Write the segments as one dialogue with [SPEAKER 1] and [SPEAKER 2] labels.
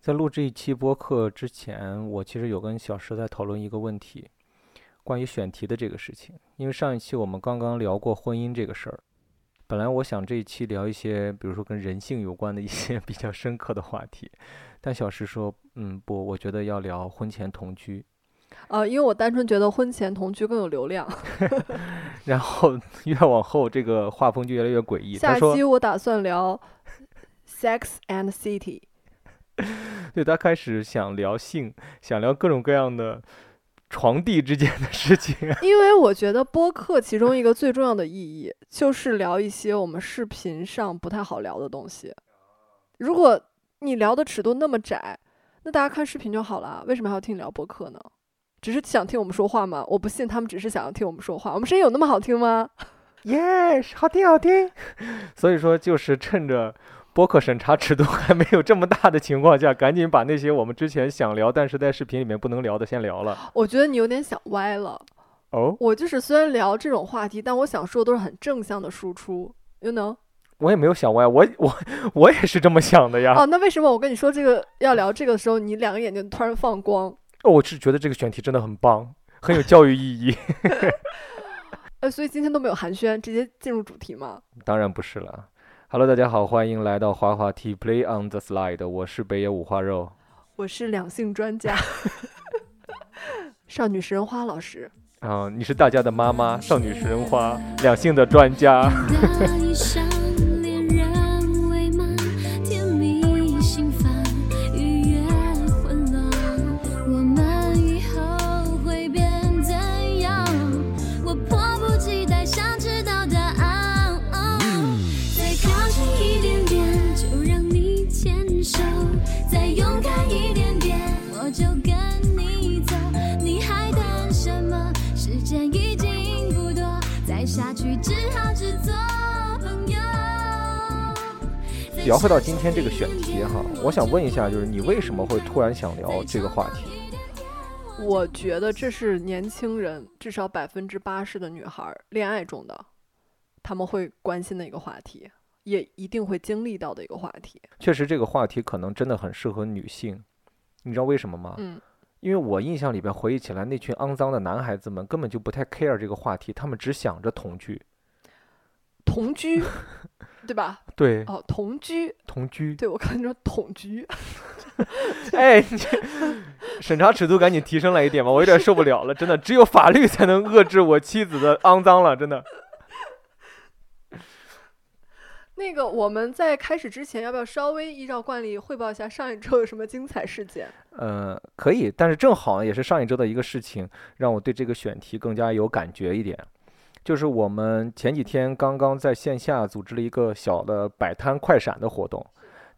[SPEAKER 1] 在录这一期播客之前，我其实有跟小石在讨论一个问题，关于选题的这个事情。因为上一期我们刚刚聊过婚姻这个事儿，本来我想这一期聊一些，比如说跟人性有关的一些 比较深刻的话题，但小石说，嗯，不，我觉得要聊婚前同居。
[SPEAKER 2] 呃，因为我单纯觉得婚前同居更有流量。
[SPEAKER 1] 然后越往后，这个画风就越来越诡异。
[SPEAKER 2] 下
[SPEAKER 1] 他说
[SPEAKER 2] 期我打算聊 Sex and City。
[SPEAKER 1] 对他开始想聊性，想聊各种各样的床地之间的事情。
[SPEAKER 2] 因为我觉得播客其中一个最重要的意义，就是聊一些我们视频上不太好聊的东西。如果你聊的尺度那么窄，那大家看视频就好了，为什么还要听你聊播客呢？只是想听我们说话吗？我不信他们只是想要听我们说话，我们声音有那么好听吗？
[SPEAKER 1] yes，好听好听。 所以说，就是趁着播客审查尺度还没有这么大的情况下，赶紧把那些我们之前想聊但是在视频里面不能聊的先聊了。
[SPEAKER 2] 我觉得你有点想歪了。
[SPEAKER 1] 哦，
[SPEAKER 2] 我就是虽然聊这种话题，但我想说都是很正向的输出，you know？
[SPEAKER 1] 我也没有想歪，我我我也是这么想的呀。
[SPEAKER 2] 哦，那为什么我跟你说这个要聊这个的时候，你两个眼睛突然放光？
[SPEAKER 1] 哦我是觉得这个选题真的很棒，很有教育意义。
[SPEAKER 2] 呃，所以今天都没有寒暄，直接进入主题嘛？
[SPEAKER 1] 当然不是了。Hello，大家好，欢迎来到滑滑梯 Play on the Slide，我是北野五花肉。
[SPEAKER 2] 我是两性专家， 少女食人花老师。
[SPEAKER 1] 啊、你是大家的妈妈，少女食人花，两性的专家。
[SPEAKER 3] 那一扇恋人未满，甜蜜心烦，愉悦混乱。我们以后会变怎样？我迫不及待想知道答案。嗯再靠近一点点，就让你牵手；再勇敢一点点，我就跟你走。你还等什么？时间已经不多，再下去只好只做朋友。
[SPEAKER 1] 聊回到今天这个选题哈，我想问一下，就是你为什么会突然想聊这个话题？
[SPEAKER 2] 我觉得这是年轻人至少百分之八十的女孩儿恋爱中的，他们会关心的一个话题，也一定会经历到的一个话题。
[SPEAKER 1] 确实，这个话题可能真的很适合女性，你知道为什么吗？
[SPEAKER 2] 嗯，
[SPEAKER 1] 因为我印象里边回忆起来，那群肮脏的男孩子们根本就不太 care 这个话题，他们只想着同居。
[SPEAKER 2] 同居，对吧？
[SPEAKER 1] 对，
[SPEAKER 2] 哦，同居，
[SPEAKER 1] 同 居。
[SPEAKER 2] 对我刚才说同居，
[SPEAKER 1] 哎，你审查尺度赶紧提升来一点吧，我有点受不了了，真的，只有法律才能遏制我妻子的肮脏了，真的。
[SPEAKER 2] 那个，我们在开始之前，要不要稍微依照惯例汇报一下上一周有什么精彩事件？
[SPEAKER 1] 呃，可以，但是正好也是上一周的一个事情，让我对这个选题更加有感觉一点。就是我们前几天刚刚在线下组织了一个小的摆摊快闪的活动，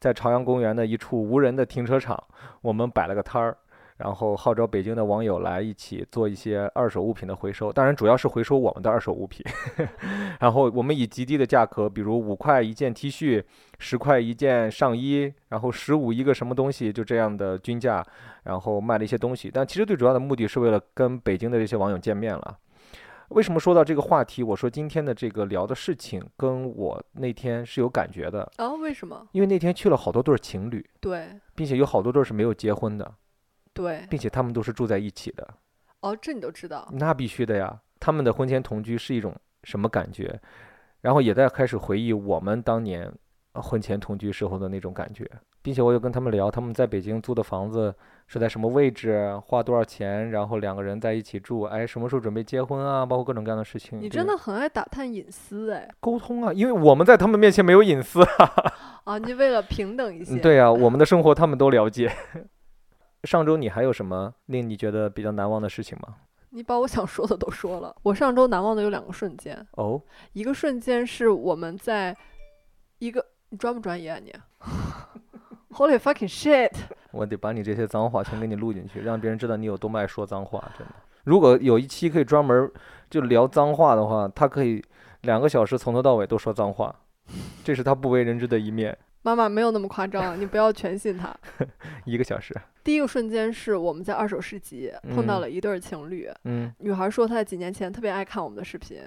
[SPEAKER 1] 在朝阳公园的一处无人的停车场，我们摆了个摊儿，然后号召北京的网友来一起做一些二手物品的回收，当然主要是回收我们的二手物品。 然后我们以极低的价格，比如五块一件 T 恤，十块一件上衣，然后十五一个什么东西，就这样的均价，然后卖了一些东西，但其实最主要的目的是为了跟北京的这些网友见面了。为什么说到这个话题？我说今天的这个聊的事情跟我那天是有感觉的，
[SPEAKER 2] 啊、为什么？
[SPEAKER 1] 因为那天去了好多对儿情侣，
[SPEAKER 2] 对
[SPEAKER 1] 并且有好多对儿是没有结婚的，
[SPEAKER 2] 对，
[SPEAKER 1] 并且他们都是住在一起的，
[SPEAKER 2] 哦，这你都知道。
[SPEAKER 1] 那必须的呀。他们的婚前同居是一种什么感觉？然后也在开始回忆我们当年呃婚前同居时候的那种感觉，并且我有跟他们聊，他们在北京租的房子是在什么位置，花多少钱，然后两个人在一起住，哎，什么时候准备结婚啊，包括各种各样的事情。
[SPEAKER 2] 你
[SPEAKER 1] 这
[SPEAKER 2] 真
[SPEAKER 1] 个
[SPEAKER 2] 的很爱打探隐私哎
[SPEAKER 1] 沟通啊，因为我们在他们面前没有隐私啊。
[SPEAKER 2] 啊！你为了平等一些，
[SPEAKER 1] 嗯对 啊，我们的生活他们都了解。 上周你还有什么令你觉得比较难忘的事情吗？
[SPEAKER 2] 你把我想说的都说了。我上周难忘的有两个瞬间，
[SPEAKER 1] 哦，
[SPEAKER 2] 一个瞬间是我们在一个，你专不专业啊你？Holy fucking shit！
[SPEAKER 1] 我得把你这些脏话全给你录进去，让别人知道你有多么爱说脏话。真的，如果有一期可以专门儿就聊脏话的话，他可以两个小时从头到尾都说脏话，这是他不为人知的一面。
[SPEAKER 2] 妈妈没有那么夸张啊，你不要全信他。
[SPEAKER 1] 一个小时，
[SPEAKER 2] 第一个瞬间是我们在二手市集碰到
[SPEAKER 1] 嗯
[SPEAKER 2] 了一对儿情侣，
[SPEAKER 1] 嗯，
[SPEAKER 2] 女孩说她在几年前特别爱看我们的视频，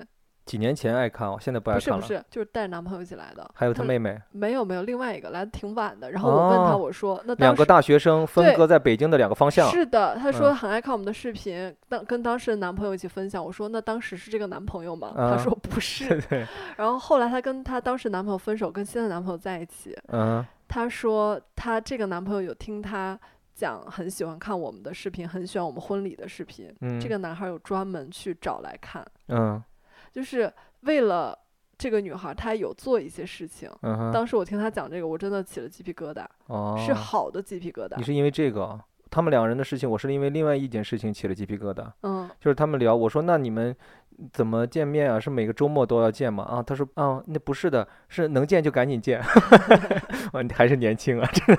[SPEAKER 1] 几年前爱看，我现在不爱
[SPEAKER 2] 不是
[SPEAKER 1] 看
[SPEAKER 2] 不
[SPEAKER 1] 了。
[SPEAKER 2] 是，嗯就是带着男朋友一起来的。
[SPEAKER 1] 还有他
[SPEAKER 2] 是
[SPEAKER 1] 妹妹，
[SPEAKER 2] 没有没有，另外一个来的挺晚的。然后我问他，
[SPEAKER 1] 哦
[SPEAKER 2] 我说：“那当
[SPEAKER 1] 两
[SPEAKER 2] 时
[SPEAKER 1] 个大学生分
[SPEAKER 2] 对
[SPEAKER 1] 割在北京的两个方向。
[SPEAKER 2] 是的，他
[SPEAKER 1] 嗯
[SPEAKER 2] 说很爱看我们的视频，当跟当时的男朋友一起分享。我说那当时是这个男朋友吗？
[SPEAKER 1] 啊
[SPEAKER 2] 他说 不是。
[SPEAKER 1] 对，
[SPEAKER 2] 然后后来她跟她当时男朋友分手，跟现在男朋友在一起。
[SPEAKER 1] 嗯，
[SPEAKER 2] 她说她这个男朋友有听她讲，很喜欢看我们的视频，很喜欢我们婚礼的视频。
[SPEAKER 1] 嗯，
[SPEAKER 2] 这，个男孩有专门去找来看，
[SPEAKER 1] 嗯
[SPEAKER 2] 就是为了这个女孩，他有做一些事情。
[SPEAKER 1] 嗯哼，
[SPEAKER 2] 当时我听他讲这个，我真的起了鸡皮疙瘩，
[SPEAKER 1] 哦，
[SPEAKER 2] 是好的鸡皮疙瘩
[SPEAKER 1] 你。是因为这个啊，他们两个人的事情，我是因为另外一件事情起了鸡皮疙瘩。
[SPEAKER 2] 嗯，
[SPEAKER 1] 就是他们聊，我说那你们怎么见面啊？是每个周末都要见吗？啊，他说啊，那不是的，是能见就赶紧见。 啊，你还是年轻啊，这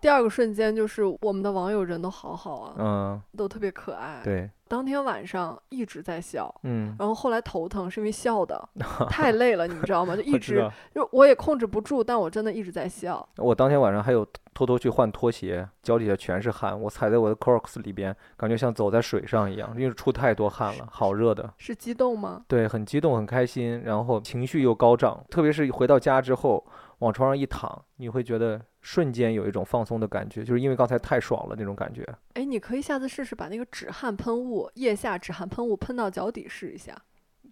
[SPEAKER 2] 第二个瞬间就是我们的网友人都好好啊，
[SPEAKER 1] 嗯，
[SPEAKER 2] 都特别可爱。
[SPEAKER 1] 对，
[SPEAKER 2] 当天晚上一直在笑，
[SPEAKER 1] 嗯，
[SPEAKER 2] 然后后来头疼是因为 笑的，太累了，你知道吗？
[SPEAKER 1] 我
[SPEAKER 2] 就呃一
[SPEAKER 1] 知
[SPEAKER 2] 直
[SPEAKER 1] 道。
[SPEAKER 2] 就我也控制不住，但我真的一直在笑。
[SPEAKER 1] 我当天晚上还有偷偷去换拖鞋，脚底下全是汗，我踩在我的 Crocs 里边，感觉像走在水上一样，因为出太多汗了，好热的。
[SPEAKER 2] 是激动吗？
[SPEAKER 1] 对，很激动，很开心，然后情绪又高涨，特别是回到家之后，往床上一躺，你会觉得瞬间有一种放松的感觉，就是因为刚才太爽了那种感觉。
[SPEAKER 2] 哎，你可以下次试试把那个止汗喷雾，腋下止汗喷雾喷到脚底试一下，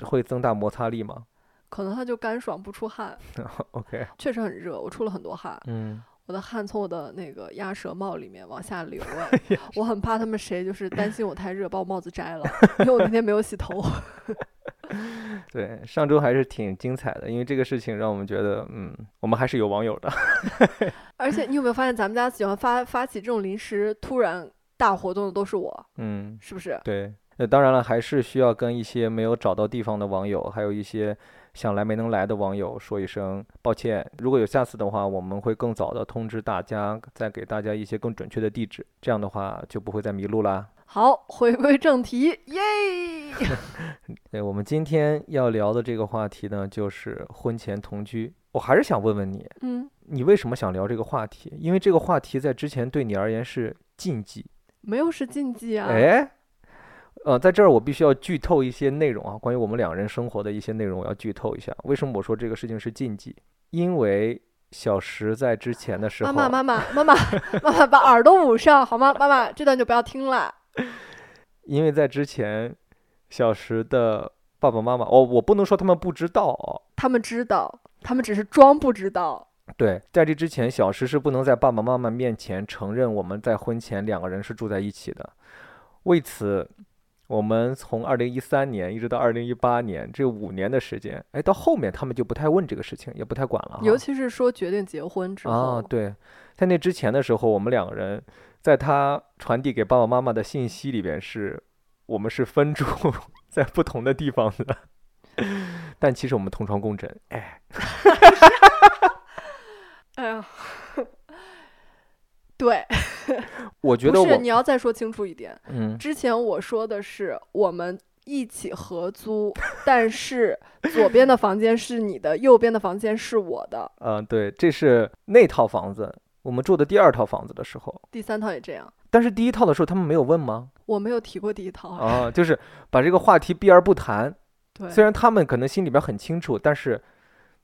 [SPEAKER 1] 会增大摩擦力吗
[SPEAKER 2] 可能它就干爽不出汗。
[SPEAKER 1] ？OK，
[SPEAKER 2] 确实很热，我出了很多汗，
[SPEAKER 1] 嗯，
[SPEAKER 2] 我的汗从我的那个鸭舌帽里面往下 流哎，我很怕他们谁就是担心我太热把我帽子摘 了，因为我那天没有洗头。
[SPEAKER 1] 对，上周还是挺精彩的，因为这个事情让我们觉得，嗯，我们还是有网友的。
[SPEAKER 2] 而且你有没有发现咱们家喜欢发发起这种临时突然大活动的都是我，
[SPEAKER 1] 嗯，
[SPEAKER 2] 是不是？
[SPEAKER 1] 对。那当然了，还是需要跟一些没有找到地方的网友，还有一些想来没能来的网友说一声抱歉。如果有下次的话，我们会更早的通知大家，再给大家一些更准确的地址，这样的话就不会再迷路啦。
[SPEAKER 2] 好，回归正题，耶！
[SPEAKER 1] 对，我们今天要聊的这个话题呢，就是婚前同居。我还是想问问你，
[SPEAKER 2] 嗯，
[SPEAKER 1] 你为什么想聊这个话题？因为这个话题在之前对你而言是禁忌。
[SPEAKER 2] 没有是禁忌啊，
[SPEAKER 1] 哎，呃，在这儿我必须要剧透一些内容啊，关于我们两人生活的一些内容，我要剧透一下。为什么我说这个事情是禁忌？因为小石在之前的时候，
[SPEAKER 2] 妈妈妈妈妈妈妈妈把耳朵捂上好吗？妈妈这段就不要听了。
[SPEAKER 1] 因为在之前，小石的爸爸妈妈，哦，我不能说他们不知道哦。
[SPEAKER 2] 他们知道，他们只是装不知道。
[SPEAKER 1] 对，在这之前，小石是不能在爸爸妈妈面前承认我们在婚前两个人是住在一起的。为此，我们从二零一三年一直到二零一八年这五年的时间，哎，到后面他们就不太问这个事情，也不太管了哈。
[SPEAKER 2] 尤其是说决定结婚之后，
[SPEAKER 1] 啊，对，在那之前的时候，我们两个人在他传递给爸爸妈妈的信息里边是，我们是分住 在不同的地方的， 但其实我们同床共枕。哎，
[SPEAKER 2] 哎呀， 对，
[SPEAKER 1] 我觉得
[SPEAKER 2] 不
[SPEAKER 1] 我
[SPEAKER 2] 是你要再说清楚一点。
[SPEAKER 1] 嗯，
[SPEAKER 2] 之前我说的是我们一起合租，但是左边的房间是你的，右边的房间是我的，
[SPEAKER 1] 啊，对，这是那套房子，我们住的第二套房子的时候。
[SPEAKER 2] 第三套也这样。
[SPEAKER 1] 但是第一套的时候，他们没有问吗？
[SPEAKER 2] 我没有提过第一套，
[SPEAKER 1] 啊，就是把这个话题避而不谈。
[SPEAKER 2] 对，
[SPEAKER 1] 虽然他们可能心里边很清楚，但是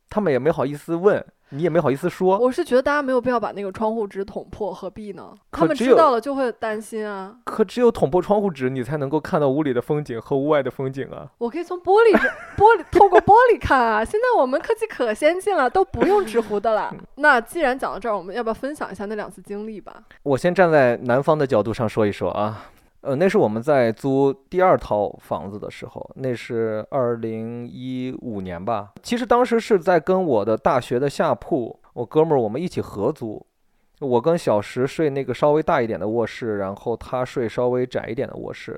[SPEAKER 1] 他们也没好意思问，你也没好意思说。
[SPEAKER 2] 我是觉得大家没有必要把那个窗户纸捅破，何必呢？他
[SPEAKER 1] 可
[SPEAKER 2] 们
[SPEAKER 1] 只
[SPEAKER 2] 知
[SPEAKER 1] 有
[SPEAKER 2] 道了就会担心啊。
[SPEAKER 1] 可只有捅破窗户纸，你才能够看到屋里的风景和屋外的风景啊。
[SPEAKER 2] 我可以从玻璃上玻璃透过玻璃看啊。现在我们科技可先进了，都不用纸糊 的了。那既然讲到这儿，我们要不要分享一下那两次经历吧？
[SPEAKER 1] 我先站在男方的角度上说一说啊，呃，那是我们在租第二套房子的时候，那是二零一五年吧。其实当时是在跟我的大学的下铺，我哥们儿我们一起合租，我跟小石睡那个稍微大一点的卧室，然后他睡稍微窄一点的卧室。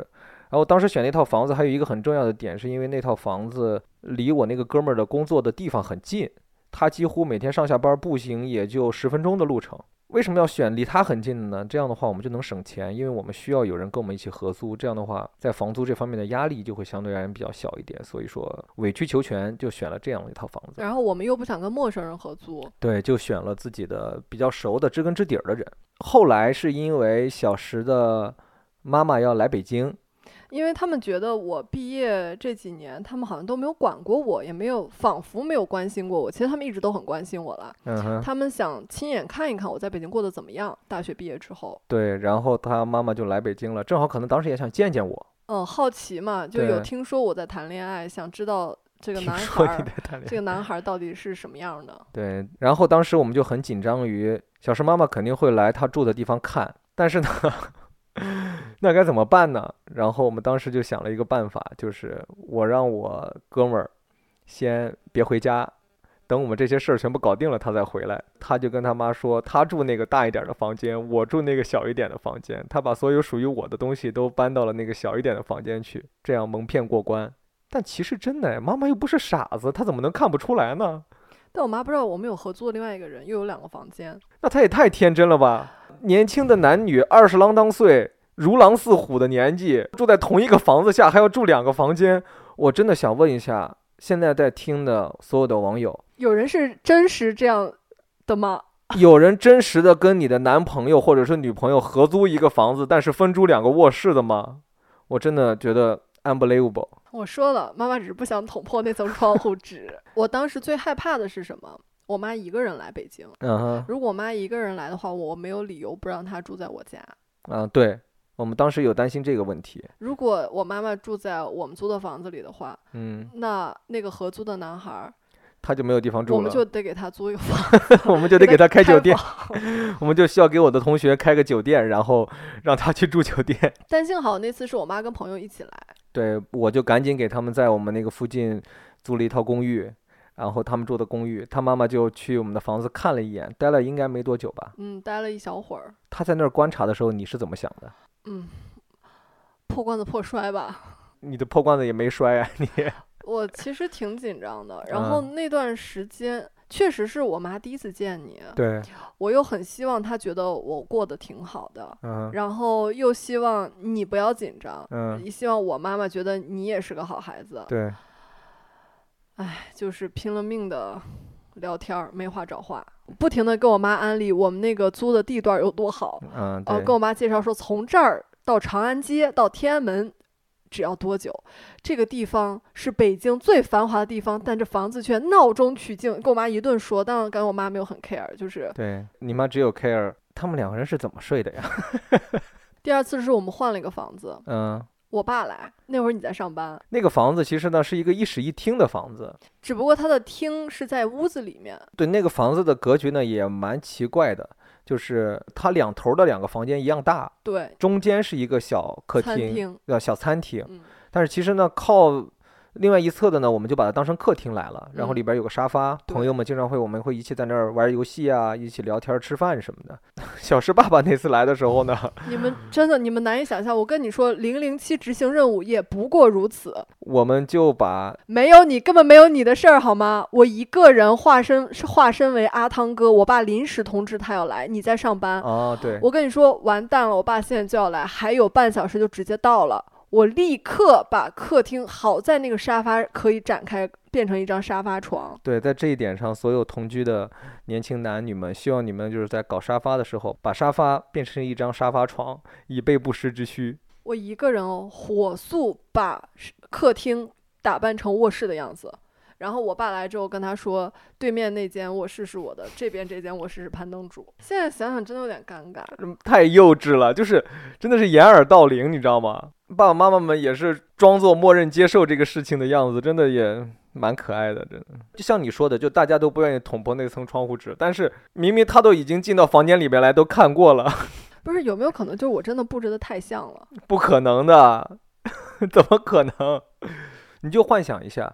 [SPEAKER 1] 然后当时选那套房子还有一个很重要的点，是因为那套房子离我那个哥们儿的工作的地方很近，他几乎每天上下班步行也就十分钟的路程。为什么要选离他很近的呢？这样的话我们就能省钱，因为我们需要有人跟我们一起合租。这样的话，在房租这方面的压力就会相对而言比较小一点。所以说委曲求全，就选了这样的一套房子。
[SPEAKER 2] 然后我们又不想跟陌生人合租，
[SPEAKER 1] 对，就选了自己的比较熟的、知根知底儿的人。后来是因为小石的妈妈要来北京，
[SPEAKER 2] 因为他们觉得我毕业这几年，他们好像都没有管过我，也没有仿佛没有关心过我。其实他们一直都很关心我啦，
[SPEAKER 1] 嗯哼，
[SPEAKER 2] 他们想亲眼看一看我在北京过得怎么样。大学毕业之后，
[SPEAKER 1] 对。然后他妈妈就来北京了，正好可能当时也想见见我，
[SPEAKER 2] 嗯，好奇嘛，就有
[SPEAKER 1] 对
[SPEAKER 2] 听说我在谈恋爱，想知道这个
[SPEAKER 1] 听
[SPEAKER 2] 男孩
[SPEAKER 1] 说你
[SPEAKER 2] 儿
[SPEAKER 1] 在，谈恋
[SPEAKER 2] 这个男孩儿到底是什么样的
[SPEAKER 1] 爱。。对。然后当时我们就很紧张于小石妈妈肯定会来她住的地方看，但是呢， 那该怎么办呢？然后我们当时就想了一个办法，就是我让我哥们儿先别回家。等我们这些事儿全部搞定了，他再回来。他就跟他妈说，他住那个大一点儿的房间，我住那个小一点的房间。他把所有属于我的东西都搬到了那个小一点的房间去，这样蒙骗过关。但其实真的，妈妈又不是傻子，她怎么能看不出来呢？
[SPEAKER 2] 但我妈不知道我们有合租的另外一个人，又有两个房间。
[SPEAKER 1] 那她也太天真了吧！年轻的男女，二十郎当岁，如狼似虎的年纪，住在同一个房子下，还要住两个房间。我真的想问一下，现在在听的所有的网友，
[SPEAKER 2] 有人是真实这样的吗？
[SPEAKER 1] 有人真实的跟你的男朋友或者是女朋友合租一个房子，但是分租两个卧室的吗？我真的觉得 unbelievable。
[SPEAKER 2] 我说了，妈妈只是不想捅破那层窗户纸。我当时最害怕的是什么？我妈一个人来北京，
[SPEAKER 1] 嗯哼，
[SPEAKER 2] 如果我妈一个人来的话，我没有理由不让她住在我家。
[SPEAKER 1] 啊，对，我们当时有担心这个问题。
[SPEAKER 2] 如果我妈妈住在我们租的房子里的话，
[SPEAKER 1] 嗯，
[SPEAKER 2] 那那个合租的男孩儿，
[SPEAKER 1] 他就没有地方
[SPEAKER 2] 我
[SPEAKER 1] 住
[SPEAKER 2] 们
[SPEAKER 1] 了，
[SPEAKER 2] 就得给他租一 个房，
[SPEAKER 1] 我们就得给他开酒店
[SPEAKER 2] 房。，
[SPEAKER 1] 我们就需要给我的同学开个酒店，然后让他去住酒 店。
[SPEAKER 2] 但幸好那次是我妈跟朋友一起来，
[SPEAKER 1] 对，我就赶紧给他们在我们那个附近租了一套公寓，然后他们住的公寓，他妈妈就去我们的房子看了一眼，待了应该没多久吧。
[SPEAKER 2] 嗯，待了一小会儿，
[SPEAKER 1] 他在那儿观察的时候，你是怎么想的？
[SPEAKER 2] 嗯，破罐子破摔吧。
[SPEAKER 1] 你的破罐子也没摔啊，你
[SPEAKER 2] 我其实挺紧张的，然后
[SPEAKER 1] 嗯
[SPEAKER 2] 那段时间确实是我妈第一次见你，
[SPEAKER 1] 对，
[SPEAKER 2] 我又很希望她觉得我过得挺好的，
[SPEAKER 1] 嗯
[SPEAKER 2] 然后又希望你不要紧张，
[SPEAKER 1] 嗯，
[SPEAKER 2] 也希望我妈妈觉得你也是个好孩子，
[SPEAKER 1] 对，
[SPEAKER 2] 就是拼了命的聊天儿，没话找话，不停的跟我妈安利我们那个租的地段儿有多好，
[SPEAKER 1] 嗯
[SPEAKER 2] 呃，
[SPEAKER 1] 对，
[SPEAKER 2] 跟我妈介绍说从这儿到长安街到天安门。只要多久？这个地方是北京最繁华的地方，但这房子却闹中取静。跟我妈一顿说，当然感觉我妈没有很 care。就是
[SPEAKER 1] 对你妈只有 care，他们两个人是怎么睡的呀？
[SPEAKER 2] 第二次是我们换了一个房子，
[SPEAKER 1] 嗯。
[SPEAKER 2] 我爸来那会儿你在上班，
[SPEAKER 1] 那个房子其实呢是一个一室一厅的房子，
[SPEAKER 2] 只不过他的厅是在屋子里面，
[SPEAKER 1] 对那个房子的格局呢也蛮奇怪的，就是它两头的两个房间一样大，
[SPEAKER 2] 对，
[SPEAKER 1] 中间是一个小客
[SPEAKER 2] 餐
[SPEAKER 1] 厅，
[SPEAKER 2] 厅，
[SPEAKER 1] 呃小餐厅，
[SPEAKER 2] 嗯
[SPEAKER 1] 但是其实呢靠另外一侧的呢，我们就把它当成客厅来了，然后
[SPEAKER 2] 嗯
[SPEAKER 1] 里边有个沙发，朋
[SPEAKER 2] 对
[SPEAKER 1] 友们经常会我们会一起在那儿玩游戏啊，一起聊天吃饭什么的。 小石爸爸那次来的时候 呢，
[SPEAKER 2] 你们真的你们难以想象，我跟你说，零零七执行任务也不过如此，
[SPEAKER 1] 我们就把
[SPEAKER 2] 没有你根本没有你的事儿好吗？我一个人化身是化身为阿汤哥，我爸临时通知他要来，你在上班，
[SPEAKER 1] 啊对，
[SPEAKER 2] 我跟你说完蛋了，我爸现在就要来，还有半小时就直接到了。我立刻把客厅好在那个沙发可以展开，变成一张沙发床。
[SPEAKER 1] 对，在这一点上，所有同居的年轻男女们，希望你们就是在搞沙发的时候，把沙发变成一张沙发床，以备不时之需。
[SPEAKER 2] 我一个人哦，火速把是客厅打扮成卧室的样子。然后我爸来之后跟他说，对面那间卧室是我的，这边这间卧室是攀登主。现在想想真的有点尴尬。
[SPEAKER 1] 嗯太幼稚了，就是真的是掩耳盗铃，你知道吗？爸爸妈妈们也是装作默认接受这个事情的样子，真的也蛮可爱的。真的，就像你说的，就大家都不愿意捅破那层窗户纸，但是明明他都已经进到房间里边来，都看过了，
[SPEAKER 2] 不是有没有可能就是我真的布置的太像了？
[SPEAKER 1] 不可能的， 怎么可能？你就幻想一下，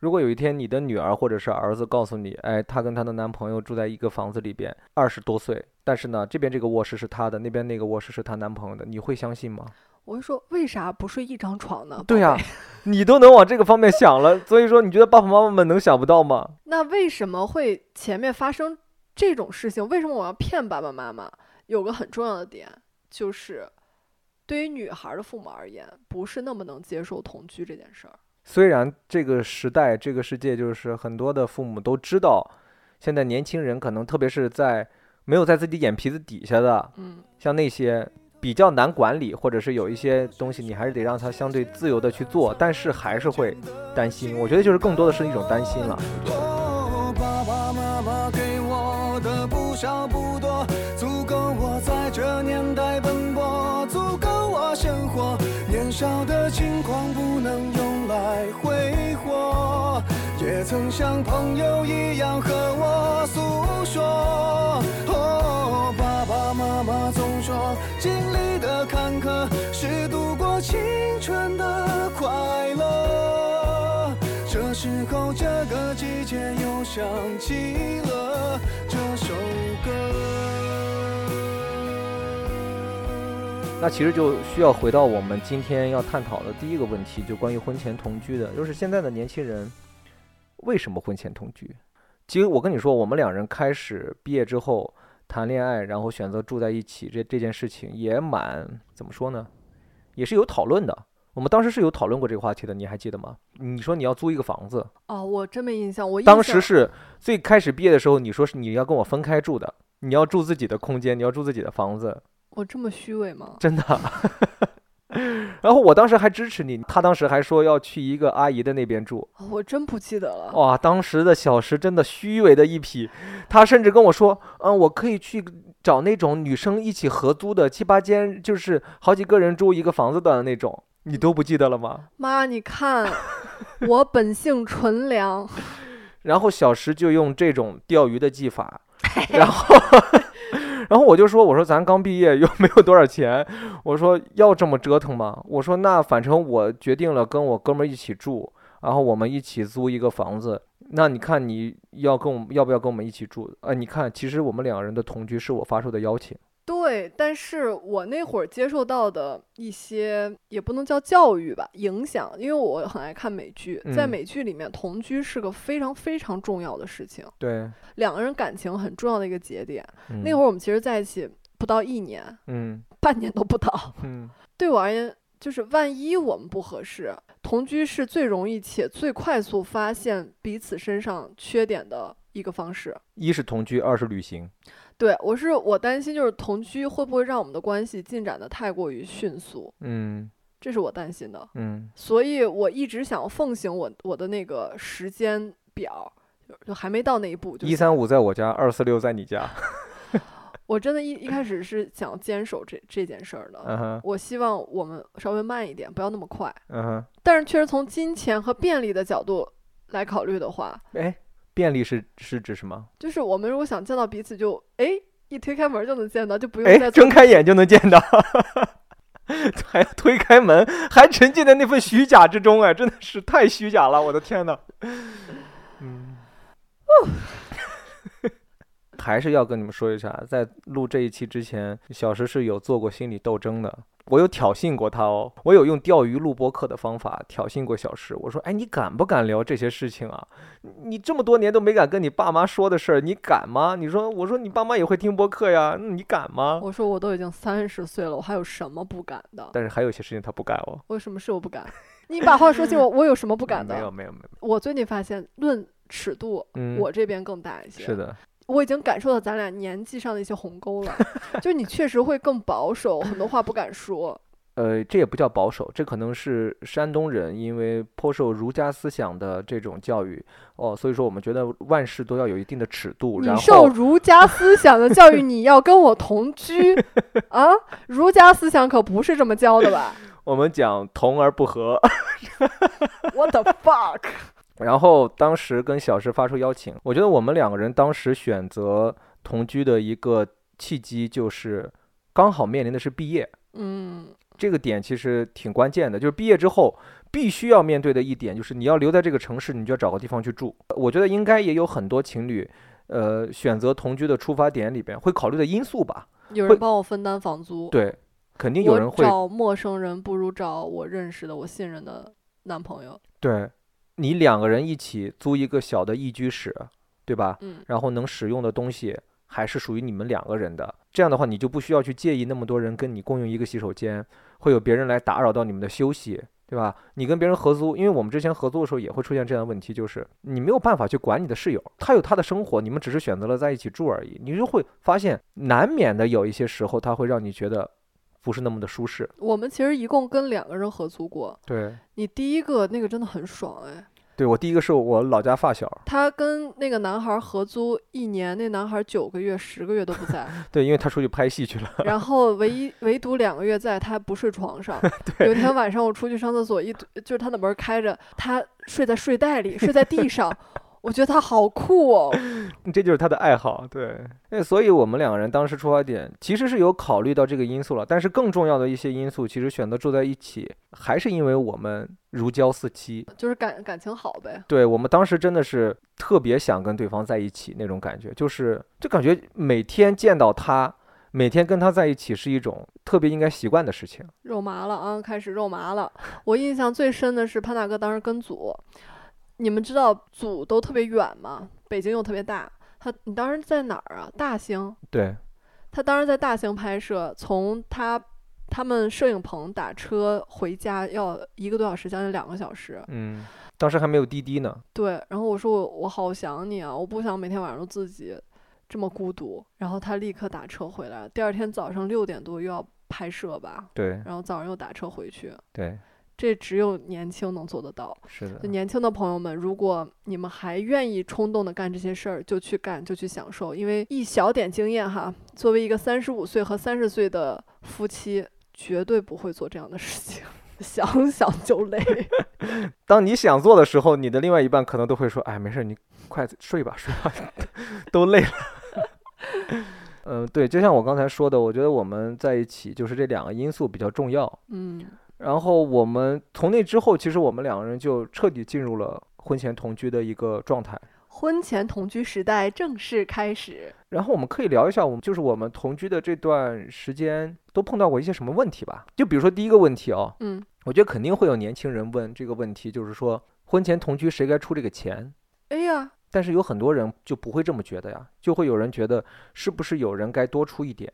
[SPEAKER 1] 如果有一天你的女儿或者是儿子告诉你，哎，她跟她的男朋友住在一个房子里边，二十多岁，但是呢，这边这个卧室是她的，那边那个卧室是她男朋友的，你会相信吗？
[SPEAKER 2] 我就说为啥不睡一张床呢？
[SPEAKER 1] 对呀、
[SPEAKER 2] 宝贝
[SPEAKER 1] 你都能往这个方面想了，所以说你觉得爸爸妈妈们能想不到吗？
[SPEAKER 2] 那为什么会前面发生这种事情？为什么我要骗爸爸妈妈？有个很重要的点就是，对于女孩的父母而言，不是那么能接受同居这件事儿。
[SPEAKER 1] 虽然这个时代、这个世界，就是很多的父母都知道，现在年轻人可能特别是在没有在自己眼皮子底下的，
[SPEAKER 2] 嗯，
[SPEAKER 1] 像那些比较难管理，或者是有一些东西你还是得让它相对自由的去做，但是还是会担心。我觉得就是更多的是一种担心了。
[SPEAKER 4] 多，爸爸妈妈给我的不少不多，足够我在这年代奔波，足够我生活。年少的轻狂不能用来挥霍，也曾像朋友一样和我诉说。哦，爸爸妈妈总说，经历的坎坷是度过青春的快乐。这时候，这个季节又想起了这首歌。
[SPEAKER 1] 那其实就需要回到我们今天要探讨的第一个问题，就关于婚前同居的，就是现在的年轻人为什么婚前同居？其实我跟你说，我们两人开始毕业之后谈恋爱，然后选择住在一起，这这件事情也蛮怎么说呢？也是有讨论的。我们当时是有讨论过这个话题的，你还记得吗？你说你要租一个房子，
[SPEAKER 2] 哦，我真没印象。我印
[SPEAKER 1] 当时
[SPEAKER 2] 象
[SPEAKER 1] 是最开始毕业的时候，你说是你要跟我分开住的，你要住自己的空间，你要住自己的房子，
[SPEAKER 2] 我这么虚伪吗？
[SPEAKER 1] 真的。 然后我当时还支持你，他当时还说要去一个阿姨的那边住，
[SPEAKER 2] 哦我真不记得了。
[SPEAKER 1] 哇，当时的小石真的虚伪的一批，他甚至跟我说，嗯，我可以去找那种女生一起合租的七八间，就是好几个人住一个房子的那种，你都不记得了吗？
[SPEAKER 2] 妈，你看，我本性纯良，
[SPEAKER 1] 然后小石就用这种钓鱼的技法， 然后， 然后我就说，我说咱刚毕业又没有多少钱，我说要这么折腾吗？我说那反正我决定了跟我哥们儿一起住，然后我们一起租一个房子。那你看你要跟我们要不要跟我们一起住？啊、你看其实我们两人的同居是我发出的邀请，
[SPEAKER 2] 对，但是我那会儿接受到的一些也不能叫教育吧，影响，因为我很爱看美剧，在
[SPEAKER 1] 嗯
[SPEAKER 2] 美剧里面，同居是个非常非常重要的事情，
[SPEAKER 1] 对，
[SPEAKER 2] 两个人感情很重要的一个节点。
[SPEAKER 1] 嗯、
[SPEAKER 2] 那会儿我们其实在一起不到一年，
[SPEAKER 1] 嗯
[SPEAKER 2] 半年都不到。
[SPEAKER 1] 嗯
[SPEAKER 2] 对我而言，就是万一我们不合适，同居是最容易且最快速发现彼此身上缺点的一个方式。
[SPEAKER 1] 一是同居，二是旅行，
[SPEAKER 2] 对我是我担心就是同居会不会让我们的关系进展的太过于迅速，
[SPEAKER 1] 嗯
[SPEAKER 2] 这是我担心的。
[SPEAKER 1] 嗯
[SPEAKER 2] 所以我一直想奉行我我的那个时间表，就就还没到那一步。就
[SPEAKER 1] 一
[SPEAKER 2] 想
[SPEAKER 1] 三五在我家，二四六在你家，
[SPEAKER 2] 我真的一一开始是想坚守这这件事儿的。
[SPEAKER 1] 嗯哼
[SPEAKER 2] 我希望我们稍微慢一点，不要那么快。
[SPEAKER 1] 嗯哼，
[SPEAKER 2] 但是确实从金钱和便利的角度来考虑的话，
[SPEAKER 1] 哎，便利是是指什么？
[SPEAKER 2] 就是我们如果想见到彼此就，诶一推开门就能见到，就不用
[SPEAKER 1] 哎，
[SPEAKER 2] 再做
[SPEAKER 1] 睁开眼就能见到， 还要推开门，还沉浸在那份虚假之中，哎，真的是太虚假了，我的天呐。嗯，还是要跟你们说一下，在录这一期之前，小石是有做过心理斗争的。我有挑衅过他哦，我有用钓鱼录播课的方法挑衅过小石。我说：“哎，你敢不敢聊这些事情啊？你这么多年都没敢跟你爸妈说的事儿，你敢吗？”你说：“我说你爸妈也会听播客呀，那你敢吗？”
[SPEAKER 2] 我说我都已经三十岁了，我还有什么不敢的？
[SPEAKER 1] 但是还有一些事情他不敢哦。
[SPEAKER 2] 我有什么事我不敢？你把 话说清我，我有什么不
[SPEAKER 1] 不
[SPEAKER 2] 敢
[SPEAKER 1] 没有
[SPEAKER 2] 的？
[SPEAKER 1] 没有没有，
[SPEAKER 2] 我最近发现，论尺度，
[SPEAKER 1] 嗯，
[SPEAKER 2] 我这边更大一些。
[SPEAKER 1] 是，的，
[SPEAKER 2] 我已经感受到咱俩年纪上的一些鸿沟 了，就是你确实会更保守，很多话不敢说。
[SPEAKER 1] 呃，这也不叫保守，这可能是山东人因为颇受儒家思想的这种教育哦，所以说我们觉得万事都要有一定的尺度，
[SPEAKER 2] 你
[SPEAKER 1] 然
[SPEAKER 2] 受
[SPEAKER 1] 后
[SPEAKER 2] 儒家思想的教育，你要跟我同 居啊？儒家思想可不是这么教的吧
[SPEAKER 1] 我们讲同而不和。
[SPEAKER 2] ？What the fuck？
[SPEAKER 1] 然后当时跟小石发出邀请，我觉得我们两个人当时选择同居的一个契机就是刚好面临的是毕业，
[SPEAKER 2] 嗯，
[SPEAKER 1] 这个点其实挺关键的，就是毕业之后必须要面对的一点，就是你要留在这个城市，你就要找个地方去住。我觉得应该也有很多情侣，呃，选择同居的出发点里边会考虑的因素吧。
[SPEAKER 2] 有
[SPEAKER 1] 会
[SPEAKER 2] 人帮我分担房租，
[SPEAKER 1] 对，肯定有人
[SPEAKER 2] 我
[SPEAKER 1] 会
[SPEAKER 2] 找陌生人不如找我认识的、我信任的男朋友。
[SPEAKER 1] 对，你两个人一起租一个小的一居室，对吧？
[SPEAKER 2] 嗯，
[SPEAKER 1] 然后能使用的东西还是属于你们两个人的。这样的话，你就不需要去介意那么多人跟你共用一个洗手间，会有别人来打扰到你们的休息，对吧？你跟别人合租，因为我们之前合租的时候也会出现这样的问题，就是你没有办法去管你的室友，他有他的生活，你们只是选择了在一起住而已，你就会发现难免的有一些时候他会让你觉得。不是那么的舒适。
[SPEAKER 2] 我们其实一共跟两个人合租过，
[SPEAKER 1] 对，
[SPEAKER 2] 你第一个那个真的很爽哎，
[SPEAKER 1] 对我第一个是我老家发小，
[SPEAKER 2] 他跟那个男孩合租一年，那男孩九个月、十个月都不在，
[SPEAKER 1] 对，因为他出去拍戏去了，
[SPEAKER 2] 然后唯一唯独两个月在，他还不睡床上。有一天晚上我出去上厕所，一就是他的门开着，他睡在睡袋里，睡在地上。我觉得他好酷哦，
[SPEAKER 1] 这就是他的爱好。对，那所以我们两个人当时出发点其实是有考虑到这个因素了，但是更重要的一些因素，其实选择住在一起，还是因为我们如胶似漆。
[SPEAKER 2] 就是感感情好呗。
[SPEAKER 1] 对我们当时真的是特别想跟对方在一起那种感觉，就是就感觉每天见到他，每天跟他在一起是一种特别应该习惯的事情。
[SPEAKER 2] 肉麻了啊，开始肉麻了。我印象最深的是潘大哥当时跟组，你们知道组都特别远吗？北京又特别大，他你当时在哪儿啊？大兴，
[SPEAKER 1] 对，
[SPEAKER 2] 他当时在大兴拍摄，从他他们摄影棚打车回家要一个多小时，将近两个小时。
[SPEAKER 1] 嗯，当时还没有滴滴呢。
[SPEAKER 2] 对，然后我说我我好想你啊，我不想每天晚上都自己这么孤独。然后他立刻打车回来，第二天早上六点多又要拍摄吧，
[SPEAKER 1] 对
[SPEAKER 2] 然后早上又打车回去。
[SPEAKER 1] 对，
[SPEAKER 2] 这只有年轻能做得到。
[SPEAKER 1] 是的
[SPEAKER 2] 就，年轻的朋友们，如果你们还愿意冲动的干这些事儿，就去干，就去享受，因为一小点经验哈，作为一个三十五岁和三十岁的夫妻，绝对不会做这样的事情，想想就 累。
[SPEAKER 1] 当你想做的时候，你的另外一半可能都会说：“哎，没事儿，你快睡吧，睡 吧，都累了。” 嗯，对，就像我刚才说的，我觉得我们在一起就是这两个因素比较重要。
[SPEAKER 2] 嗯，
[SPEAKER 1] 然后我们从那之后，其实我们两个人就彻底进入了婚前同居的一个状态。
[SPEAKER 2] 婚前同居时代正式开始。
[SPEAKER 1] 然后我们可以聊一下，我们就是我们同居的这段时间都碰到过一些什么问题吧？就比如说第一个问题哦，
[SPEAKER 2] 嗯，
[SPEAKER 1] 我觉得肯定会有年轻人问这个问题，就是说婚前同居谁该出这个钱？
[SPEAKER 2] 哎呀，
[SPEAKER 1] 但是有很多人就不会这么觉得呀，就会有人觉得是不是有人该多出一点？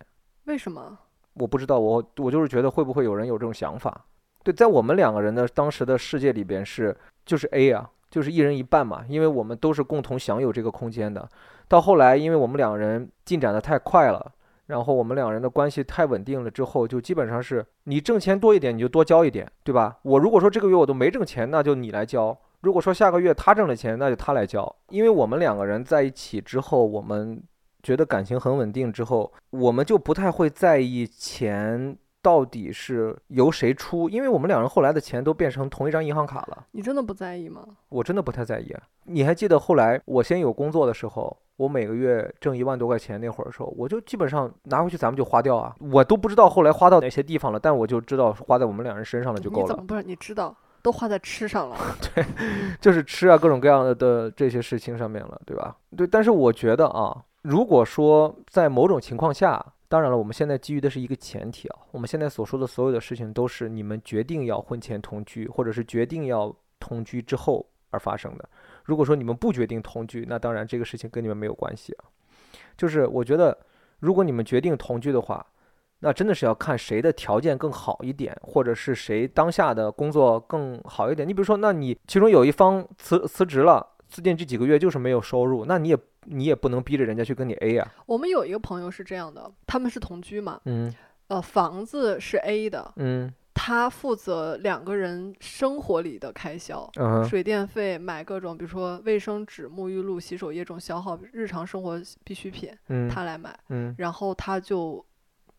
[SPEAKER 2] 为什么？
[SPEAKER 1] 我不知道，我我就是觉得会不会有人有这种想法？对，在我们两个人的当时的世界里边是就是 A 啊，就是一人一半嘛，因为我们都是共同享有这个空间的。到后来，因为我们两个人进展的太快了，然后我们两个人的关系太稳定了之后，就基本上是你挣钱多一点你就多交一点，对吧？我如果说这个月我都没挣钱，那就你来交；如果说下个月他挣了钱，那就他来交。因为我们两个人在一起之后，我们觉得感情很稳定之后，我们就不太会在意钱到底是由谁出，因为我们两人后来的钱都变成同一张银行卡了。
[SPEAKER 2] 你真的不在意吗？
[SPEAKER 1] 我真的不太在意。你还记得后来我先有工作的时候，我每个月挣一万多块钱那会儿的时候，我就基本上拿回去咱们就花掉啊，我都不知道后来花到哪些地方了，但我就知道花在我们两人身上了就
[SPEAKER 2] 你
[SPEAKER 1] 够
[SPEAKER 2] 怎
[SPEAKER 1] 了，
[SPEAKER 2] 么不是？你知道，都花在吃上了。
[SPEAKER 1] 就是吃啊各种各样的的这些事情上面了，对吧？对，但是我觉得啊，如果说在某种情况下。当然了，我们现在基于的是一个前提啊。我们现在所说的所有的事情都是你们决定要婚前同居，或者是决定要同居之后而发生的。如果说你们不决定同居，那当然这个事情跟你们没有关系啊。就是我觉得，如果你们决定同居的话，那真的是要看谁的条件更好一点，或者是谁当下的工作更好一点。你比如说，那你其中有一方辞辞职了，最近这几个月就是没有收入，那你也你也不能逼着人家去跟你 A 呀、
[SPEAKER 2] 我们有一个朋友是这样的，他们是同居嘛，
[SPEAKER 1] 嗯
[SPEAKER 2] 呃，房子是 A 的，
[SPEAKER 1] 嗯
[SPEAKER 2] 他负责两个人生活里的开销，
[SPEAKER 1] 嗯哼
[SPEAKER 2] 水电费、买各种，比如说卫生纸、沐浴露、洗手液这种消耗日常生活必需品，
[SPEAKER 1] 嗯
[SPEAKER 2] 他来买。
[SPEAKER 1] 嗯
[SPEAKER 2] 然后他就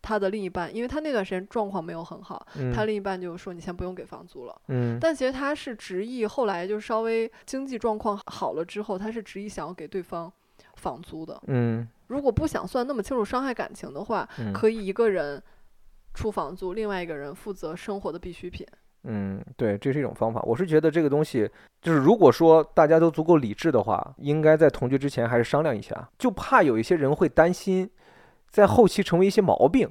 [SPEAKER 2] 他的另一半，因为他那段时间状况没有很好，
[SPEAKER 1] 嗯
[SPEAKER 2] 他另一半就说你先不用给房租了。
[SPEAKER 1] 嗯
[SPEAKER 2] 但其实他是执意，后来就稍微经济状况好了之后，他是执意想要给对方房租的。
[SPEAKER 1] 嗯
[SPEAKER 2] 如果不想算那么清楚伤害感情的话，
[SPEAKER 1] 嗯
[SPEAKER 2] 可以一个人出房租，另外一个人负责生活的必需品。
[SPEAKER 1] 嗯，对，这是一种方法。我是觉得这个东西，就是如果说大家都足够理智的话，应该在同居之前还是商量一下，就怕有一些人会担心，在后期成为一些毛病，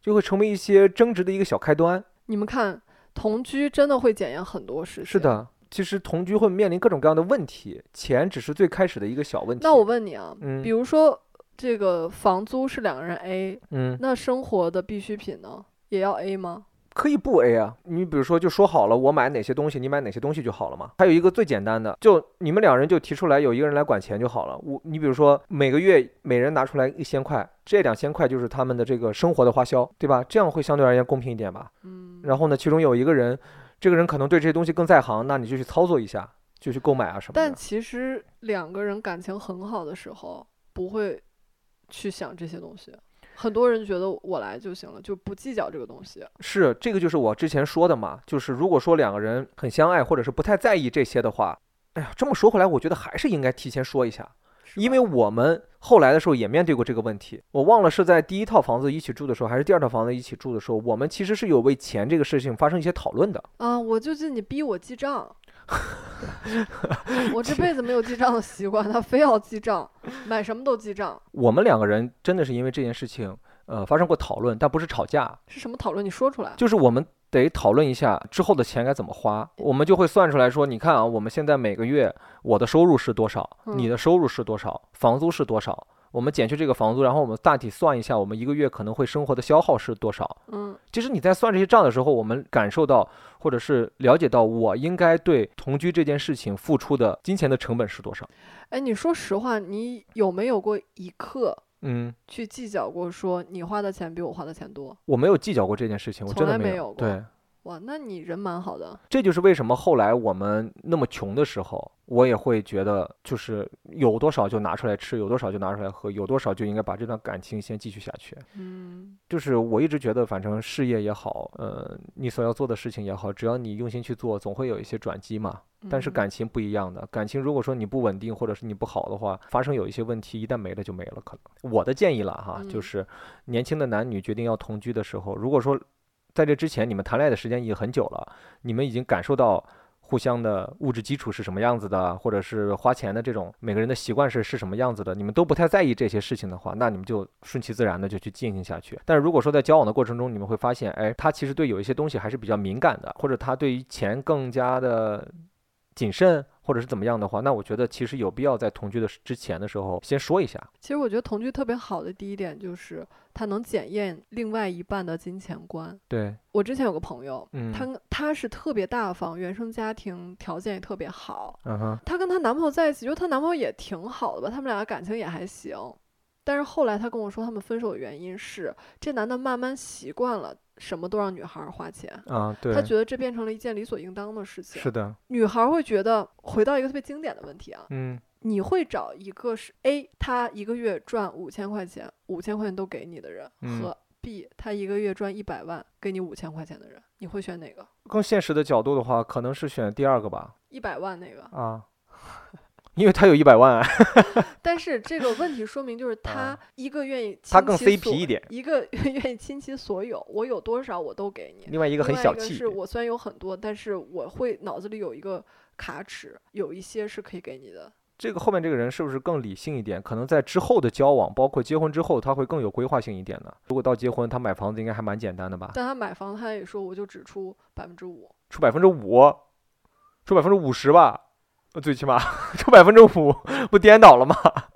[SPEAKER 1] 就会成为一些争执的一个小开端。
[SPEAKER 2] 你们看，同居真的会检验很多事情。
[SPEAKER 1] 是。的，其实同居会面临各种各样的问题，钱只是最开始的一个小问题。
[SPEAKER 2] 那我问你啊，
[SPEAKER 1] 嗯
[SPEAKER 2] 比如说这个房租是两个人 A，
[SPEAKER 1] 嗯，
[SPEAKER 2] 那生活的必需品呢，也要 A 吗？
[SPEAKER 1] 可以不 A 啊，你比如说就说好了，我买哪些东西，你买哪些东西就好了嘛。还有一个最简单的，就你们两人就提出来，有一个人来管钱就好了。我你比如说每个月每人拿出来一千块，这两千块就是他们的这个生活的花销，对吧？这样会相对而言公平一点吧。
[SPEAKER 2] 嗯，
[SPEAKER 1] 然后呢，其中有一个人，这个人可能对这些东西更在行，那你就去操作一下，就去购买啊什么的。
[SPEAKER 2] 但其实两个人感情很好的时候，不会去想这些东西。很多人觉得我来就行了，就不计较这个东西。
[SPEAKER 1] 是，这个就是我之前说的嘛，就是如果说两个人很相爱，或者是不太在意这些的话，哎呀，这么说回来，我觉得还是应该提前说一下，
[SPEAKER 2] 是
[SPEAKER 1] 因
[SPEAKER 2] 吧
[SPEAKER 1] 为我们后来的时候也面对过这个问题。我忘了是在第一套房子一起住的时候，还是第二套房子一起住的时候，我们其实是有为钱这个事情发生一些讨论的。
[SPEAKER 2] 啊，我就记得你逼我记账， 我这辈子没有记账的习惯，他非要记账，买什么都记账，
[SPEAKER 1] 我们两个人真的是因为这件事情，呃，发生过讨论，但不是吵架，
[SPEAKER 2] 是什么讨论？你说出来。
[SPEAKER 1] 就是我们得讨论一下之后的钱该怎么花，
[SPEAKER 2] 嗯
[SPEAKER 1] 我们就会算出来说，你看啊，我们现在每个月我的收入是多少，你
[SPEAKER 2] 嗯
[SPEAKER 1] 的收入是多少，房租是多少，我们减去这个房租，然后我们大体算一下，我们一个月可能会生活的消耗是多少。
[SPEAKER 2] 嗯
[SPEAKER 1] 其实你在算这些账的时候，我们感受到或者是了解到我应该对同居这件事情付出的金钱的成本是多少。
[SPEAKER 2] 哎，你说实话，你有没有过一刻
[SPEAKER 1] 嗯，
[SPEAKER 2] 去计较过，说你花的钱比我花的钱多？
[SPEAKER 1] 我没有计较过这件事情，我
[SPEAKER 2] 从
[SPEAKER 1] 真的
[SPEAKER 2] 来没
[SPEAKER 1] 没
[SPEAKER 2] 有过
[SPEAKER 1] 对。
[SPEAKER 2] 哇，那你人蛮好的。
[SPEAKER 1] 这就是为什么后来我们那么穷的时候，我也会觉得，就是有多少就拿出来吃，有多少就拿出来喝，有多少就应该把这段感情先继续下去。
[SPEAKER 2] 嗯，
[SPEAKER 1] 就是我一直觉得，反正事业也好，呃，你所要做的事情也好，只要你用心去做，总会有一些转机嘛。但是
[SPEAKER 2] 嗯
[SPEAKER 1] 感情不一样的，感情如果说你不稳定或者是你不好的话，发生有一些问题，一旦没了就没了。可能我的建议了哈，就
[SPEAKER 2] 嗯
[SPEAKER 1] 是年轻的男女决定要同居的时候，如果说在这之前你们谈恋爱的时间已经很久了，你们已经感受到互相的物质基础是什么样子的，或者是花钱的这种每个人的习惯是是什么样子的，你们都不太在意这些事情的话，那你们就顺其自然的就去进行下去。但是如果说在交往的过程中，你们会发现，哎，他其实对有一些东西还是比较敏感的，或者他对于钱更加的谨慎，或者是怎么样的话，那我觉得其实有必要在同居的时之前的时候先说一下。
[SPEAKER 2] 其实我觉得同居特别好的第一点就是它能检验另外一半的金钱观。
[SPEAKER 1] 对，
[SPEAKER 2] 我之前有个朋友，
[SPEAKER 1] 嗯，
[SPEAKER 2] 她跟她是特别大方，原生家庭条件也特别好。
[SPEAKER 1] 嗯哼，
[SPEAKER 2] 她跟她男朋友在一起，就她男朋友也挺好的吧，他们俩感情也还行。但是后来她跟我说，他们分手的原因是这男的慢慢习惯了什么都让女孩儿花钱，
[SPEAKER 1] 啊，对
[SPEAKER 2] 他，觉得这变成了一件理所应当的事情。
[SPEAKER 1] 是的，
[SPEAKER 2] 女孩儿会觉得，回到一个特别经典的问题啊，
[SPEAKER 1] 嗯，
[SPEAKER 2] 你会找一个是 A，他一个月赚五千块钱，五千块钱都给你的人，
[SPEAKER 1] 嗯
[SPEAKER 2] 和 B，他一个月赚一百万，给你五千块钱的人，你会选哪个？
[SPEAKER 1] 更现实的角度的话，可能是选第二个吧，
[SPEAKER 2] 一百万那个。
[SPEAKER 1] 啊， 因为他有一百万啊，
[SPEAKER 2] 但是这个问题说 明就是他一个愿意，
[SPEAKER 1] 啊他更 CP 一点，
[SPEAKER 2] 一个 愿意倾其所有，我有多少我都给你。
[SPEAKER 1] 另外一个很
[SPEAKER 2] 另外
[SPEAKER 1] 小
[SPEAKER 2] 一个
[SPEAKER 1] 气
[SPEAKER 2] 是，我虽然有很多，但是我会脑子里有一个卡尺，有一些是可以给你的。
[SPEAKER 1] 这个后面这个人是不是更理性一点？可能在之后的交往，包括结婚之后，他会更有规划性一点呢。如果到结婚，他买房子应该还蛮简单的吧？
[SPEAKER 2] 但他买房，他也说我就只出百分之五。
[SPEAKER 1] 出百分之五，出百分之五十吧，呃最起码 出百分之五，不颠倒了吗？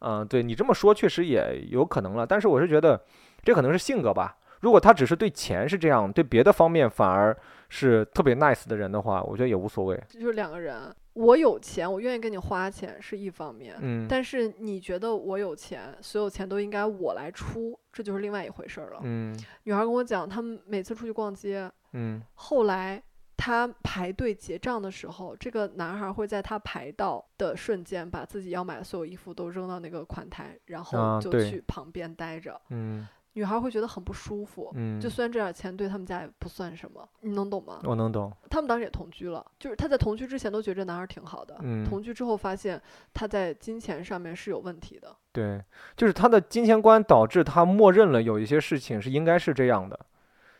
[SPEAKER 1] 嗯，对你这么说确实也有可能了，但是我是觉得这可能是性格吧。如果他只是对钱是这样，对别的方面反而是特别 nice 的人的话，我觉得也无所谓。
[SPEAKER 2] 就是两个人，我有钱，我愿意跟你花钱是一方面，
[SPEAKER 1] 嗯，
[SPEAKER 2] 但是你觉得我有钱，所有钱都应该我来出，这就是另外一回事儿了。
[SPEAKER 1] 嗯
[SPEAKER 2] 女孩跟我讲，他们每次出去逛街，
[SPEAKER 1] 嗯
[SPEAKER 2] 后来她排队结账的时候，这个男孩会在她排到的瞬间，把自己要买的所有衣服都扔到那个款台，然
[SPEAKER 1] 啊
[SPEAKER 2] 后就
[SPEAKER 1] 对
[SPEAKER 2] 去旁边待着。
[SPEAKER 1] 嗯
[SPEAKER 2] 女孩会觉得很不舒服，
[SPEAKER 1] 嗯，
[SPEAKER 2] 就虽然这点钱对他们家也不算什么，你能懂吗？
[SPEAKER 1] 我能懂。
[SPEAKER 2] 他们当时也同居了，就是他在同居之前都觉得这男孩儿挺好的，
[SPEAKER 1] 嗯
[SPEAKER 2] 呃同居之后发现他在金钱上面是有问题的。
[SPEAKER 1] 对，就是他的金钱观导致他默认了有一些事情是应该是这样的，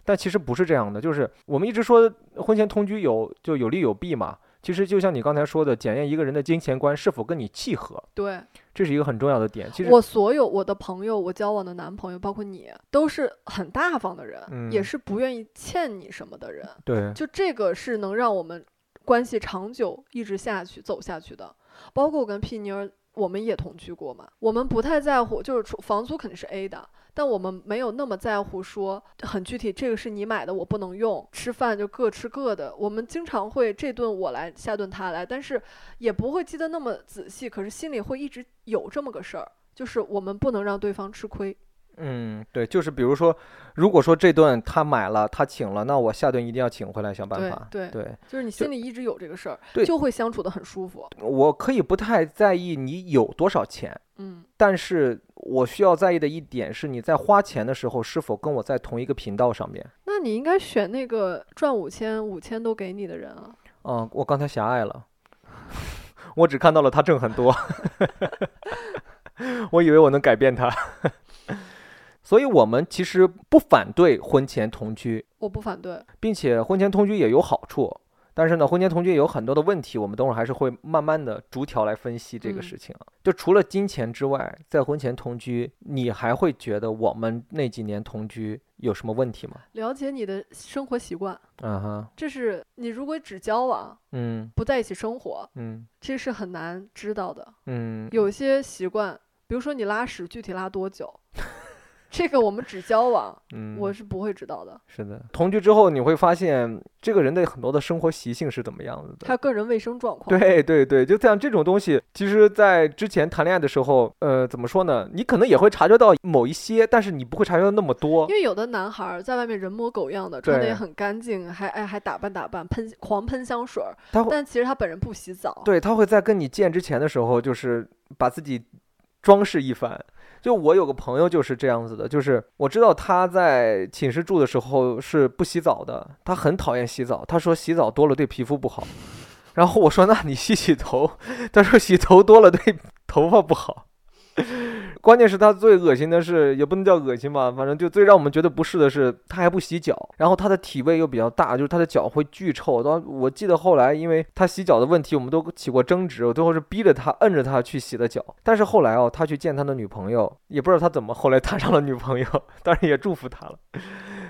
[SPEAKER 1] 但其实不是这样的。就是我们一直说婚前同居有就有利有弊嘛，其实就像你刚才说的，检验一个人的金钱观是否跟你契合，
[SPEAKER 2] 对
[SPEAKER 1] 这是一个很重要的点。其实
[SPEAKER 2] 我所有我的朋友，我交往的男朋友，包括你，都是很大方的人，
[SPEAKER 1] 嗯
[SPEAKER 2] 也是不愿意欠你什么的人。
[SPEAKER 1] 对，
[SPEAKER 2] 就这个是能让我们关系长久一直下去走下去的。包括我跟屁妮儿，我们也同居过嘛，我们不太在乎，就是除房租肯定是 A 的，但我们没有那么在乎说很具体，这个是你买的，我不能用，吃饭就各吃各的。我们经常会这顿我来，下顿他来，但是也不会记得那么仔细，可是心里会一直有这么个事儿，就是我们不能让对方吃亏。
[SPEAKER 1] 嗯，对，就是比如说，如果说这顿他买了，他请了，那我下顿一定要请回来，想办
[SPEAKER 2] 对
[SPEAKER 1] 法。
[SPEAKER 2] 对
[SPEAKER 1] 对，
[SPEAKER 2] 就是你
[SPEAKER 1] 就
[SPEAKER 2] 心里一直有这个事儿，
[SPEAKER 1] 对
[SPEAKER 2] 就会相处的很舒服。
[SPEAKER 1] 我可以不太在意你有多少钱，
[SPEAKER 2] 嗯，
[SPEAKER 1] 但是我需要在意的一点是你在花钱的时候是否跟我在同一个频道上面。
[SPEAKER 2] 那你应该选那个赚五千、五千都给你的人啊。
[SPEAKER 1] 嗯，我刚才狭隘了， 我只看到了他挣很多， 我以为我能改变他， 所以我们其实不反对婚前同居，
[SPEAKER 2] 我不反对，
[SPEAKER 1] 并且婚前同居也有好处。但是呢，婚前同居也有很多的问题，我们等会儿还是会慢慢的逐条来分析这个
[SPEAKER 2] 嗯
[SPEAKER 1] 事情啊。就除了金钱之外，在婚前同居，你还会觉得我们那几年同居有什么问题吗？
[SPEAKER 2] 了解你的生活习惯，
[SPEAKER 1] 嗯哼，
[SPEAKER 2] 这是你如果只交往
[SPEAKER 1] 嗯
[SPEAKER 2] 不在一起生活，
[SPEAKER 1] 嗯
[SPEAKER 2] 这是很难知道的。
[SPEAKER 1] 嗯，
[SPEAKER 2] 有些习惯，比如说你拉屎具体拉多久， 这个我们只交往，
[SPEAKER 1] 嗯
[SPEAKER 2] 我是不会知道的。
[SPEAKER 1] 是的，同居之后你会发现这个人的很多的生活习性是怎么样子
[SPEAKER 2] 还
[SPEAKER 1] 的。
[SPEAKER 2] 有个人卫生状况，
[SPEAKER 1] 对对对，就像这种东西，其实，在之前谈恋爱的时候，呃，怎么说呢？你可能也会察觉到某一些，但是你不会察觉到那么多
[SPEAKER 2] 因。为有的男孩儿在外面人模狗样的，穿的也
[SPEAKER 1] 对
[SPEAKER 2] 很干净，还哎还打扮打扮，喷狂喷香水儿，
[SPEAKER 1] 他会，
[SPEAKER 2] 但其实他本人不洗澡。
[SPEAKER 1] 对他会在跟你见之前的时候，就是把自己装饰一番。就我有个朋友就是这样子的，就是我知道他在寝室住的时候是不洗澡的，他很讨厌洗澡，他说洗澡多了对皮肤不好。然后我说那你洗洗头，他说洗头多了对头发不好。关键是他最恶心的是，也不能叫恶心吧，反正就最让我们觉得不适的是，他还不洗脚，然后他的体味又比较大，就是他的脚会巨臭。当我记得后来因为他洗脚的问题，我们都起过争执，我最后是逼着他摁着他去洗的脚。但是后来哦，他去见他的女朋友，也不知道他怎么后来谈上了女朋友， 当然也祝福他了。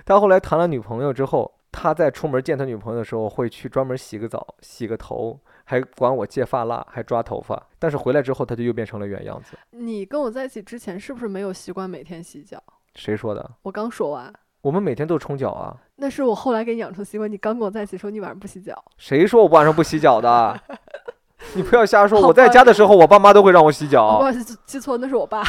[SPEAKER 1] 他后来谈了女朋友之后，他在出门见他女朋友的时候，会去专门洗个澡、洗个头，还管我借发蜡，还抓头发。但是回来之后，他就又变成了原样子。
[SPEAKER 2] 你跟我在一起之前是不是没有习惯每天洗脚？
[SPEAKER 1] 谁说的？
[SPEAKER 2] 我刚说完，
[SPEAKER 1] 我们每天都冲脚啊！
[SPEAKER 2] 那是我后来给你养成习惯。你刚跟我在一起的时候，你晚上不洗脚，
[SPEAKER 1] 谁说我晚上不洗脚的？ 你不要瞎说！
[SPEAKER 2] 好
[SPEAKER 1] 我在
[SPEAKER 2] 吧
[SPEAKER 1] 家的时候，我爸妈都会让我洗
[SPEAKER 2] 我不
[SPEAKER 1] 脚
[SPEAKER 2] 好。意思记错，那是我爸。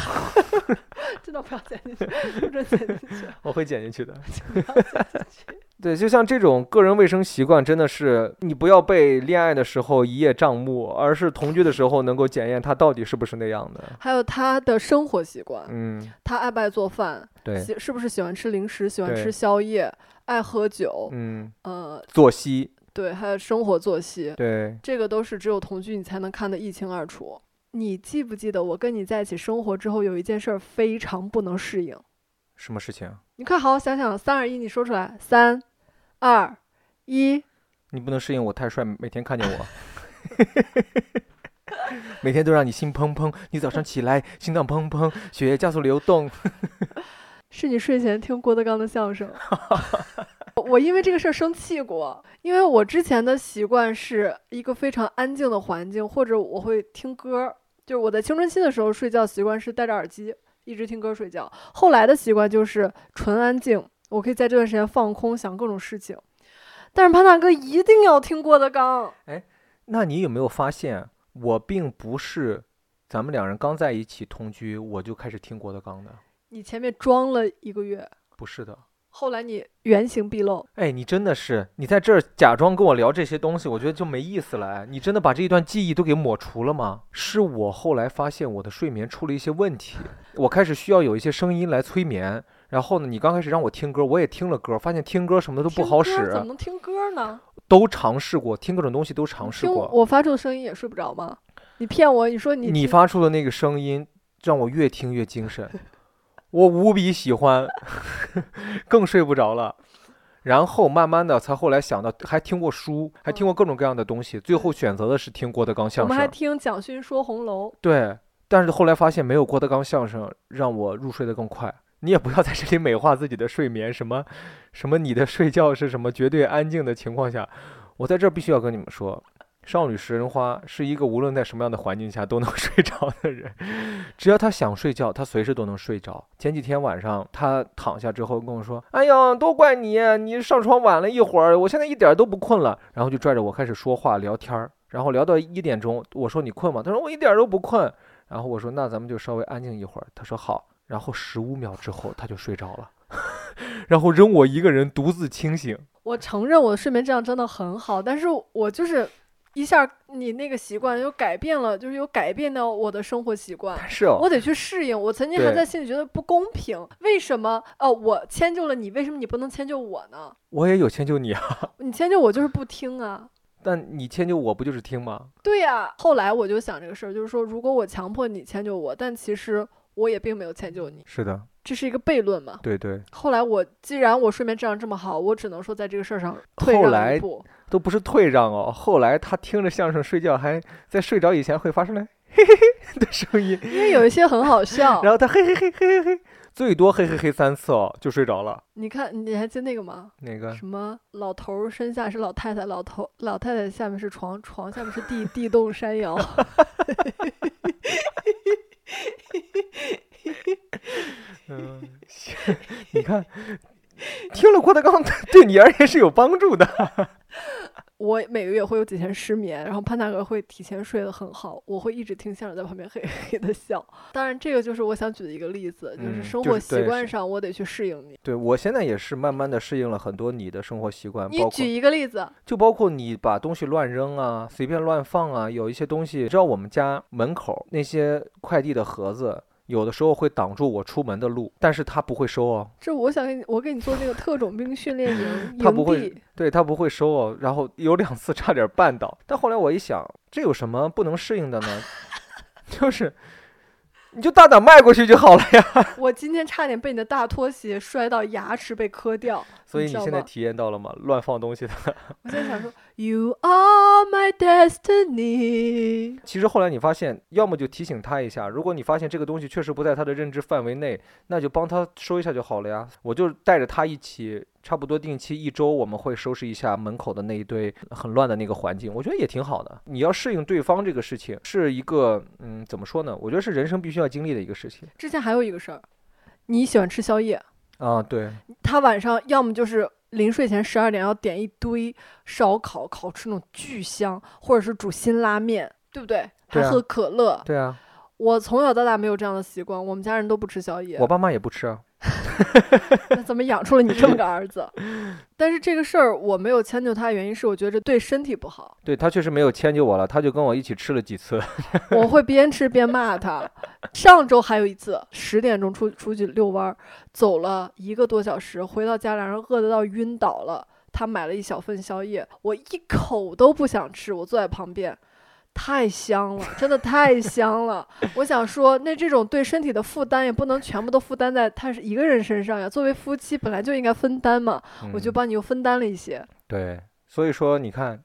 [SPEAKER 2] 真的不要剪进去，真的剪进去，
[SPEAKER 1] 我会剪进去的。
[SPEAKER 2] 不要剪进去。
[SPEAKER 1] 对，就像这种个人卫生习惯，真的是你不要被恋爱的时候一叶障目，而是同居的时候能够检验他到底是不是那样的。
[SPEAKER 2] 还有他的生活习惯，
[SPEAKER 1] 嗯，
[SPEAKER 2] 他爱不爱做饭，
[SPEAKER 1] 对，
[SPEAKER 2] 喜是不是喜欢吃零食，喜欢
[SPEAKER 1] 对
[SPEAKER 2] 吃宵夜，爱喝酒，
[SPEAKER 1] 嗯，
[SPEAKER 2] 呃，
[SPEAKER 1] 作息，
[SPEAKER 2] 对，还有生活作息，
[SPEAKER 1] 对，
[SPEAKER 2] 这个都是只有同居你才能看得一清二楚。你记不记得我跟你在一起生活之后，有一件事儿非常不能适应？
[SPEAKER 1] 什么事情？
[SPEAKER 2] 你快好好想想，三二一，你说出来，三二一，
[SPEAKER 1] 你不能适应我太帅，每天看见我，每天都让你心砰砰，你早上起来心脏砰砰，血液加速流动。
[SPEAKER 2] 是你睡前听郭德纲的相声。我因为这个事儿生气过，因为我之前的习惯是一个非常安静的环境，或者我会听歌儿。就是我在青春期的时候睡觉习惯是戴着耳机一直听歌睡觉，后来的习惯就是纯安静，我可以在这段时间放空，想各种事情。但是潘大哥一定要听郭德纲，
[SPEAKER 1] 那你有没有发现，我并不是咱们两人刚在一起同居，我就开始听郭德纲的？
[SPEAKER 2] 你前面装了一个月，
[SPEAKER 1] 不是的。
[SPEAKER 2] 后来你原形毕露。
[SPEAKER 1] 哎，你真的是你在这儿假装跟我聊这些东西，我觉得就没意思了。哎你真的把这一段记忆都给抹除了吗？是我后来发现我的睡眠出了一些问题，我开始需要有一些声音来催眠。然后呢，你刚开始让我听歌，我也听了歌，发现听歌什么的都不
[SPEAKER 2] 听
[SPEAKER 1] 好
[SPEAKER 2] 歌
[SPEAKER 1] 使
[SPEAKER 2] 怎，么能听歌呢？
[SPEAKER 1] 都尝试过，听各种东西都尝试
[SPEAKER 2] 听
[SPEAKER 1] 过。
[SPEAKER 2] 我发出的声音也睡不着吗？你骗我！你说你
[SPEAKER 1] 你
[SPEAKER 2] 听
[SPEAKER 1] 发出的那个声音让我越听越精 神，我无比喜欢， 更睡不着了。然后慢慢的才后来想到，还听过书，还听过各种各样的东西，最后选择的是听郭德纲
[SPEAKER 2] 嗯我
[SPEAKER 1] 相
[SPEAKER 2] 们还
[SPEAKER 1] 声。
[SPEAKER 2] 听蒋勋说《红楼》，
[SPEAKER 1] 对，但是后来发现没有郭德纲相声让我入睡得更快。你也不要在这里美化自己的睡眠，什么什么你的睡觉是什么绝对安静的情况下，我在这儿必须要跟你们说，少女食人花是一个无论在什么样的环境下都能 睡着的人，只要她想睡觉，她随时都能睡着。前几天晚上，她躺下之后跟我说：“哎呀，都怪你，你上床晚了一会儿，我现在一点儿都不困了。”然后就拽着我开始说话聊天儿，然后聊到一点钟，我说：“你困吗？”她说：“我一点儿都不困。”然后我说：“那咱们就稍微安静一会儿。”她说：“好。”然后十五秒之后，她就睡着了， 然后扔我一个人独自清醒。
[SPEAKER 2] 我承认我的睡眠质量真的很好，但是我就是一下儿你那个习惯又改变了，就是有改变到我的生活习惯。
[SPEAKER 1] 但是哦，
[SPEAKER 2] 我得去适应。我曾经还
[SPEAKER 1] 对
[SPEAKER 2] 在心里觉得不公平，为什么？哦，我迁就了你，为什么你不能迁就我呢？
[SPEAKER 1] 我也有迁就你啊，
[SPEAKER 2] 你迁就我就是不听啊。
[SPEAKER 1] 但你迁就我不就是听吗？
[SPEAKER 2] 对呀、后来我就想这个事儿，就是说，如果我强迫你迁就我，但其实我也并没有迁就你，
[SPEAKER 1] 是的，
[SPEAKER 2] 这是一个悖论嘛。
[SPEAKER 1] 对对，
[SPEAKER 2] 后来我既然我睡眠质量这么好，我只能说在这个事儿上退
[SPEAKER 1] 后
[SPEAKER 2] 让
[SPEAKER 1] 来
[SPEAKER 2] 一步。
[SPEAKER 1] 都不是退让哦。后来他听着相声睡觉，还在睡着以前会发出来 嘿嘿嘿的声音，
[SPEAKER 2] 因为有一些很好笑，
[SPEAKER 1] 然后他嘿嘿嘿嘿嘿嘿，最多嘿嘿嘿三次哦，就睡着了。
[SPEAKER 2] 你看你还记得那个吗？
[SPEAKER 1] 那个
[SPEAKER 2] 什么老头儿身下是老太太，老头老太太下面是床，床下面是地，地动山摇。
[SPEAKER 1] 嗯，行你看，听了郭德纲对你而言是有帮助的。
[SPEAKER 2] 我每个月会有几天失眠，然后潘大哥会提前睡得很好，我会一直听相声在旁边 嘿嘿的笑。当然，这个就是我想举的一个例子，就是
[SPEAKER 1] 嗯
[SPEAKER 2] 生
[SPEAKER 1] 就
[SPEAKER 2] 活
[SPEAKER 1] 是
[SPEAKER 2] 习
[SPEAKER 1] 对
[SPEAKER 2] 惯
[SPEAKER 1] 是嗯
[SPEAKER 2] 上我得去适应你。
[SPEAKER 1] 对我现在也是慢慢的适应了很多你的生活习惯，包
[SPEAKER 2] 你
[SPEAKER 1] 括
[SPEAKER 2] 举一个例子，
[SPEAKER 1] 就包括你把东西乱扔啊，随便乱放啊，有一些东西，你知道我们家门口那些快递的盒子，有的时候会挡住我出门的路，但是他不会收哦，
[SPEAKER 2] 这我想给你，我给你做那个特种兵训练营
[SPEAKER 1] 他不
[SPEAKER 2] 营
[SPEAKER 1] 会
[SPEAKER 2] 地，，
[SPEAKER 1] 对他不会收哦。然后有两次差点绊倒，但后来我一想，这有什么不能适应的呢？ 就是你就大胆迈过去就好了呀。
[SPEAKER 2] 我今天差点被你的大拖鞋摔到牙齿被磕掉。
[SPEAKER 1] 所以
[SPEAKER 2] 知
[SPEAKER 1] 你
[SPEAKER 2] 道
[SPEAKER 1] 现在
[SPEAKER 2] 吗
[SPEAKER 1] 体验到了吗？乱放东西的。
[SPEAKER 2] 我现在 想说，You are my destiny。
[SPEAKER 1] 其实后来你发现，要么就提醒他一下，如果你发现这个东西确实不在他的认知范围内，那就帮他收一下就好了呀。我就带着他一起，差不多定期一周我们会收拾一下门口的那一堆很乱的那个环境，我觉得也挺好的。你要适应对方这个事情，是一个嗯，怎么说呢？我觉得是人生必须要经历的一个事情
[SPEAKER 2] 之前还有一个事儿，你喜欢吃宵夜，
[SPEAKER 1] 啊。对，
[SPEAKER 2] 他晚上要么就是临睡前十二点要点一堆烧烤，烤翅那种巨香，或者是煮辛拉面，对不对？
[SPEAKER 1] 对
[SPEAKER 2] 还
[SPEAKER 1] 啊
[SPEAKER 2] 喝可乐。
[SPEAKER 1] 对啊，
[SPEAKER 2] 我从小到大没有这样的习惯，我们家人都不吃宵夜
[SPEAKER 1] 我。爸妈也不吃啊。
[SPEAKER 2] 那怎么养出了你 这么个儿子？但是这个事儿我没有迁就他，原因是我觉得这对身体不好，
[SPEAKER 1] 对他确实没有迁就我了，他就跟我一起吃了几次。
[SPEAKER 2] 我会边吃边骂他。上周还有一次，十点钟出出去遛弯儿，走了一个多小时，回到家，然后饿得到晕倒了。他买了一小份宵夜，我一口都不想吃，我坐在旁边，太香了，真的太香了。我想说，那这种对身体的负担也不能全部都负担在他是一个人身上呀。作为夫妻，本来就应该分担嘛，我就
[SPEAKER 1] 嗯
[SPEAKER 2] 帮你又分担了一些。
[SPEAKER 1] 对，所以说你看，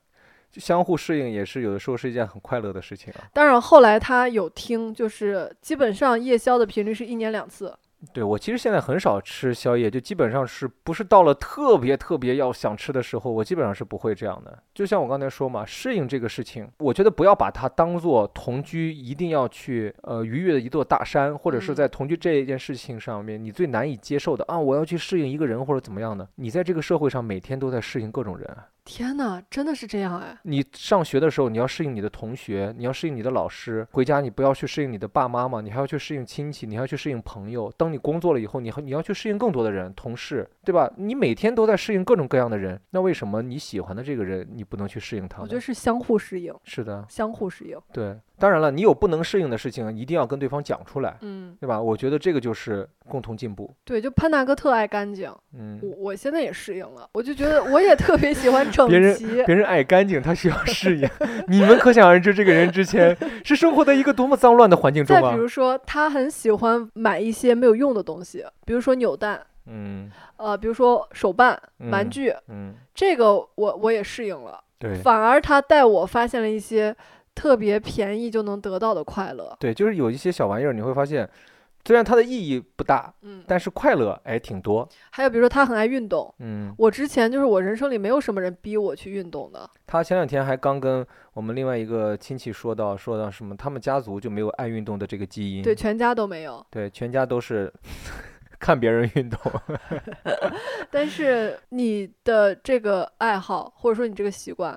[SPEAKER 1] 就相互适应也是有的时候是一件很快乐的事情啊。
[SPEAKER 2] 当然，后来他有听，就是基本上夜宵的频率是一年两次。
[SPEAKER 1] 对我其实现在很少吃宵夜，就基本上是不是到了特别特别要想吃的时候，我基本上是不会这样的。就像我刚才说嘛，适应这个事情，我觉得不要把它当做同居一定要去呃逾越的一座大山，或者是
[SPEAKER 2] 嗯
[SPEAKER 1] 在同居这一件事情上面你最难以接受的啊，我要去适应一个人或者怎么样的。你在这个社会上每天都在适应各种人啊，
[SPEAKER 2] 天哪，真的是这样哎！
[SPEAKER 1] 你上学的时候，你要适应你的同学，你要适应你的老师。回家你不要去适应你的爸妈嘛，你还要去适应亲戚，你还要去适应朋友。当你工作了以后，你还你要去适应更多的人，同事，对吧？你每天都在适应各种各样的人，那为什么你喜欢的这个人，你不能去适应他
[SPEAKER 2] 我
[SPEAKER 1] 呢
[SPEAKER 2] 觉？得是相互适应，
[SPEAKER 1] 是的，
[SPEAKER 2] 相互适应。
[SPEAKER 1] 对。当然了，你有不能适应的事情，一定要跟对方讲出来，
[SPEAKER 2] 嗯，
[SPEAKER 1] 对吧？我觉得这个就是共同进步。
[SPEAKER 2] 对，就潘大哥特爱干净，
[SPEAKER 1] 嗯
[SPEAKER 2] 我，我现在也适应了，我就觉得我也特别 喜欢整
[SPEAKER 1] 别人
[SPEAKER 2] 齐。
[SPEAKER 1] 别人爱干净，他需要适应。 你们可想而知，这个人之前是生活在一个多么脏乱的环境中
[SPEAKER 2] 再
[SPEAKER 1] 啊
[SPEAKER 2] 比！如说，他很喜欢买一些没有用的东西，比如说扭蛋，
[SPEAKER 1] 嗯
[SPEAKER 2] 呃，比如说手办、玩
[SPEAKER 1] 嗯
[SPEAKER 2] 具，
[SPEAKER 1] 嗯，
[SPEAKER 2] 这个我我也适应了。
[SPEAKER 1] 对。
[SPEAKER 2] 反而他带我发现了一些特别便宜就能得到的快乐。
[SPEAKER 1] 对，就是有一些小玩意儿，你会发现，虽然它的意义不大，
[SPEAKER 2] 嗯，
[SPEAKER 1] 但是快乐哎挺多。
[SPEAKER 2] 还有比如说他很爱运动，
[SPEAKER 1] 嗯，
[SPEAKER 2] 我之前就是我人生里没有什么人逼我去运动的，
[SPEAKER 1] 他前两天还刚跟我们另外一个亲戚说到，说到什么他们家族就没有爱运动的这个基因，
[SPEAKER 2] 对，全家都没有。
[SPEAKER 1] 对全家都是 看别人运动。
[SPEAKER 2] 但是你的这个爱好或者说你这个习惯，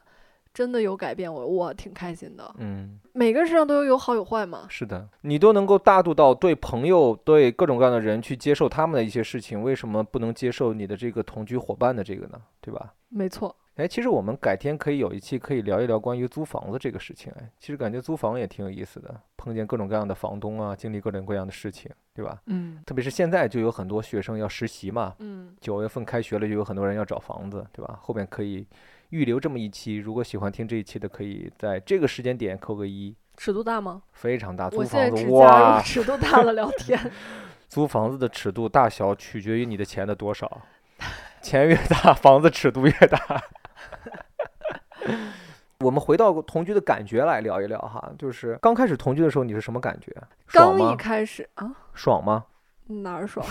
[SPEAKER 2] 真的有改变我，我挺开心的。
[SPEAKER 1] 嗯，
[SPEAKER 2] 每个人身上都有有好有坏嘛，
[SPEAKER 1] 是的，你都能够大度到对朋友、对各种各样的人去接受他们的一些事情，为什么不能接受你的这个同居伙伴的这个呢？对吧？
[SPEAKER 2] 没错。
[SPEAKER 1] 哎，其实我们改天可以有一期可以聊一聊关于租房子这个事情。哎，其实感觉租房也挺有意思的，碰见各种各样的房东啊，经历各种各样的事情，对吧？
[SPEAKER 2] 嗯
[SPEAKER 1] 特别是现在就有很多学生要实习嘛，
[SPEAKER 2] 嗯，
[SPEAKER 1] 九月份开学了，就有很多人要找房子，对吧？后面可以预留这么一期，如果喜欢听这一期的，可以在这个时间点扣个一。
[SPEAKER 2] 尺度大吗？
[SPEAKER 1] 非常大，租
[SPEAKER 2] 我现在
[SPEAKER 1] 房子
[SPEAKER 2] 只加
[SPEAKER 1] 哇
[SPEAKER 2] 入，尺度大了聊 天。
[SPEAKER 1] 租房子的尺度大小取决于你的钱的多少，钱越大，房子尺度越大。 我们回到同居的感觉来聊一聊哈，就是刚开始同居的时候你是什么感觉？爽
[SPEAKER 2] 刚一
[SPEAKER 1] 吗？
[SPEAKER 2] 开始啊，
[SPEAKER 1] 爽吗？
[SPEAKER 2] 哪儿爽？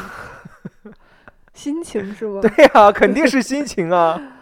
[SPEAKER 2] 心情是吗？
[SPEAKER 1] 对呀、肯定是心情 啊。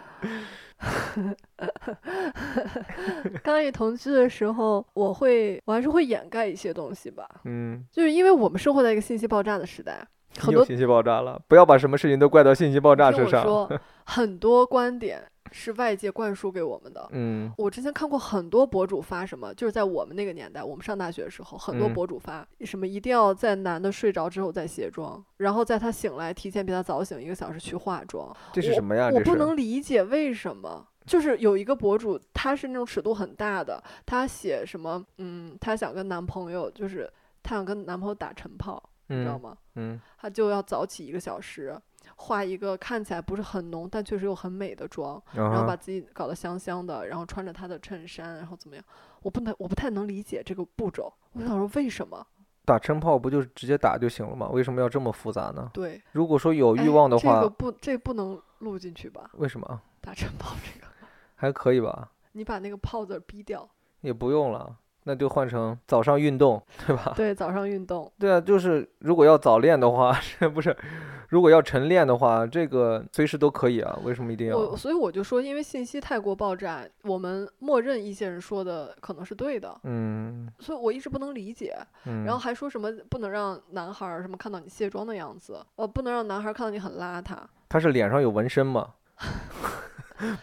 [SPEAKER 2] 刚一同居的时候，我会我还是会掩盖一些东西吧，
[SPEAKER 1] 嗯，
[SPEAKER 2] 就是因为我们生活在一个信息爆炸的时代，很
[SPEAKER 1] 又
[SPEAKER 2] 多
[SPEAKER 1] 信息爆炸了，不要把什么事情都怪到信息爆炸身
[SPEAKER 2] 听我
[SPEAKER 1] 上。
[SPEAKER 2] 说，很多观点是外界灌输给我们的。
[SPEAKER 1] 嗯
[SPEAKER 2] 我之前看过很多博主发什么，就是在我们那个年代，我们上大学的时候，很多
[SPEAKER 1] 嗯
[SPEAKER 2] 博主发、什么一定要在男的睡着之后再卸妆，然后在他醒来提前比他早醒一个小时去化妆。
[SPEAKER 1] 这是什么呀？这
[SPEAKER 2] 我不
[SPEAKER 1] 是
[SPEAKER 2] 能理解为什么。就是有一个博主，他是那种尺度很大的，他写什么，嗯，他想跟男朋友，就是他想跟男朋友打晨跑，你知道
[SPEAKER 1] 嗯
[SPEAKER 2] 吗？
[SPEAKER 1] 嗯
[SPEAKER 2] 他就要早起一个小时，化一个看起来不是很浓，但确实又很美的妆，然后
[SPEAKER 1] 啊
[SPEAKER 2] 把自己搞得香香的，然后穿着他的衬衫，然后怎么样？我不能，我不太能理解这个步骤。我想说，为什么？
[SPEAKER 1] 打晨炮不就是直接打就行了吗？为什么要这么复杂呢？
[SPEAKER 2] 对，
[SPEAKER 1] 如果说有欲
[SPEAKER 2] 哎
[SPEAKER 1] 望的话，
[SPEAKER 2] 这个不，这个不能录进去吧？
[SPEAKER 1] 为什么
[SPEAKER 2] 打晨跑这个，
[SPEAKER 1] 还可以吧？
[SPEAKER 2] 你把那个“泡”字儿逼掉。
[SPEAKER 1] 也不用了，那就换成早上运动，对吧？
[SPEAKER 2] 对，早上运动，
[SPEAKER 1] 对啊，就是如果要早练的话， 是不是？如果要晨练的话，这个随时都可以啊，为什么一定要？
[SPEAKER 2] 我所以我就说，因为信息太过爆炸，我们默认一些人说的可能是对的，
[SPEAKER 1] 嗯
[SPEAKER 2] 所以我一直不能理解。
[SPEAKER 1] 嗯，
[SPEAKER 2] 然后还说什么不能让男孩儿什么看到你卸妆的样子，呃，不能让男孩儿看到你很邋遢，
[SPEAKER 1] 他是脸上有纹身嘛，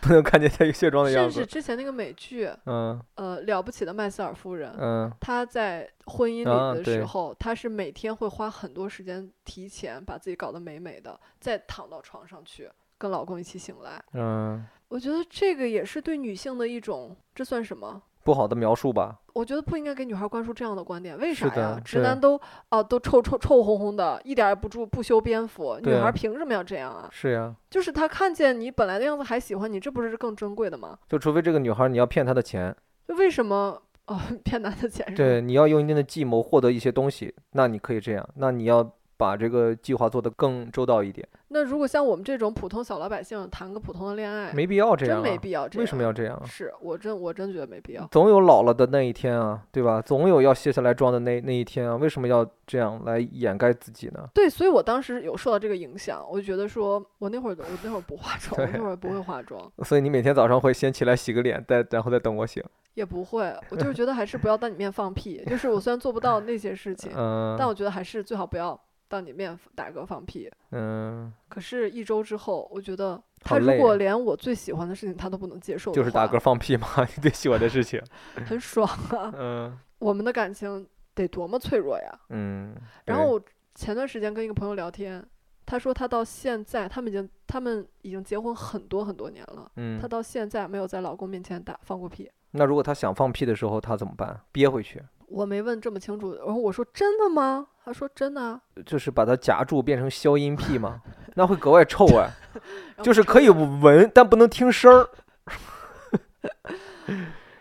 [SPEAKER 1] 不能看见他卸妆的样
[SPEAKER 2] 甚至
[SPEAKER 1] 子。
[SPEAKER 2] 之前那个美剧，
[SPEAKER 1] 嗯
[SPEAKER 2] 呃，《了不起的麦瑟尔夫人》，
[SPEAKER 1] 嗯
[SPEAKER 2] 她在婚姻
[SPEAKER 1] 啊
[SPEAKER 2] 里的时
[SPEAKER 1] 对
[SPEAKER 2] 候，她是每天会花很多时间提前把自己搞得美美的，再躺到床上去跟老公一起醒来。
[SPEAKER 1] 嗯，
[SPEAKER 2] 我觉得这个也是对女性的一种，这算什么？
[SPEAKER 1] 不好的描述吧。
[SPEAKER 2] 我觉得不应该给女孩灌输这样的观点，为
[SPEAKER 1] 是
[SPEAKER 2] 啥呀
[SPEAKER 1] 的？
[SPEAKER 2] 直
[SPEAKER 1] 对
[SPEAKER 2] 男都啊、都臭臭臭烘烘的，一点儿也不住不修边幅，女
[SPEAKER 1] 对
[SPEAKER 2] 孩
[SPEAKER 1] 啊
[SPEAKER 2] 儿凭什么要这样啊？
[SPEAKER 1] 是呀，
[SPEAKER 2] 就是他看见你本来的样子还喜欢你，这不是更珍贵的吗？
[SPEAKER 1] 就除非这个女孩你要骗她的钱，
[SPEAKER 2] 就为什么哦 骗男的钱是吧？
[SPEAKER 1] 对，你要用一定的计谋获得一些东西，那你可以这样，那你要把这个计划做得更周到一点，
[SPEAKER 2] 那如果像我们这种普通小老百姓谈个普通的恋爱，
[SPEAKER 1] 没必要这样、
[SPEAKER 2] 真
[SPEAKER 1] 啊。
[SPEAKER 2] 没必要这样。
[SPEAKER 1] 为什么要这样啊？嗯
[SPEAKER 2] 是我真我真觉得没必要。
[SPEAKER 1] 总有老了的那一天啊，对吧？总有要卸下来装的那那一天啊，为什么要这样来掩盖自己呢？
[SPEAKER 2] 对，所以我当时有受到这个影响，我就觉得说，我那会儿我那会儿不化妆，我那
[SPEAKER 1] 对
[SPEAKER 2] 会儿不会 化妆，
[SPEAKER 1] 所以你每天早上会先起来洗个脸，再然后再等我醒。
[SPEAKER 2] 也不会，我就是觉得还是不要当你面 放屁。就是我虽然做不到那些事情，
[SPEAKER 1] 嗯
[SPEAKER 2] 但我觉得还是最好不要当你面打嗝放屁。
[SPEAKER 1] 嗯，
[SPEAKER 2] 可是，一周之后，我觉得
[SPEAKER 1] 好
[SPEAKER 2] 他如
[SPEAKER 1] 累
[SPEAKER 2] 果
[SPEAKER 1] 啊
[SPEAKER 2] 连我最喜欢的事情他都不能接受的话，
[SPEAKER 1] 就是打嗝放屁嘛， 你最喜欢的事情。
[SPEAKER 2] 很爽啊！
[SPEAKER 1] 嗯
[SPEAKER 2] 我们的感情得多么脆弱呀！
[SPEAKER 1] 嗯。
[SPEAKER 2] 然
[SPEAKER 1] 对
[SPEAKER 2] 后我前段时间跟一个朋友聊天，他说他到现在，他们已经他们已经结婚很多很多年了，他
[SPEAKER 1] 嗯，
[SPEAKER 2] 到现在没有在老公面前打放过屁。
[SPEAKER 1] 那如果他想放屁的时候，他怎么办？憋回去，
[SPEAKER 2] 我没问这么清楚，然后我说真的吗？他说真的啊，
[SPEAKER 1] 就是把它夹住，变成消音屁 嘛，那会格外臭哎，
[SPEAKER 2] 然后
[SPEAKER 1] 就是
[SPEAKER 2] 我
[SPEAKER 1] 可以
[SPEAKER 2] 说
[SPEAKER 1] 闻，但不能听声儿。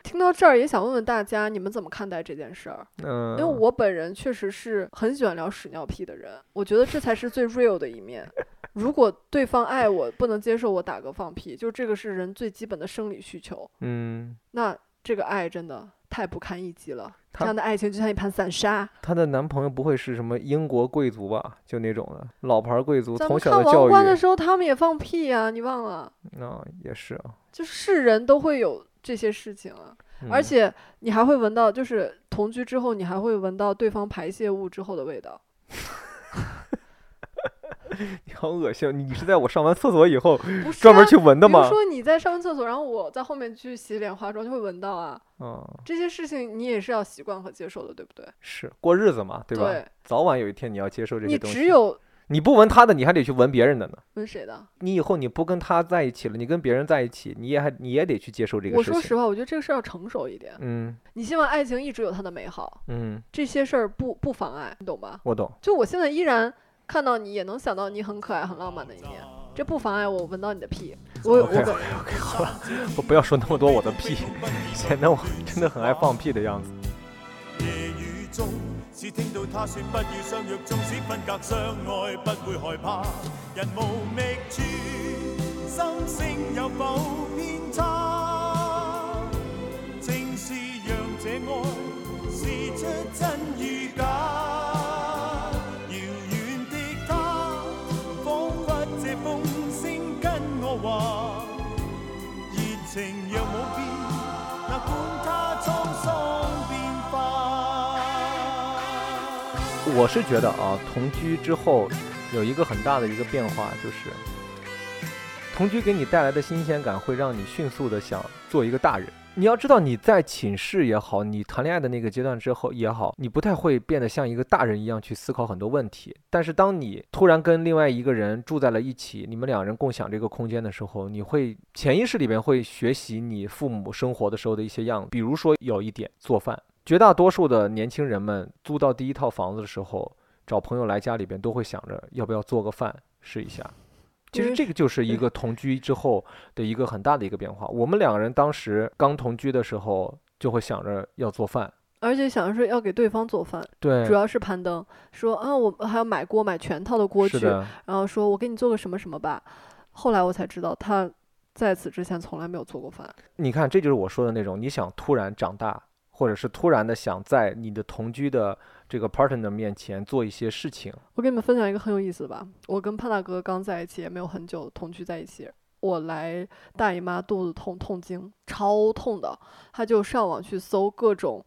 [SPEAKER 2] 听到这儿也想问问大家，你们怎么看待这件事儿？
[SPEAKER 1] 嗯，
[SPEAKER 2] 因为我本人确实是很喜欢聊屎尿屁的人，我觉得这才是最 real 的一面。如果对方爱我，不能接受我打嗝放屁，就这个是人最基本的生理需求，
[SPEAKER 1] 嗯，
[SPEAKER 2] 那这个爱真的太不堪一击了。这
[SPEAKER 1] 她
[SPEAKER 2] 样的爱情就像一盘散沙。
[SPEAKER 1] 她的男朋友不会是什么英国贵族吧？就那种的老牌贵族，
[SPEAKER 2] 咱
[SPEAKER 1] 从
[SPEAKER 2] 们
[SPEAKER 1] 小
[SPEAKER 2] 看
[SPEAKER 1] 的教
[SPEAKER 2] 王
[SPEAKER 1] 育，
[SPEAKER 2] 冠的时候，他们也放屁啊，你忘了？
[SPEAKER 1] 那、也是啊。
[SPEAKER 2] 就是是人都会有这些事情啊，
[SPEAKER 1] 嗯
[SPEAKER 2] 而且你还会闻到，就是同居之后，你还会闻到对方排泄物之后的 味道。
[SPEAKER 1] 你好恶心，你是在我上完厕所以 后
[SPEAKER 2] 不是、啊、
[SPEAKER 1] 专门去闻的
[SPEAKER 2] 比
[SPEAKER 1] 吗
[SPEAKER 2] 如？说你在上完厕所，然后我在后面去洗脸化妆，就会闻到啊。
[SPEAKER 1] 嗯，
[SPEAKER 2] 这些事情你也是要习惯和接受的，对不对？
[SPEAKER 1] 是过日子嘛，对吧？早晚有一天你要接受这
[SPEAKER 2] 你
[SPEAKER 1] 些东西。
[SPEAKER 2] 只有
[SPEAKER 1] 你不闻他的，你还得去闻别人的呢。
[SPEAKER 2] 闻谁的？
[SPEAKER 1] 你以后你不跟他在一起了，你跟别人在一起，你也还你也得去接受这个
[SPEAKER 2] 我
[SPEAKER 1] 事
[SPEAKER 2] 说
[SPEAKER 1] 情。
[SPEAKER 2] 实话，我觉得这个事儿要成熟一点。
[SPEAKER 1] 嗯
[SPEAKER 2] 你希望爱情一直有它的美好，
[SPEAKER 1] 嗯，
[SPEAKER 2] 这些事儿不不妨碍，你懂吧？
[SPEAKER 1] 我懂。
[SPEAKER 2] 就我现在依然看到你，也能想到你很可爱、很浪漫的一面，这不妨碍我闻到你的屁。我有我
[SPEAKER 1] OK
[SPEAKER 2] 本
[SPEAKER 1] OK，好了，我不要说那么多我的屁，显得我真的很爱放屁的样子。
[SPEAKER 5] 夜雨中，只聽到他說不要相約，縱使分隔相愛，不會害怕。人無覓處，心聲有否偏差？正是讓這愛試出真與假。遙遠的他，彷彿這風聲跟我話，熱情若冇變。哪管它滄桑變化。
[SPEAKER 1] 我是觉得啊，同居之后有一个很大的一个变化，就是同居给你带来的新鲜感，会让你迅速的想做一个大人。你要知道，你在寝室也好，你谈恋爱的那个阶段之后也好，你不太会变得像一个大人一样去思考很多问题。但是，当你突然跟另外一个人住在了一起，你们两人共享这个空间的时候，你会潜意识里边会学习你父母生活的时候的一些样子。比如说，有一点做饭，绝大多数的年轻人们租到第一套房子的时候，找朋友来家里边都会想着要不要做个饭试一下。其
[SPEAKER 2] 因
[SPEAKER 1] 实
[SPEAKER 2] 为
[SPEAKER 1] 这个就是一
[SPEAKER 2] 嗯对
[SPEAKER 1] 个同居之后的一个很大的一个变化。我们两个人当时刚同居的时候，就会想着要做饭，
[SPEAKER 2] 而且想的是要给对方做饭，
[SPEAKER 1] 对
[SPEAKER 2] 主，要是攀登，说啊，我还要买锅，买全套的锅具
[SPEAKER 1] 是，的，
[SPEAKER 2] 然后说我给你做个什么什么吧。后来我才知道，他在此之前从来没有做过饭。
[SPEAKER 1] 你看，这就是我说的那种，你想突然长大，或者是突然的想在你的同居的这个 partner 面前做一些事情。
[SPEAKER 2] 我给你们分享一个很有意思的吧。我跟潘大哥刚在一起，也没有很久，同居在一起。我来大姨妈肚子痛痛经，超痛的，他就上网去搜各种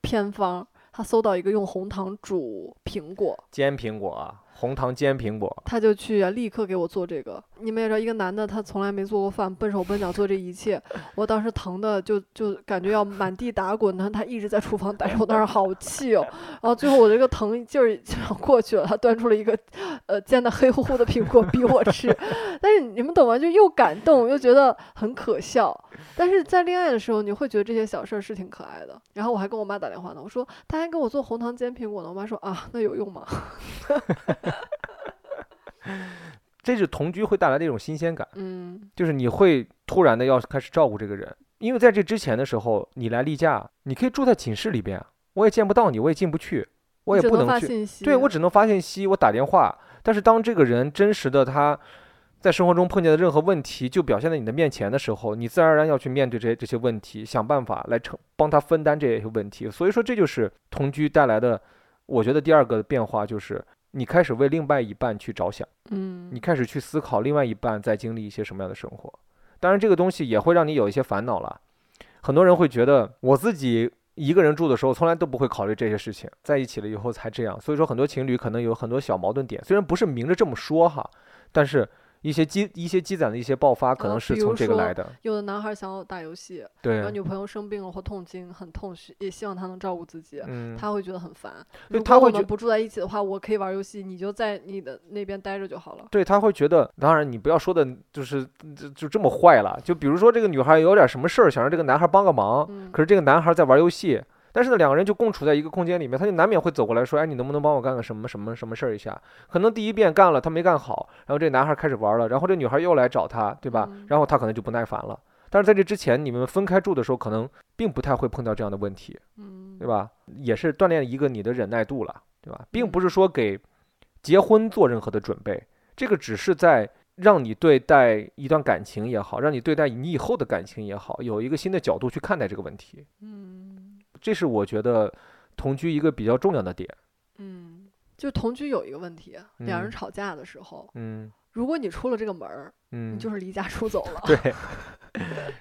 [SPEAKER 2] 偏方，他搜到一个用红糖煮苹果，
[SPEAKER 1] 煎苹果啊，红糖煎苹果，
[SPEAKER 2] 他就去啊，立刻给我做这个。你们也知道，一个男的他从来没做过饭，笨手笨脚做这一切，我当时疼的就就感觉要满地打滚，但他一直在厨房待着，我当时好气哦。然后最后我这个疼劲儿就要过去了，他端出了一个呃煎的黑乎乎的苹果逼我吃， 但是你们懂吗？就又感动又觉得很可笑。但是在恋爱的时候，你会觉得这些小事儿是挺可爱的。然后我还跟我妈打电话呢，我说他还给我做红糖煎苹果呢，我妈说啊，那有用吗？
[SPEAKER 1] 这是同居会带来的一种新鲜感，
[SPEAKER 2] 嗯。
[SPEAKER 1] 就是你会突然的要开始照顾这个人，因为在这之前的时候，你来例假，你可以住在寝室里边啊，我也见不到你，我也进不去，我也
[SPEAKER 2] 只
[SPEAKER 1] 不
[SPEAKER 2] 发
[SPEAKER 1] 能去，
[SPEAKER 2] 信息。
[SPEAKER 1] 对我只能发信息，我打电话。但是当这个人真实的他在生活中碰见的任何问题，就表现在你的面前的时候，你自然而然要去面对这些这些问题，想办法来承帮他分担这些问题。所以说，这就是同居带来的，我觉得第二个变化就是你开始为另外一半去着想，
[SPEAKER 2] 嗯，
[SPEAKER 1] 你开始去思考另外一半在经历一些什么样的生活。当然，这个东西也会让你有一些烦恼了。很多人会觉得我自己一个人住的时候，从来都不会考虑这些事情，在一起了以后才这样。所以说，很多情侣可能有很多小矛盾点，虽然不是明着这么说哈，但是一些积一些积攒的一些爆发，可
[SPEAKER 2] 啊
[SPEAKER 1] 能是
[SPEAKER 2] 比
[SPEAKER 1] 从
[SPEAKER 2] 如
[SPEAKER 1] 这个
[SPEAKER 2] 说
[SPEAKER 1] 来的。
[SPEAKER 2] 有的男孩想要打游戏，然后
[SPEAKER 1] 对，
[SPEAKER 2] 女朋友生病了或痛经，很痛，需也希望他能照顾自己。
[SPEAKER 1] 嗯，
[SPEAKER 2] 他会觉得很烦。
[SPEAKER 1] 对
[SPEAKER 2] 如
[SPEAKER 1] 他
[SPEAKER 2] 果我
[SPEAKER 1] 会
[SPEAKER 2] 们
[SPEAKER 1] 觉
[SPEAKER 2] 不住在一起的话，我可以玩游戏，你就在你的那边待着就好了。
[SPEAKER 1] 对他会觉得，当然你不要说的，就是就就这么坏了。就比如说这个女孩有点什么事儿，想让这个男孩帮个忙，哦
[SPEAKER 2] 嗯，
[SPEAKER 1] 可是这个男孩在玩游戏，但是呢，两个人就共处在一个空间里面，他就难免会走过来说：“哎，你能不能帮我干个什么什么什么事儿一下？”可能第一遍干了，他没干好，然后这男孩开始玩了，然后这女孩又来找他，对吧
[SPEAKER 2] 嗯？
[SPEAKER 1] 然后他可能就不耐烦了。但是在这之前，你们分开住的时候，可能并不太会碰到这样的问题，
[SPEAKER 2] 嗯，
[SPEAKER 1] 对吧？也是锻炼一个你的忍耐度了，对吧？并不
[SPEAKER 2] 嗯
[SPEAKER 1] 是说给结婚做任何的准备，这个只是在。让你对待一段感情也好，让你对待你以后的感情也好，有一个新的角度去看待这个问题。
[SPEAKER 2] 嗯，
[SPEAKER 1] 这是我觉得同居一个比较重要的点。
[SPEAKER 2] 嗯，就同居有一个问题，两人
[SPEAKER 1] 嗯
[SPEAKER 2] 吵架的时候，
[SPEAKER 1] 嗯
[SPEAKER 2] 如果你出了这个门儿，
[SPEAKER 1] 嗯，
[SPEAKER 2] 你就是离家出走了。
[SPEAKER 1] 对，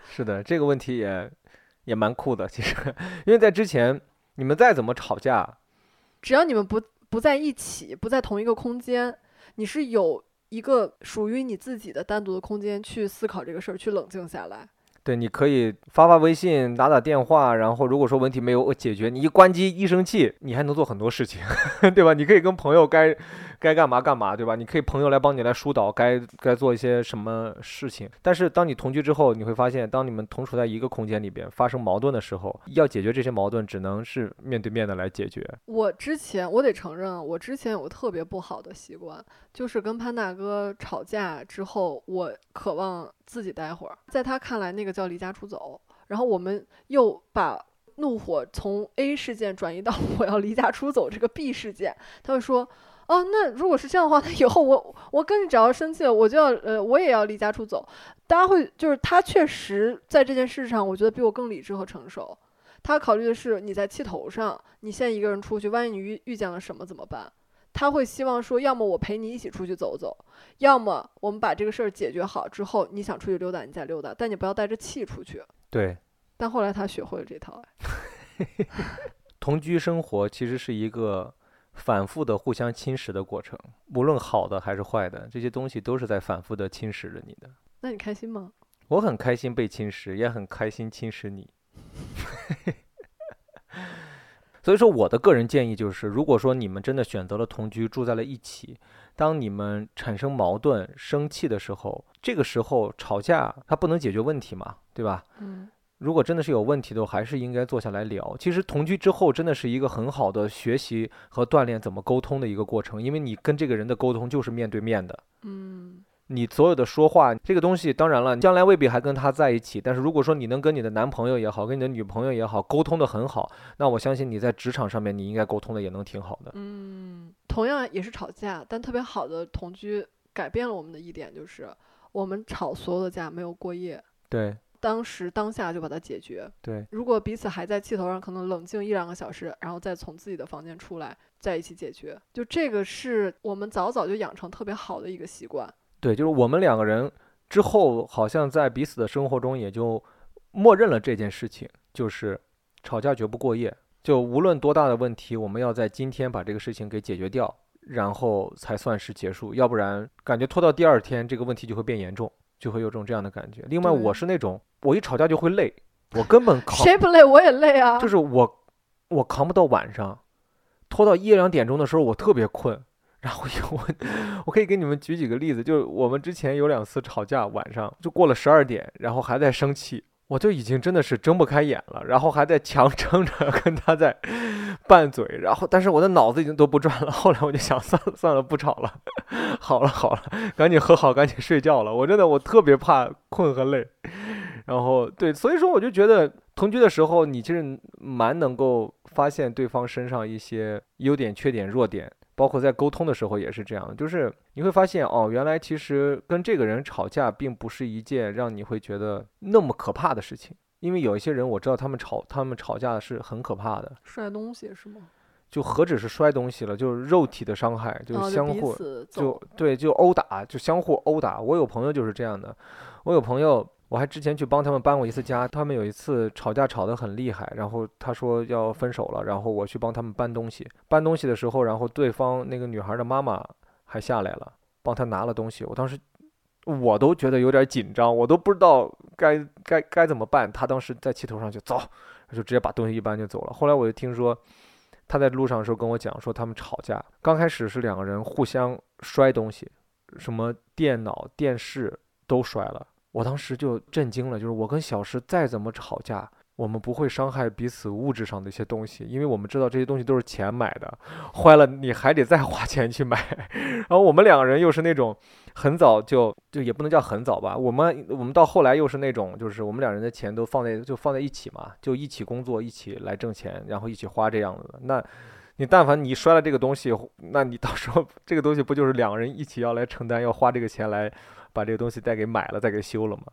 [SPEAKER 1] 是的，这个问题也也蛮酷的，其实， 因为在之前你们再怎么吵架，
[SPEAKER 2] 只要你们不不在一起，不在同一个空间，你是有一个属于你自己的单独的空间去思考这个事儿，去冷静下来。
[SPEAKER 1] 对，你可以发发微信、打打电话，然后如果说问题没有呃解决，你一关机一生气，你还能做很多事情， 对吧？你可以跟朋友该该干嘛干嘛，对吧？你可以朋友来帮你来疏导该该做一些什么事情。但是当你同居之后，你会发现，当你们同处在一个空间里边发生矛盾的时候，要解决这些矛盾，只能是面对面的来解决。
[SPEAKER 2] 我之前我得承认，啊我之前有个特别不好的习惯，就是跟潘大哥吵架之后，我渴望自己待会儿，在他看来那个叫离家出走，然后我们又把。怒火从 A 事件转移到我要离家出走这个 B 事件，他会说：“哦，那如果是这样的话，那以后我我跟你只要生气了，我就要呃我也要离家出走。”大家会就是他确实在这件事上，我觉得比我更理智和成熟。他考虑的是你在气头上，你现在一个人出去，万一你遇遇见了什么怎么办？他会希望说，要么我陪你一起出去走走，要么我们把这个事儿解决好之后，你想出去溜达你再溜达，但你不要带着气出去。
[SPEAKER 1] 对，
[SPEAKER 2] 但后来他学会了这套，哎，
[SPEAKER 1] 同居生活其实是一个反复的互相侵蚀的过程，无论好的还是坏的，这些东西都是在反复的侵蚀着你的。
[SPEAKER 2] 那你开心吗？
[SPEAKER 1] 我很开心被侵蚀，也很开心侵蚀你。所以说，我的个人建议就是，如果说你们真的选择了同居，住在了一起，当你们产生矛盾、生气的时候，这个时候吵架它不能解决问题嘛，对吧？
[SPEAKER 2] 嗯，
[SPEAKER 1] 如果真的是有问题的，还是应该坐下来聊。其实同居之后，真的是一个很好的学习和锻炼怎么沟通的一个过程，因为你跟这个人的沟通就是面对面的。
[SPEAKER 2] 嗯，
[SPEAKER 1] 你所有的说话，这个东西，当然了，将来未必还跟他在一起。但是如果说你能跟你的男朋友也好，跟你的女朋友也好，沟通的很好，那我相信你在职场上面，你应该沟通的也能挺好的。
[SPEAKER 2] 嗯，同样也是吵架，但特别好的同居改变了我们的一点就是，我们吵所有的架没有过夜，
[SPEAKER 1] 对
[SPEAKER 2] 当时当下就把它解决。
[SPEAKER 1] 对，
[SPEAKER 2] 如果彼此还在气头上，可能冷静一两个小时，然后再从自己的房间出来，在一起解决。就这个是我们早早就养成特别好的一个习惯。
[SPEAKER 1] 对，就是我们两个人之后，好像在彼此的生活中也就默认了这件事情，就是吵架绝不过夜。就无论多大的问题，我们要在今天把这个事情给解决掉，然后才算是结束，要不然感觉拖到第二天，这个问题就会变严重，就会有种这样的感觉。另外，
[SPEAKER 2] 对
[SPEAKER 1] 我是那种我一吵架就会累，我根本扛，
[SPEAKER 2] 谁不累我也累啊，
[SPEAKER 1] 就是我我扛不到晚上，拖到一两点钟的时候，我特别困。然后有我， 我可以给你们举几个例子，就是我们之前有两次吵架，晚上就过了十二点，然后还在生气，我就已经真的是睁不开眼了，然后还在强撑着跟他在拌嘴，然后但是我的脑子已经都不转了。后来我就想，算了算了，不吵了， 好了好了，赶紧和好，赶紧睡觉了。我真的我特别怕困和累，然后对，所以说我就觉得同居的时候，你其实蛮能够发现对方身上一些优点、缺点、弱点，包括在沟通的时候也是这样的，就是你会发现哦，原来其实跟这个人吵架并不是一件让你会觉得那么可怕的事情，因为有一些人我知道他们吵他们吵架是很可怕的，
[SPEAKER 2] 摔东西是吗？
[SPEAKER 1] 就何止是摔东西了，就是肉体的伤害，就
[SPEAKER 2] 然后
[SPEAKER 1] 是相
[SPEAKER 2] 哦啊就彼
[SPEAKER 1] 互、
[SPEAKER 2] 此 走
[SPEAKER 1] 就，对，就殴打，就相互殴打。我有朋友就是这样的，我有朋友，我还之前去帮他们搬过一次家，他们有一次吵架吵得很厉害，然后他说要分手了，然后我去帮他们搬东西，搬东西的时候，然后对方那个女孩的妈妈还下来了，帮他拿了东西，我当时。我都觉得有点紧张，我都不知道该该该怎么办。他当时在气头上就走，就直接把东西一搬就走了。后来我就听说，他在路上的时候跟我讲说他们吵架，刚开始是两个人互相摔东西，什么电脑、电视都摔了。我当时就震惊了，就是我跟小石再怎么吵架，我们不会伤害彼此物质上的一些东西，因为我们知道这些东西都是钱买的，坏了你还得再花 钱去买。然后我们两个人又是那种很早就就也不能叫很早吧，我们我们到后来又是那种就是我们两人的钱都放在就放在一起嘛，就一起工作，一起来挣钱，然后一起花这样子的。那你但凡你摔了这个东西，那你到时候这个东西不就是两个人一起要来承担要花这个钱来把这个东西再给买了再给修了吗？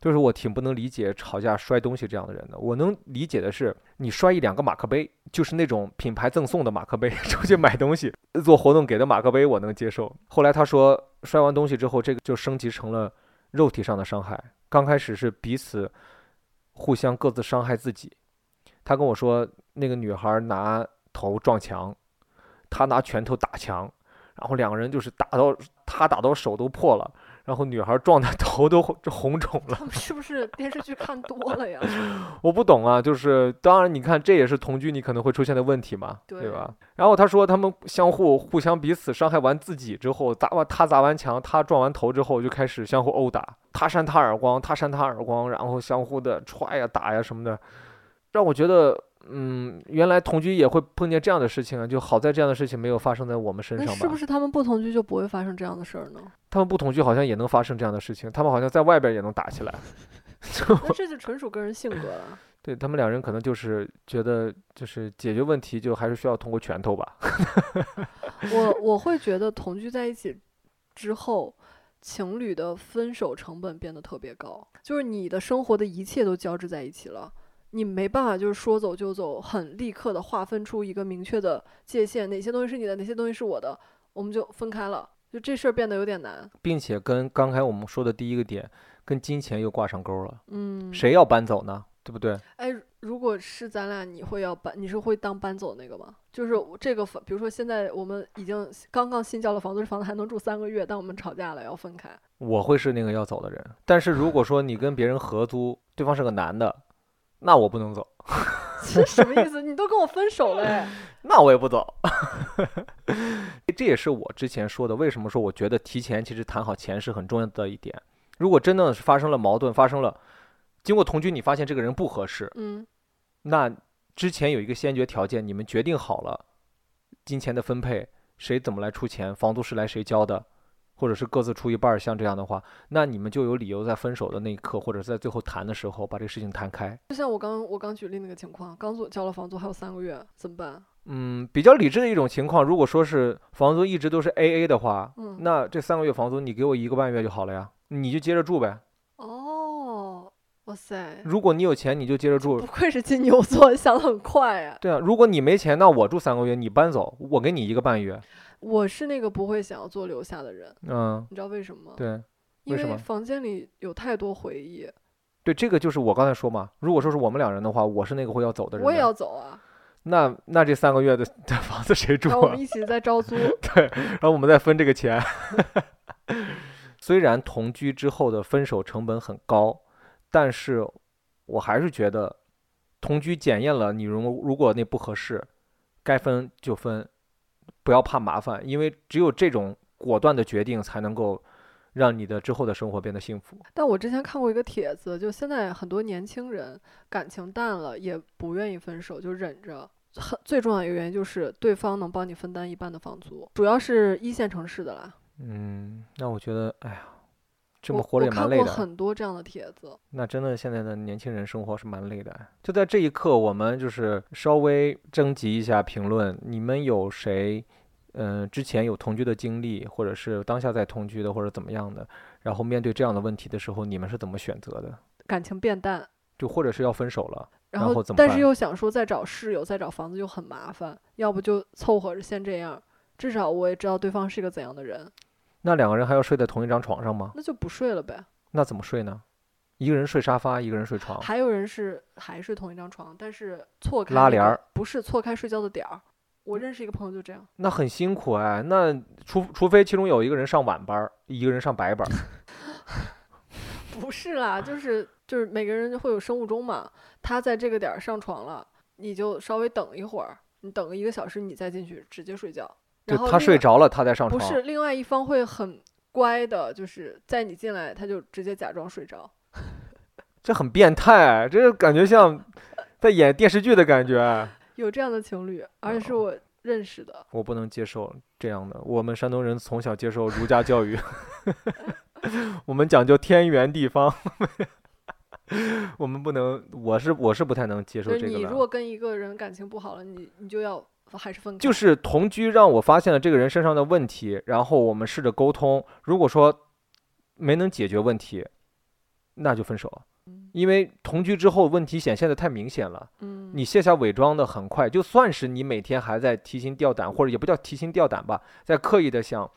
[SPEAKER 1] 就是我挺不能理解吵架摔东西这样的人的。我能理解的是，你摔一两个马克杯，就是那种品牌赠送的马克杯， 出去买东西做活动给的马克杯，我能接受。后来他说，摔完东西之后，这个就升级成了肉体上的伤害。刚开始是彼此互相各自伤害自己。他跟我说，那个女孩拿头撞墙，他拿拳头打墙，然后两个人就是打到他打到手都破了，然后女孩撞的头都红红肿了。
[SPEAKER 2] 他们是不是电视剧看多 了呀？
[SPEAKER 1] 我不懂啊，就是当然，你看这也是同居你可能会出现的问题嘛，对
[SPEAKER 2] 对
[SPEAKER 1] 吧？然后他说他们相互互相彼此伤害完自己之后，砸完他砸完墙，他撞完头之后就开始相互殴打，他扇他耳光，他扇他耳光，然后相互的踹呀打呀什么的，让我觉得。嗯，原来同居也会碰见这样的事情啊，就好在这样的事情没有发生在我们身
[SPEAKER 2] 那
[SPEAKER 1] 上吧。
[SPEAKER 2] 是不是他们不同居就不会发生这样的事儿 呢？
[SPEAKER 1] 他们不同居好像也能发生这样的事情，他们好像在外边也能打 起来。
[SPEAKER 2] 那这就纯属个人性格了。
[SPEAKER 1] 对他们两人可能就是觉得，就是解决问题就还是需要通过拳头吧。
[SPEAKER 2] 我我会觉得同居在一起之后，情侣的分手成本变得特别高，就是你的生活的一切都交织在一起了，你没办法就是说走就走，很立刻的划分出一个明确的界限，哪些东西是你的，哪些东西是我的，我们就分开了，就这事儿变得有点难。
[SPEAKER 1] 并且跟刚才我们说的第一个点，跟金钱又挂上钩了。
[SPEAKER 2] 嗯，
[SPEAKER 1] 谁要搬走呢？对不对？
[SPEAKER 2] 哎，如果是咱俩，你会要搬，你是会当搬走那个吗？就是我这个房，比如说现在我们已经刚刚新交了房子，这房子还能住三个月，但我们吵架了要分开。
[SPEAKER 1] 我会是那个要走的人。但是如果说你跟别人合租，对方是个男的，那我不能走，
[SPEAKER 2] 这 什么意思？你都跟我分手了、哎，
[SPEAKER 1] 那我也不走。 这也是我之前说的，为什么说我觉得提前其实谈好钱是很重要的一点。如果真的是发生了矛盾，发生了，经过同居你发现这个人不合适，
[SPEAKER 2] 嗯，
[SPEAKER 1] 那之前有一个先决条件，你们决定好了金钱的分配，谁怎么来出钱，房租是来谁交的，或者是各自出一半儿，像这样的话，那你们就有理由在分手的那一刻，或者是在最后谈的时候，把这个事情谈开。
[SPEAKER 2] 就像我刚我刚举例那个情况，刚做交了房租还有三个月，怎么办？
[SPEAKER 1] 嗯，比较理智的一种情况，如果说是房租一直都是 A A 的话，
[SPEAKER 2] 嗯
[SPEAKER 1] 那这三个月房租你给我一个半月就好了呀，你就接着住呗。
[SPEAKER 2] 哦，哇塞，
[SPEAKER 1] 如果你有钱，你就接着住
[SPEAKER 2] 不。愧是金牛座，想得很快呀、
[SPEAKER 1] 对啊，如果你没钱，那我住三个月，你搬走，我给你一个半月。
[SPEAKER 2] 我是那个不会想要做留下的人，
[SPEAKER 1] 嗯，
[SPEAKER 2] 你知道为什么吗？
[SPEAKER 1] 对。为
[SPEAKER 2] 因
[SPEAKER 1] 什
[SPEAKER 2] 为
[SPEAKER 1] 么
[SPEAKER 2] 房间里有太多回忆，
[SPEAKER 1] 对，这个就是我刚才说嘛。如果说是我们两人的话，我是那个会要走的人的。
[SPEAKER 2] 我也要 走啊，
[SPEAKER 1] 那那这三个月的的房子谁住
[SPEAKER 2] 然后我
[SPEAKER 1] 啊
[SPEAKER 2] 们？一起在招租。
[SPEAKER 1] 然后我们再分这个钱。 虽然同居之后的分手成本很高，但是我还是觉得同居检验了你如如果那不合适，该分就分，不要怕麻烦，因为只有这种果断的决定才能够让你的之后的生活变得幸福。
[SPEAKER 2] 但我之前看过一个帖子，就现在很多年轻人感情淡了也不愿意分手，就忍着。很最重要的一个原因就是对方能帮你分担一半的房租，主要是一线城市的啦。
[SPEAKER 1] 嗯，那我觉得，哎呀，这
[SPEAKER 2] 我
[SPEAKER 1] 么活着也
[SPEAKER 2] 我
[SPEAKER 1] 蛮
[SPEAKER 2] 看
[SPEAKER 1] 累
[SPEAKER 2] 过
[SPEAKER 1] 的。
[SPEAKER 2] 很多这样的帖子，
[SPEAKER 1] 那真的，现在的年轻人生活是蛮累的。啊就在这一刻，我们就是稍微征集一下评论，你们有谁，嗯、之前有同居的经历，或者是当下在同居的，或者怎么样的？然后面对这样的问题的时候，你们是怎么选择的？
[SPEAKER 2] 感情变淡，
[SPEAKER 1] 就或者是要分手了，
[SPEAKER 2] 然
[SPEAKER 1] 然
[SPEAKER 2] 后
[SPEAKER 1] 后怎么
[SPEAKER 2] 但是
[SPEAKER 1] 办
[SPEAKER 2] 又想说再找室友、再找房子又很麻烦，要不就凑合着先这样。至少我也知道对方是个怎样的人，
[SPEAKER 1] 那两个人还要睡在同一张床上吗？
[SPEAKER 2] 那就不睡了呗。
[SPEAKER 1] 那怎么睡呢？一个人睡沙发，一个人睡床。
[SPEAKER 2] 还有人是还睡同一张床，但是错开
[SPEAKER 1] 拉
[SPEAKER 2] 那
[SPEAKER 1] 帘
[SPEAKER 2] 个
[SPEAKER 1] 儿，
[SPEAKER 2] 不是错开睡觉的点儿。我认识一个朋友就这样，
[SPEAKER 1] 那很辛苦哎，那除除非其中有一个人上晚班儿，一个人上白班儿。
[SPEAKER 2] 不是啦，就是就是每个人会有生物钟嘛，他在这个点儿上床了，你就稍微等一会儿，你等个一个小时，你再进去直接睡觉。
[SPEAKER 1] 就
[SPEAKER 2] 然后
[SPEAKER 1] 他
[SPEAKER 2] 另
[SPEAKER 1] 睡
[SPEAKER 2] 外
[SPEAKER 1] 着了，他再上
[SPEAKER 2] 不
[SPEAKER 1] 床。
[SPEAKER 2] 是，另外一方会很乖的，就是在你进来，他就直接假装睡着。
[SPEAKER 1] 这很变态，这感觉像在演电视剧的感觉，
[SPEAKER 2] 有这样的情侣，而且是
[SPEAKER 1] 哦
[SPEAKER 2] 我认识的。
[SPEAKER 1] 我不能接受这样的。我们山东人从小接受儒家教育， 我们讲究天圆地方， 我们不能，我是我是不太能接受
[SPEAKER 2] 就
[SPEAKER 1] 这
[SPEAKER 2] 是
[SPEAKER 1] 个
[SPEAKER 2] 你如
[SPEAKER 1] 的。
[SPEAKER 2] 果跟一个人感情不好了，你你就要还是分开。
[SPEAKER 1] 就是同居让我发现了这个人身上的问题，然后我们试着沟通。如果说没能解决问题，那就分手了
[SPEAKER 2] 嗯。
[SPEAKER 1] 因为同居之后问题显现的太明显了，
[SPEAKER 2] 嗯，
[SPEAKER 1] 你卸下伪装的很快，就算是你每天还在提心吊胆，或者也不叫提心吊胆吧，在刻意的想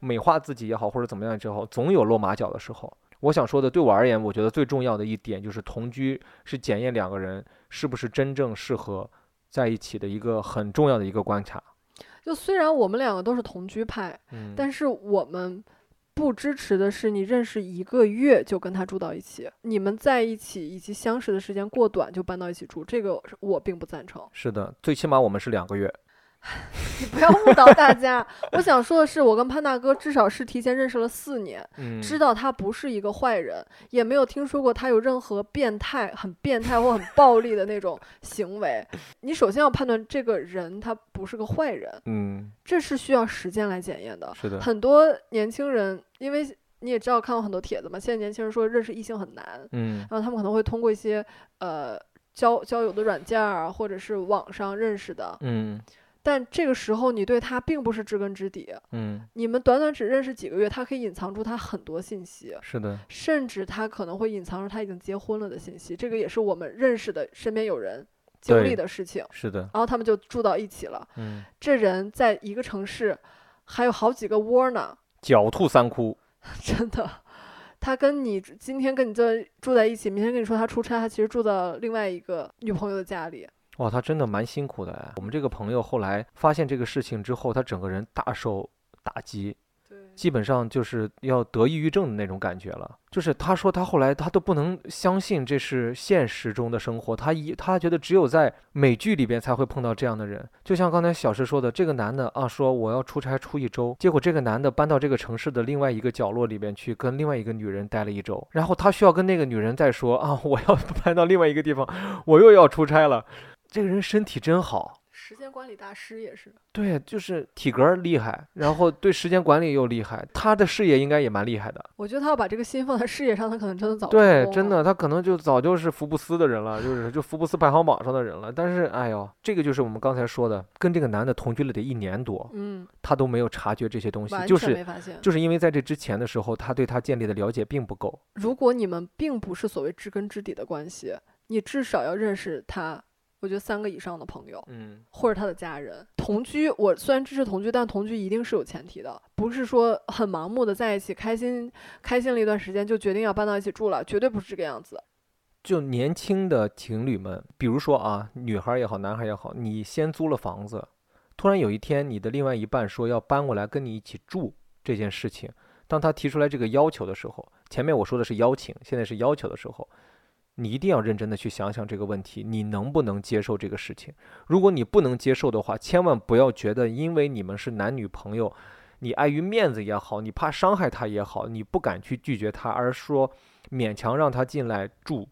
[SPEAKER 1] 美化自己也好，或者怎么样之后，总有落马脚的时候。我想说的，对我而言，我觉得最重要的一点就是同居是检验两个人是不是真正适合在一起的一个很重要的一个关卡。
[SPEAKER 2] 就虽然我们两个都是同居派，
[SPEAKER 1] 嗯，
[SPEAKER 2] 但是我们不支持的是你认识一个月就跟他住到一起，你们在一起以及相识的时间过短就搬到一起住，这个是我并不赞成。
[SPEAKER 1] 是的，最起码我们是两个月。
[SPEAKER 2] 你不要误导大 家。我想说的是，我跟潘大哥至少是提前认识了四年，
[SPEAKER 1] 嗯，
[SPEAKER 2] 知道他不是一个坏人，也没有听说过他有任何变态、很变态或很暴力的那种行为。你首先要判断这个人他不是个坏人，
[SPEAKER 1] 嗯，
[SPEAKER 2] 这是需要时间来检验的。
[SPEAKER 1] 是的，
[SPEAKER 2] 很多年轻人，因为你也知道看过很多帖子嘛，现在年轻人说认识异性很难，
[SPEAKER 1] 嗯
[SPEAKER 2] 然后他们可能会通过一些呃交交友的软件儿啊或者是网上认识的，
[SPEAKER 1] 嗯
[SPEAKER 2] 但这个时候你对他并不是知根知底，
[SPEAKER 1] 嗯，
[SPEAKER 2] 你们短短只认识几个月，他可以隐藏住他很多信息。
[SPEAKER 1] 是的，
[SPEAKER 2] 甚至他可能会隐藏着他已经结婚了的信息，这个也是我们认识的身边有人经
[SPEAKER 1] 对
[SPEAKER 2] 历的事情。
[SPEAKER 1] 是的，
[SPEAKER 2] 然后他们就住到一起了，
[SPEAKER 1] 嗯，
[SPEAKER 2] 这人在一个城市，还有好几个窝儿呢。
[SPEAKER 1] 狡兔三窟。
[SPEAKER 2] 真的，他跟你今天跟你这住在一起，明天跟你说他出差，他其实住到另外一个女朋友的家里。
[SPEAKER 1] 哇，他真的蛮辛苦的哎。我们这个朋友后来发现这个事情之后，他整个人大受打击，
[SPEAKER 2] 对，
[SPEAKER 1] 基本上就是要得抑郁症的那种感觉了。就是他说他后来他都不能相信这是现实中的生活，他一他觉得只有在美剧里边才会碰到这样的人。就像刚才小石说的，这个男的啊说我要出差出一周，结果这个男的搬到这个城市的另外一个角落里边去跟另外一个女人待了一周，然后他需要跟那个女人再说啊我要 搬到另外一个地方，我又要出差了。这个人身体真好，
[SPEAKER 2] 时间管理大师也是。
[SPEAKER 1] 对，就是体格儿厉害，然 后对时间管理又厉害，他的事业应该也蛮厉害的。
[SPEAKER 2] 我觉得他要把这个心放在事业上，他可能真的早
[SPEAKER 1] 对
[SPEAKER 2] 成，功
[SPEAKER 1] 真
[SPEAKER 2] 了。
[SPEAKER 1] 的，他可能就早就是福布斯的人了，就是就福布斯排行榜上的人了。但是，哎呦，这个就是我们刚才说的，跟这个男的同居了得一年多，
[SPEAKER 2] 嗯，
[SPEAKER 1] 他都没有察觉这些东西，
[SPEAKER 2] 完
[SPEAKER 1] 就
[SPEAKER 2] 全没
[SPEAKER 1] 是
[SPEAKER 2] 发现。
[SPEAKER 1] 就是因为在这之前的时候，他对他建立的了解并不够。
[SPEAKER 2] 如果你们并不是所谓知根知底的关系，你至少要认识他，我觉得三个以上的朋友。
[SPEAKER 1] 嗯
[SPEAKER 2] 或者他的家人同居。我虽然支持同居，但同居一定是有前提的，不是说很盲目的在一起，开心开心了一段时间就决定要搬到一起住了，绝对不是这个样子。
[SPEAKER 1] 就年轻的情侣们，比如说啊，女孩儿也好，男孩儿也好，你先租了房子，突然有一天你的另外一半说要搬过来跟你一起住这件事情，当他提出来这个要求的时候，前面我说的是邀请，现在是要求的时候，你一定要认真的去想想这个问题，你能不能接受这个事情？如果你不能接受的话，千万不要觉得因为你们是男女朋友，你碍于面子也好，你怕伤害他也好，你不敢去拒绝他，而说勉强让他进来住。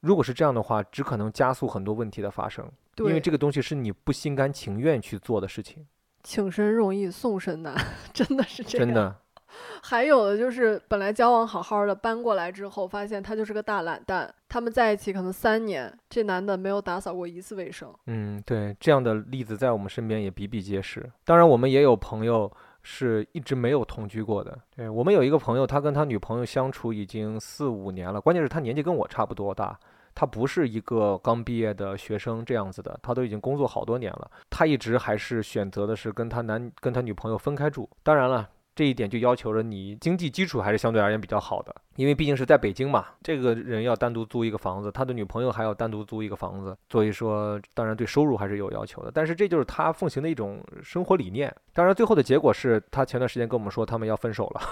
[SPEAKER 1] 如果是这样的话，只可能加速很多问题的发生，因
[SPEAKER 2] 对，
[SPEAKER 1] 为这个东西是你不心甘情愿去做的事情，
[SPEAKER 2] 请神容易送神难， 真的是这样。
[SPEAKER 1] 真。的。
[SPEAKER 2] 还有的就是本来交往好好的，搬过来之后发现他就是个大懒蛋。他们在一起可能三年，这男的没有打扫过一次卫生。
[SPEAKER 1] 嗯，对，这样的例子在我们身边也比比皆是。当然，我们也有朋友是一直没有同居过的。对，我们有一个朋友，他跟他女朋友相处已经四五年了，关键是他年纪跟我差不多大，他不是一个刚毕业的学生这样子的，他都已经工作好多年了，他一直还是选择的是跟他男跟他女朋友分开住。当然了。这一点就要求着你经济基础还是相对而言比较好的，因为毕竟是在北京嘛，这个人要单独租一个房子，他的女朋友还要单独租一个房子，所以说当然对收入还是有要求的。但是这就是他奉行的一种生活理念。当然，最后的结果是他前段时间跟我们说他们要分手了。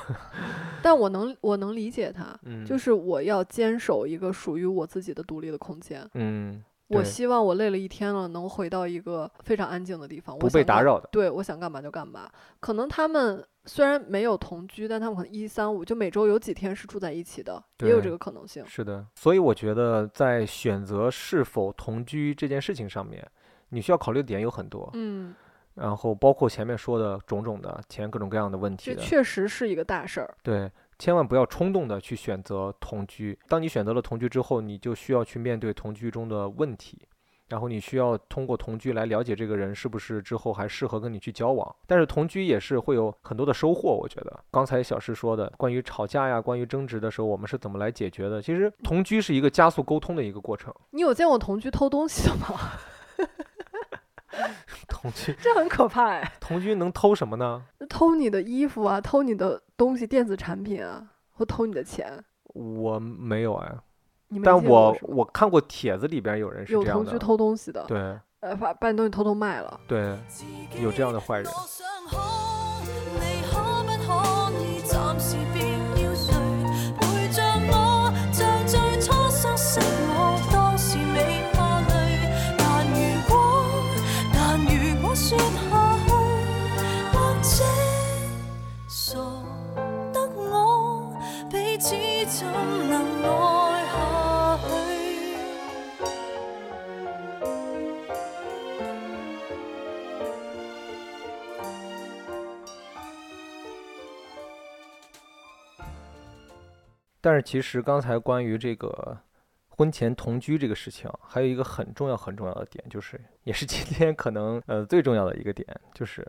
[SPEAKER 2] 但我能我能理解他，
[SPEAKER 1] 嗯
[SPEAKER 2] 就是我要坚守一个属于我自己的独立的空间。
[SPEAKER 1] 嗯，
[SPEAKER 2] 我
[SPEAKER 1] 对
[SPEAKER 2] 希望我累了一天了，能回到一个非常安静的地方，我
[SPEAKER 1] 不被
[SPEAKER 2] 想
[SPEAKER 1] 打
[SPEAKER 2] 干。
[SPEAKER 1] 扰的。
[SPEAKER 2] 对，我想干嘛就干嘛。可能他们虽然没有同居，但他们可能一三五就每周有几天是住在一起的，也有这
[SPEAKER 1] 对
[SPEAKER 2] 个可能性。
[SPEAKER 1] 是的，所以我觉得在选择是否同居这件事情上面，你需要考虑的点有很多，
[SPEAKER 2] 嗯，
[SPEAKER 1] 然后包括前面说的种种的前各种各样的问题
[SPEAKER 2] 这
[SPEAKER 1] 的。
[SPEAKER 2] 确实是一个大事儿。
[SPEAKER 1] 对，千万不要冲动的去选择同居。当你选择了同居之后，你就需要去面对同居中的问题。然后你需要通过同居来了解这个人是不是之后还适合跟你去交往。但是同居也是会有很多的收获，我觉得。刚才小石说的关于吵架呀、关于争执的时候，我们是怎么来解决的？其实同居是一个加速沟通的一个过程。
[SPEAKER 2] 你有见过同居偷东西的吗？
[SPEAKER 1] 同居，
[SPEAKER 2] 这很可怕哎！
[SPEAKER 1] 同居能偷什么呢？
[SPEAKER 2] 偷你的衣服啊，偷你的东西、电子产品啊，或偷你的钱。
[SPEAKER 1] 我没有哎，
[SPEAKER 2] 你没
[SPEAKER 1] 但
[SPEAKER 2] 见过
[SPEAKER 1] 我
[SPEAKER 2] 是吗
[SPEAKER 1] 我看过帖子里边有人是
[SPEAKER 2] 有
[SPEAKER 1] 这样
[SPEAKER 2] 同居
[SPEAKER 1] 的，
[SPEAKER 2] 偷东西的，
[SPEAKER 1] 对
[SPEAKER 2] 呃，把把你东西偷偷卖了。
[SPEAKER 1] 对，有这样的坏人。
[SPEAKER 3] 我想看你可不可以暂时變了誰，陪着我，像最初相識我當時未怕淚。但如果，但如果説下去，或者傻得我，彼此怎能愛下去？
[SPEAKER 1] 但是其实刚才关于这个婚前同居这个事情啊，还有一个很重要很重要的点，就是也是今天可能呃最重要的一个点，就是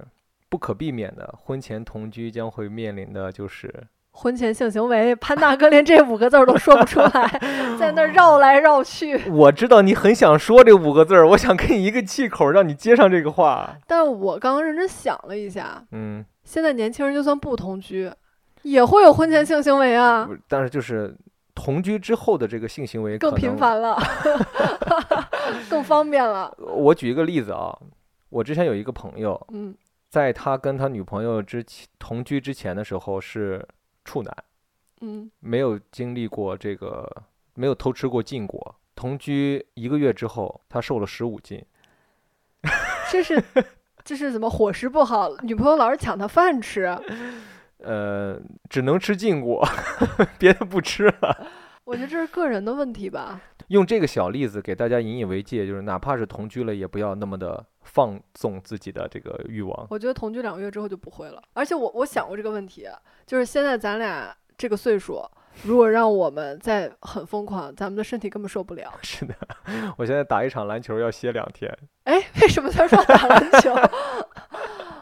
[SPEAKER 1] 不可避免的婚前同居将会面临的就是
[SPEAKER 2] 婚前性行为，潘大哥连这五个字儿都说不出 来，在那儿绕来绕去。
[SPEAKER 1] 我知道你很想说这五个字儿，我想给你一个气口，让你接上这个话。
[SPEAKER 2] 但我刚刚认真想了一下，
[SPEAKER 1] 嗯，
[SPEAKER 2] 现在年轻人就算不同居，也会有婚前性行为啊
[SPEAKER 1] 不，是但是就是同居之后的这个性行为
[SPEAKER 2] 更
[SPEAKER 1] 可
[SPEAKER 2] 频
[SPEAKER 1] 能。
[SPEAKER 2] 繁了， 更方便了。
[SPEAKER 1] 我举一个例子啊，我之前有一个朋友，
[SPEAKER 2] 嗯，
[SPEAKER 1] 在他跟他女朋友之前同居之前的时候是处男，
[SPEAKER 2] 嗯，
[SPEAKER 1] 没有经历过这个，没有偷吃过禁果。同居一个月之后，他瘦了十五斤。
[SPEAKER 2] 这是这是怎么伙食不好，女朋友老是抢他饭吃。
[SPEAKER 1] 呃，只能吃禁果， 别的不吃了。
[SPEAKER 2] 我觉得这是个人的问题吧。
[SPEAKER 1] 用这个小例子给大家引以为戒，就是哪怕是同居了，也不要那么的放纵自己的这个欲望。
[SPEAKER 2] 我觉得同居两个月之后就不会了。而且我我想过这个问题，就是现在咱俩这个岁数，如果让我们再很疯狂，咱们的身体根本受不了。
[SPEAKER 1] 是的，我现在打一场篮球要歇两天。
[SPEAKER 2] 哎，为什么他说打篮球？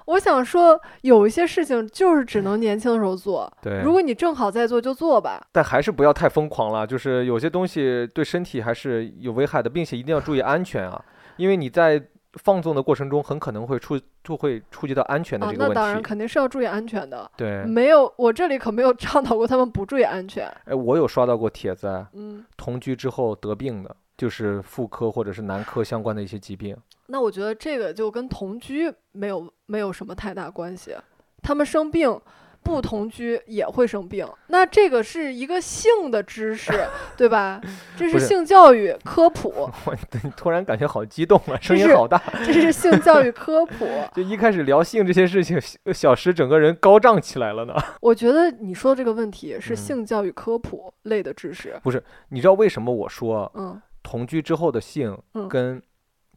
[SPEAKER 2] 我想说，有一些事情就是只能年轻的时候做。
[SPEAKER 1] 对
[SPEAKER 2] 如果你正好在做，就做吧。
[SPEAKER 1] 但还是不要太疯狂了，就是有些东西对身体还是有危害的，并且一定要注意安全啊，因为你在放纵的过程中，很可能会触就会触及到安全的
[SPEAKER 2] 啊
[SPEAKER 1] 这，个
[SPEAKER 2] 那
[SPEAKER 1] 问
[SPEAKER 2] 当然嗯
[SPEAKER 1] 题。
[SPEAKER 2] 肯定是要注意安全的。
[SPEAKER 1] 对，
[SPEAKER 2] 没有，我这里可没有倡导过他们不注意安全。
[SPEAKER 1] 哎，我有刷到过帖子啊，
[SPEAKER 2] 嗯，
[SPEAKER 1] 同居之后得病的，就是妇科或者是男科相关的一些疾病。
[SPEAKER 2] 那我觉得这个就跟同居没有没有什么太大关系。他们生病不同居也会生病，那这个是一个性的知识，对吧？这
[SPEAKER 1] 不
[SPEAKER 2] 是
[SPEAKER 1] 是
[SPEAKER 2] 性教育科普，
[SPEAKER 1] 我突然感觉好激动啊，声音
[SPEAKER 2] 是
[SPEAKER 1] 好大。
[SPEAKER 2] 这是性教育科普。
[SPEAKER 1] 就一开始聊性这些事情，小小石整个人高涨起来了呢。
[SPEAKER 2] 我觉得你说这个问题是
[SPEAKER 1] 嗯
[SPEAKER 2] 性教育科普类的知识。
[SPEAKER 1] 你知道为什么我说
[SPEAKER 2] 嗯
[SPEAKER 1] 同居之后的性
[SPEAKER 2] 嗯
[SPEAKER 1] 跟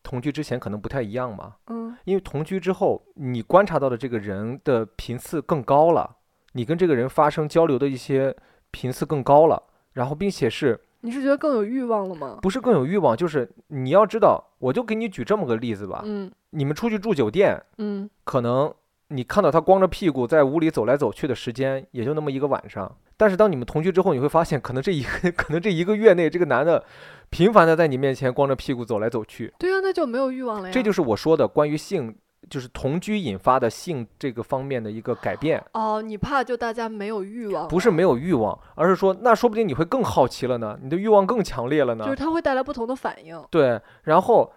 [SPEAKER 1] 同居之前可能不太一样吗？
[SPEAKER 2] 嗯，
[SPEAKER 1] 因为同居之后，你观察到的这个人的频次更高了，你跟这个人发生交流的一些频次更高了，然后并且是
[SPEAKER 2] 你是觉得更有欲望了吗？
[SPEAKER 1] 不是更有欲望？就是你要知道，我就给你举这么个例子吧，
[SPEAKER 2] 嗯
[SPEAKER 1] 你们出去住酒店，
[SPEAKER 2] 嗯
[SPEAKER 1] 可能你看到他光着屁股在屋里走来走去的时间也就那么一个晚上，但是当你们同居之后，你会发现，可能这一个 可能这一个月内，这个男的频繁的在你面前光着屁股走来走去，
[SPEAKER 2] 对啊，那就没有欲望了呀。
[SPEAKER 1] 这就是我说的关于性，就是同居引发的性这个方面的一个改变，
[SPEAKER 2] 哦，你怕就大家没有欲望了，
[SPEAKER 1] 不是没有欲望，而是说那说不定你会更好奇了呢，你的欲望更强烈了
[SPEAKER 2] 就
[SPEAKER 1] 呢
[SPEAKER 2] 是。它会带来不同的反应。
[SPEAKER 1] 对，然后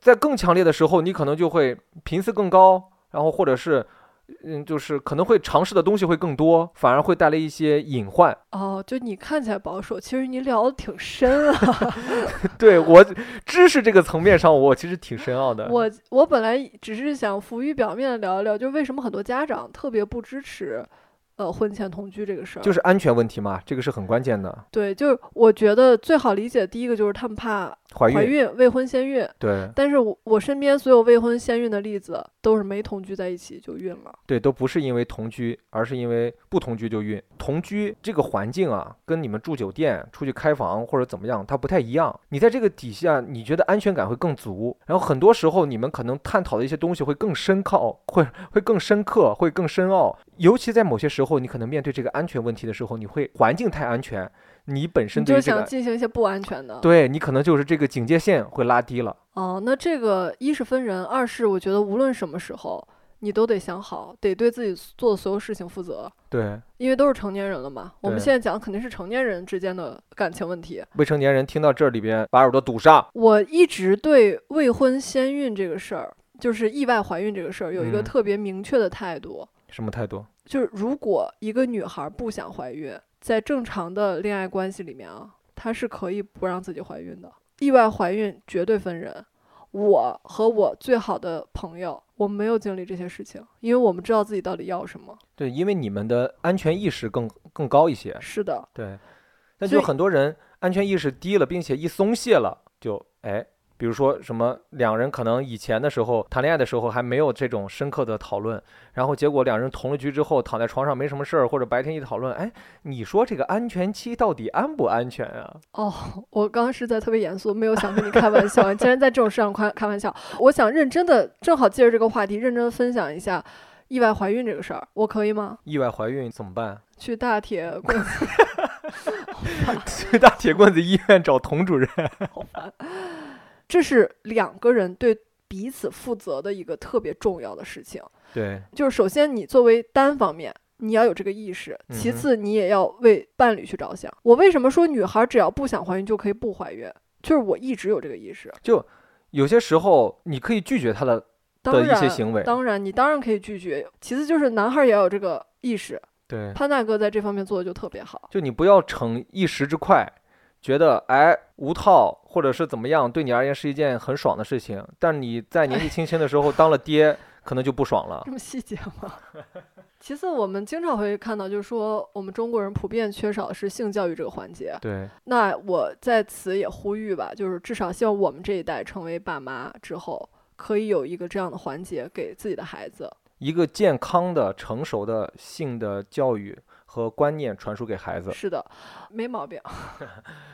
[SPEAKER 1] 在更强烈的时候，你可能就会频次更高，然后或者是。嗯，就是可能会尝试的东西会更多，反而会带来一些隐患。
[SPEAKER 2] 哦，就你看起来保守，其实你聊的挺 深啊。
[SPEAKER 1] 对我知识这个层面上，我其实挺深奥的。
[SPEAKER 2] 我我本来只是想浮于表面的聊一聊，就是为什么很多家长特别不支持，呃，婚前同居这个事儿。
[SPEAKER 1] 就是是安全问题嘛，这个是很关键的。
[SPEAKER 2] 对，就是我觉得最好理解，第一个就是他们怕
[SPEAKER 1] 怀
[SPEAKER 2] 怀
[SPEAKER 1] 孕，
[SPEAKER 2] 孕、未婚先孕。
[SPEAKER 1] 对
[SPEAKER 2] 但是我我身边所有未婚先孕的例子都是没同居在一起就孕了。
[SPEAKER 1] 对，都不是因为同居，而是因为不同居就孕。同居这个环境啊，跟你们住酒店、出去开房或者怎么样，它不太一样。你在这个底下，你觉得安全感会更足，然后很多时候你们可能探讨的一些东西会更深靠，会会更深刻，会更深奥。尤其在某些时候，你可能面对这个安全问题的时候，你会环境太安全，你本身
[SPEAKER 2] 你
[SPEAKER 1] 对
[SPEAKER 2] 就
[SPEAKER 1] 于这
[SPEAKER 2] 想
[SPEAKER 1] 个，
[SPEAKER 2] 进行一些不安全的。
[SPEAKER 1] 对你可能就是这个警戒线会拉低了。
[SPEAKER 2] 哦，那这个一是分人，二是我觉得无论什么时候，你都得想好，得对自己做的所有事情负责，
[SPEAKER 1] 对，
[SPEAKER 2] 因为都是成年人了嘛。我们
[SPEAKER 1] 对
[SPEAKER 2] 现在讲的肯定是成年人之间的感情问题。
[SPEAKER 1] 未成年人听到这里边，把耳朵堵上。
[SPEAKER 2] 我一直对未婚先孕这个事儿，就是意外怀孕这个事儿，有一个
[SPEAKER 1] 嗯
[SPEAKER 2] 特别明确的态度，
[SPEAKER 1] 什么态度？
[SPEAKER 2] 就是如果一个女孩不想怀孕，在正常的恋爱关系里面啊，她是可以不让自己怀孕的。意外怀孕绝对分人。我和我最好的朋友，我没有经历这些事情，因为我们知道自己到底要什么。
[SPEAKER 1] 对，因为你们的安全意识更更高一些。
[SPEAKER 2] 是的，
[SPEAKER 1] 对，那
[SPEAKER 2] 所
[SPEAKER 1] 就
[SPEAKER 2] 以
[SPEAKER 1] 很多人安全意识低了，并且一松懈了，就哎，比如说什么两人可能以前的时候谈恋爱的时候还没有这种深刻的讨论，然后结果两人同了居之后躺在床上没什么事儿，或者白天一讨论，哎，你说这个安全期到底安不安全啊？
[SPEAKER 2] 哦，我刚刚是在特别严肃，没有想跟你开玩笑， 竟然在这种事上开开玩笑。我想认真的，正好借着这个话题，认真的分享一下意外怀孕这个事儿，我可以吗？
[SPEAKER 1] 意外怀孕怎么办？
[SPEAKER 2] 去大铁公司
[SPEAKER 1] 去大铁棍子医院找童主任。
[SPEAKER 2] 这是两个人对彼此负责的一个特别重要的事情。
[SPEAKER 1] 对
[SPEAKER 2] 就是首先，你作为单方面，你要有这个意识；其
[SPEAKER 1] 嗯哼
[SPEAKER 2] 次，你也要为伴侣去着想。我为什么说女孩只要不想怀孕就可以不怀孕？就是我一直有这个意识。
[SPEAKER 1] 有些时候你可以拒绝他的，
[SPEAKER 2] 当
[SPEAKER 1] 的一
[SPEAKER 2] 然，
[SPEAKER 1] 些行为
[SPEAKER 2] 当然你当然可以拒绝。其次就是男孩也要有这个意识。
[SPEAKER 1] 对，
[SPEAKER 2] 潘大哥在这方面做的就特别好。
[SPEAKER 1] 就你不要逞一时之快，觉得哎无套或者是怎么样，对你而言是一件很爽的事情。但你在年纪轻轻的时候当了爹， 可能就不爽了
[SPEAKER 2] 这。么细节吗？ 其次，我们经常会看到，就是说我们中国人普遍缺少的是性教育这个环节。
[SPEAKER 1] 对，
[SPEAKER 2] 那我在此也呼吁吧，就是至少希望我们这一代成为爸妈之后，可以有一个这样的环节给自己的孩子。
[SPEAKER 1] 一个健康的、成熟的性的教育和观念传输给孩子。
[SPEAKER 2] 是的，没毛病。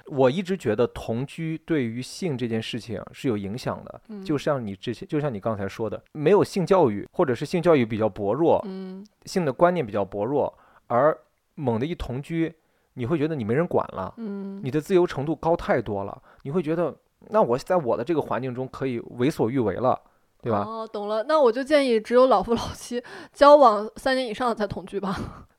[SPEAKER 1] 我一直觉得同居对于性这件事情是有影响的，
[SPEAKER 2] 嗯
[SPEAKER 1] 就像你之前，就像你刚才说的，没有性教育，或者是性教育比较薄弱，
[SPEAKER 2] 嗯，
[SPEAKER 1] 性的观念比较薄弱，而猛地一同居，你会觉得你没人管了。
[SPEAKER 2] 嗯，
[SPEAKER 1] 你的自由程度高太多了，你会觉得那我在我的这个环境中可以为所欲为了，对吧？
[SPEAKER 2] 哦，懂了。那我就建议，只有老夫老妻交往三年以上才同居吧。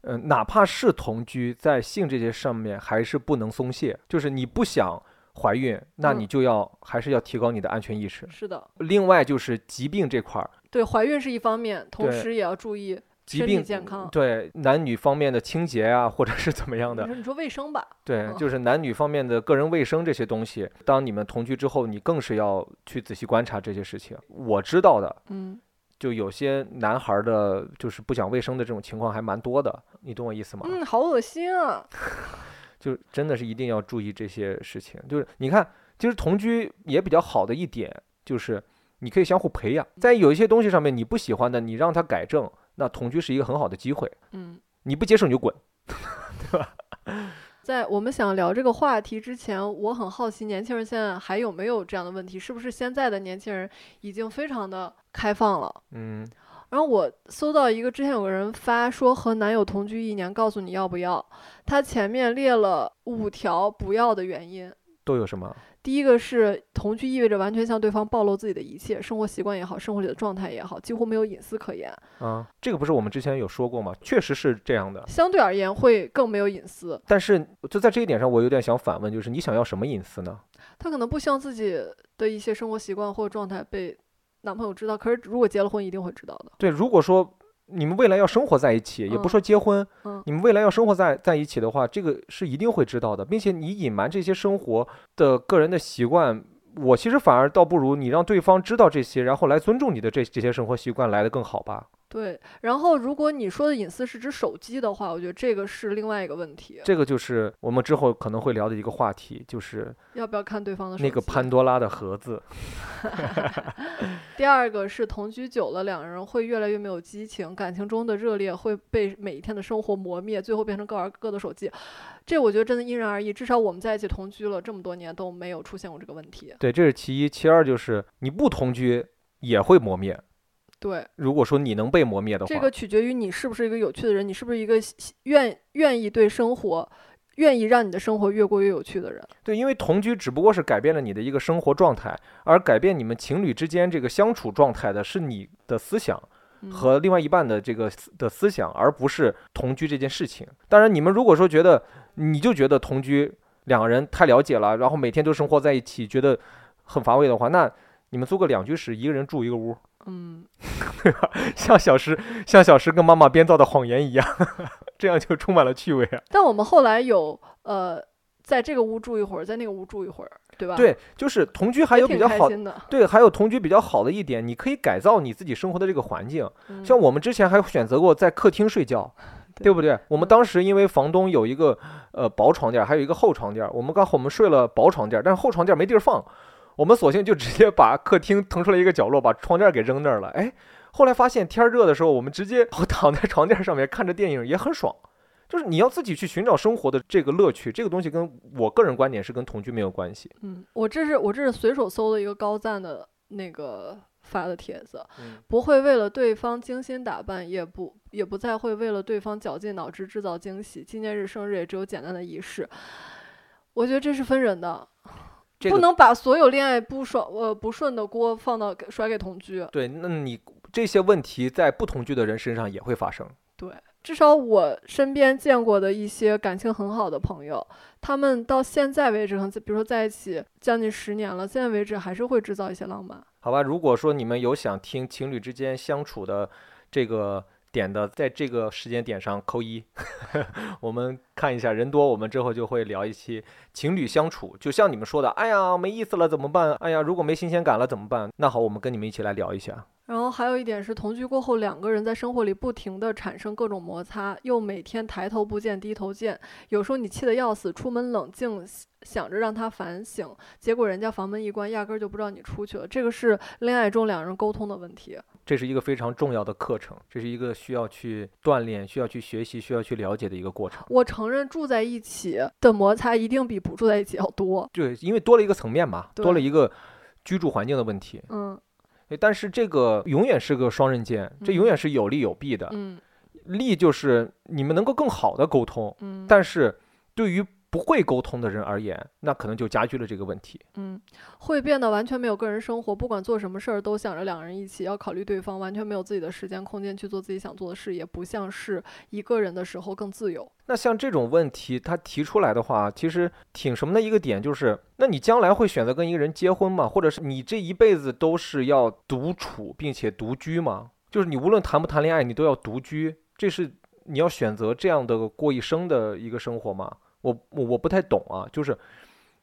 [SPEAKER 1] 嗯、哪怕是同居，在性这些上面还是不能松懈，就是你不想怀孕，那
[SPEAKER 2] 嗯
[SPEAKER 1] 你就要、还是要提高你的安全意识。
[SPEAKER 2] 是的，
[SPEAKER 1] 另外就是疾病这块儿，
[SPEAKER 2] 对，怀孕是一方面，同
[SPEAKER 1] 对
[SPEAKER 2] 时也要注意
[SPEAKER 1] 疾
[SPEAKER 2] 身体
[SPEAKER 1] 病
[SPEAKER 2] 健康
[SPEAKER 1] 对男女方面的清洁啊，或者是怎么样的
[SPEAKER 2] 你，说你说卫生吧，
[SPEAKER 1] 对，
[SPEAKER 2] 嗯
[SPEAKER 1] 就是男女方面的个人卫生这些东西，当你们同居之后，你更是要去仔细观察这些事情。我知道的，
[SPEAKER 2] 嗯，
[SPEAKER 1] 就有些男孩儿的，就是不讲卫生的这种情况还蛮多的，你懂我意思吗？
[SPEAKER 2] 嗯，好恶心啊！
[SPEAKER 1] 就真的是一定要注意这些事情。就是你看，其实同居也比较好的一点就是你可以相互培养，在有一些东西上面你不喜欢的，你让他改正，那同居是一个很好的机会。
[SPEAKER 2] 嗯，
[SPEAKER 1] 你不接受你就滚。
[SPEAKER 2] 在我们想聊这个话题之前，我很好奇年轻人现在还有没有这样的问题？是不是现在的年轻人已经非常的开放了？
[SPEAKER 1] 嗯，
[SPEAKER 2] 然后我搜到一个，之前有个人发说和男友同居一年，告诉你要不要。他前面列了五条不要的原因，
[SPEAKER 1] 都有什么？
[SPEAKER 2] 第一个是同居意味着完全向对方暴露自己的一切，生活习惯也好，生活里的状态也好，几乎没有隐私可言。
[SPEAKER 1] 啊，这个不是我们之前有说过吗？确实是这样的。
[SPEAKER 2] 相对而言，会更没有隐私。
[SPEAKER 1] 但是就在这一点上，我有点想反问，就是你想要什么隐私呢？
[SPEAKER 2] 她可能不希望自己的一些生活习惯或者状态被男朋友知道，可是如果结了婚，一定会知道的。
[SPEAKER 1] 对，如果说你们未来要生活在一起，也不
[SPEAKER 2] 嗯
[SPEAKER 1] 说结婚，
[SPEAKER 2] 嗯
[SPEAKER 1] 你们未来要生活在在一起的话，这个是一定会知道的，并且你隐瞒这些生活的个人的习惯，我其实反而倒不如你让对方知道这些，然后来尊重你的这这些生活习惯来的更好吧。
[SPEAKER 2] 对，然后如果你说的隐私是指手机的话，我觉得这个是另外一个问题，
[SPEAKER 1] 这个就是我们之后可能会聊的一个话题，就是
[SPEAKER 2] 要不要看对方的手机？
[SPEAKER 1] 那个潘多拉的盒子。
[SPEAKER 2] 第二个是同居久了，两个人会越来越没有激情，感情中的热烈会被每一天的生活磨灭，最后变成各玩各的手机。这我觉得真的因人而异，至少我们在一起同居了这么多年都没有出现过这个问题。
[SPEAKER 1] 对，这是其一，其二就是你不同居也会磨灭。
[SPEAKER 2] 对，
[SPEAKER 1] 如果说你能被磨灭的话，
[SPEAKER 2] 这个取决于你是不是一个有趣的人，你是不是一个喜愿愿意对生活，愿意让你的生活越过越有趣的人。
[SPEAKER 1] 对，因为同居只不过是改变了你的一个生活状态，而改变你们情侣之间这个相处状态的是你的思想
[SPEAKER 2] 嗯、
[SPEAKER 1] 和另外一半的这个思的思想，而不是同居这件事情。当然，你们如果说觉得你就觉得同居两个人太了解了，然后每天都生活在一起，觉得很乏味的话，那你们租个两居室，一个人住一个屋，
[SPEAKER 2] 嗯，
[SPEAKER 1] 像小时像小时跟妈妈编造的谎言一样， 这样就充满了趣味啊。
[SPEAKER 2] 但我们后来有呃，在这个屋住一会儿，在那个屋住一会儿，对吧？，
[SPEAKER 1] 对，就是同居还有比较好
[SPEAKER 2] 开，心的。嗯
[SPEAKER 1] 对，还有同居比较好的一点，你可以改造你自己生活的这个环境。
[SPEAKER 2] 嗯
[SPEAKER 1] 像我们之前还选择过在客厅睡觉，对不对？我们当时因为房东有一个呃薄床垫儿，还有一个厚床垫儿，我们刚好我们睡了薄床垫儿，但是厚床垫儿没地儿放，我们索性就直接把客厅腾出来一个角落，把床垫儿给扔那儿了。哎，后来发现天儿热的时候，我们直接躺在床垫儿上面看着电影也很爽。就是你要自己去寻找生活的这个乐趣，这个东西跟我个人观点是跟同居没有关系。
[SPEAKER 2] 嗯，我这是我这是随手搜的一个高赞的那个发的帖子，
[SPEAKER 1] 嗯
[SPEAKER 2] 不会为了对方精心打扮，也不也不再会为了对方绞尽脑汁制造惊喜。纪念日、生日也只有简单的仪式。我觉得这是分人的，
[SPEAKER 1] 这
[SPEAKER 2] 不
[SPEAKER 1] 个
[SPEAKER 2] 能把所有恋爱不爽呃不顺的锅放到给甩给同居。
[SPEAKER 1] 对，那你这些问题在不同居的人身上也会发生。
[SPEAKER 2] 至少我身边见过的一些感情很好的朋友，他们到现在为止，可能比如说在一起将近十年了，现在为止还是会制造一些浪漫。
[SPEAKER 1] 好吧，如果说你们有想听情侣之间相处的这个点的，在这个时间点上扣一， 我们看一下人多，我们之后就会聊一期情侣相处，就像你们说的，哎呀没意思了怎么办？哎呀如果没新鲜感了怎么办？那好，我们跟你们一起来聊一下。
[SPEAKER 2] 然后还有一点是，同居过后，两个人在生活里不停地产生各种摩擦，又每天抬头不见低头见，有时候你气得要死，出门冷静想着让他反省，结果人家房门一关，压根儿就不知道你出去了。这个是恋爱中两人沟通的问题。
[SPEAKER 1] 这是一个非常重要的课程，这是一个需要去锻炼、需要去学习、需要去了解的一个过程。
[SPEAKER 2] 我承认住在一起的摩擦一定比不住在一起要多。
[SPEAKER 1] 对，因为多了一个层面嘛，多了
[SPEAKER 2] 对
[SPEAKER 1] 一个居住环境的问题。
[SPEAKER 2] 嗯
[SPEAKER 1] 对但是这个永远是个双刃剑，这永
[SPEAKER 2] 嗯
[SPEAKER 1] 远是有利有弊的。
[SPEAKER 2] 嗯
[SPEAKER 1] 利就是你们能够更好的沟通，
[SPEAKER 2] 嗯，
[SPEAKER 1] 但是对于不会沟通的人而言，那可能就加剧了这个问题。
[SPEAKER 2] 嗯，会变得完全没有个人生活，不管做什么事儿都想着两人一起，要考虑对方，完全没有自己的时间空间去做自己想做的事，也不像是一个人的时候更自由。
[SPEAKER 1] 那像这种问题，他提出来的话，其实挺什么的一个点就是，那你将来会选择跟一个人结婚吗？或者是你这一辈子都是要独处并且独居吗？就是你无论谈不谈恋爱，你都要独居，这是你要选择这样的过一生的一个生活吗？我我我不太懂啊，就是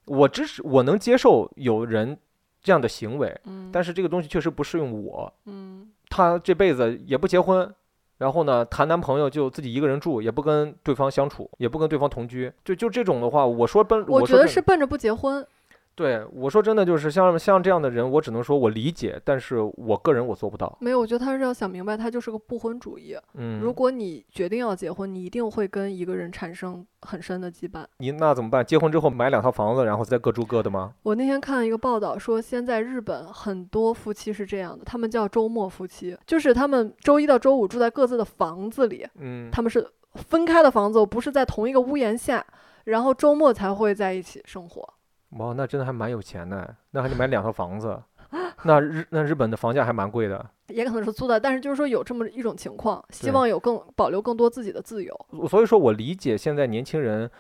[SPEAKER 1] 我支持，我能接受有人这样的行为，
[SPEAKER 2] 嗯，
[SPEAKER 1] 但是这个东西确实不适用我。
[SPEAKER 2] 嗯
[SPEAKER 1] 她这辈子也不结婚，然后呢，谈男朋友就自己一个人住，也不跟对方相处，也不跟对方同居，就就这种的话，我说奔，
[SPEAKER 2] 我
[SPEAKER 1] 我
[SPEAKER 2] 觉
[SPEAKER 1] 说
[SPEAKER 2] 得
[SPEAKER 1] 真
[SPEAKER 2] 是奔着不结婚。
[SPEAKER 1] 对，我说真的就是像像这样的人，我只能说我理解，但是我个人我做不到。
[SPEAKER 2] 没有，我觉得他是要想明白，他就是个不婚主义。如
[SPEAKER 1] 嗯，
[SPEAKER 2] 果你决定要结婚，你一定会跟一个人产生很深的羁绊。
[SPEAKER 1] 你那怎么办？结婚之后买两套房子，然后再各住各的吗？
[SPEAKER 2] 我那天看了一个报道说，现在日本很多夫妻是这样的，他们叫周末夫妻，就是他们周一到周五住在各自的房子里，
[SPEAKER 1] 嗯，
[SPEAKER 2] 他们是分开的房子，不是在同一个屋檐下，然后周末才会在一起生活。
[SPEAKER 1] 哇，那真的还蛮有钱的，那还得买两套房子，那日那日本的房价还蛮贵的。
[SPEAKER 2] 也可能是租的，但是就是说有这么一种情况，希
[SPEAKER 1] 对
[SPEAKER 2] 望有更保留更多自己的自由。
[SPEAKER 1] 我所以说我理解现在年轻人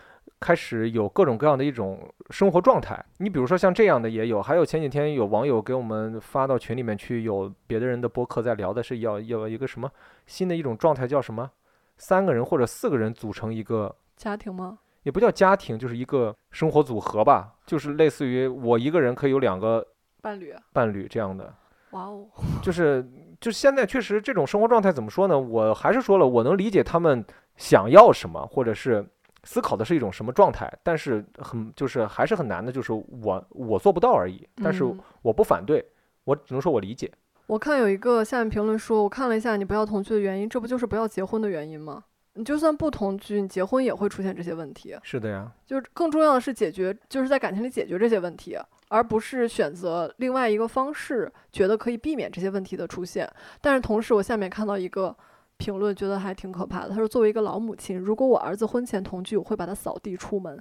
[SPEAKER 1] 开始有各种各样的一种生活状态。你比如说像这样的也有，还有前几天有网友给我们发到群里面去，有别的人的播客在聊的是要要一个什么新的一种状态，叫什么？三个人或者四个人组成一个。
[SPEAKER 2] 家庭吗？
[SPEAKER 1] 也不叫家庭，就是一个生活组合吧，就是类似于我一个人可以有两个
[SPEAKER 2] 伴侣？
[SPEAKER 1] 伴侣这样的，
[SPEAKER 2] 哇哦，
[SPEAKER 1] 就是就是现在确实这种生活状态怎么说呢？我还是说了，我能理解他们想要什么，或者是思考的是一种什么状态，但是很就是还是很难的，就是我我做不到而已，但是
[SPEAKER 2] 嗯
[SPEAKER 1] 我不反对，我只能说我理解。
[SPEAKER 2] 我看有一个下面评论说，我看了一下你不要同居的原因，这不就是不要结婚的原因吗？你就算不同居，你结婚也会出现这些问题。啊
[SPEAKER 1] 是的呀，
[SPEAKER 2] 就是更重要的是解决，就是在感情里解决这些问题，而不是选择另外一个方式，觉得可以避免这些问题的出现。但是同时，我下面看到一个评论，觉得还挺可怕的。他说：“作为一个老母亲，如果我儿子婚前同居，我会把他扫地出门。”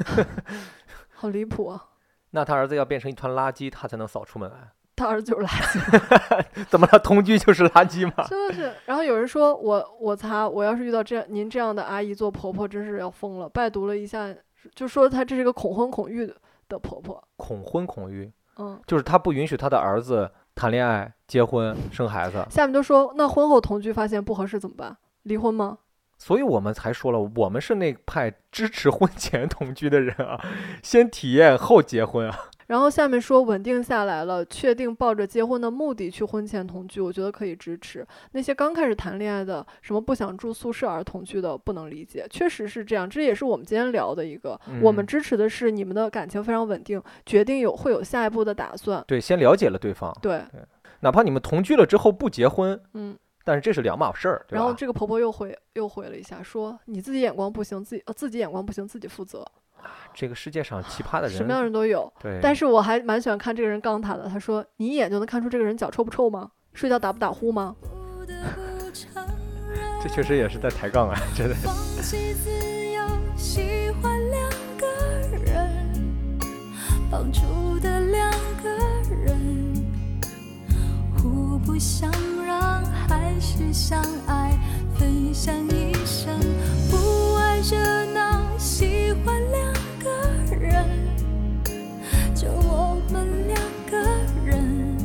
[SPEAKER 2] 好离谱啊！
[SPEAKER 1] 那他儿子要变成一团垃圾，他才能扫出门来。
[SPEAKER 2] 他儿子就是垃圾，
[SPEAKER 1] 怎么了？同居就是垃圾吗？
[SPEAKER 2] 真的是。然后有人说我我擦，我要是遇到这样您这样的阿姨做婆婆，真是要疯了。拜读了一下，就说她这是个恐婚恐育的的婆婆。
[SPEAKER 1] 恐婚恐育，
[SPEAKER 2] 嗯，
[SPEAKER 1] 就是他不允许他的儿子谈恋爱、结婚、生孩子，
[SPEAKER 2] 下面就说那婚后同居发现不合适怎么办？离婚吗？
[SPEAKER 1] 所以我们才说了，我们是那派支持婚前同居的人啊，先体验后结婚啊。
[SPEAKER 2] 然后下面说稳定下来了，确定抱着结婚的目的去婚前同居，我觉得可以支持。那些刚开始谈恋爱的，什么不想住宿舍而同居的，不能理解。确实是这样，这也是我们今天聊的一个。我们
[SPEAKER 1] 嗯
[SPEAKER 2] 支持的是你们的感情非常稳定，决定有会有下一步的打算。
[SPEAKER 1] 对，先了解了对方，
[SPEAKER 2] 对，
[SPEAKER 1] 哪怕你们同居了之后不结婚，
[SPEAKER 2] 嗯。
[SPEAKER 1] 但是这是两码事儿，对
[SPEAKER 2] 然后
[SPEAKER 1] 吧？
[SPEAKER 2] 这个婆婆又回又回了一下，说你自己眼光不行，自己呃自己眼光不行，自己负责。
[SPEAKER 1] 这个世界上奇葩的人，
[SPEAKER 2] 什么样的人都有。
[SPEAKER 1] 对，
[SPEAKER 2] 但
[SPEAKER 1] 是
[SPEAKER 2] 是我还蛮喜欢看这个人杠他的。他说：“你一眼就能看出这个人脚臭不臭吗？睡觉打不打呼吗
[SPEAKER 3] 不得不承认。
[SPEAKER 1] 这确实也是在抬杠啊，真的。
[SPEAKER 3] 放弃自由，喜欢两个人，绑住的两个人，互不相让，还是相爱，分享一生，不爱热闹，喜欢两个人，就我们两个人，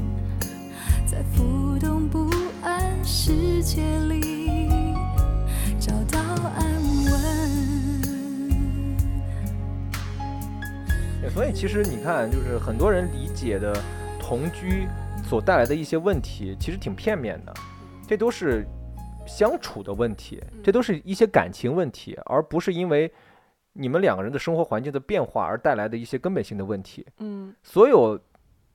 [SPEAKER 3] 在浮动不安世界里。找到安稳。
[SPEAKER 1] 对所以其实你看，就是很多人理解的同居所带来的一些问题，其实挺片面的，这都是相处的问题，这都是一些感情问题，而不是因为你们两个人的生活环境的变化而带来的一些根本性的问题。？”
[SPEAKER 2] 嗯，
[SPEAKER 1] 所有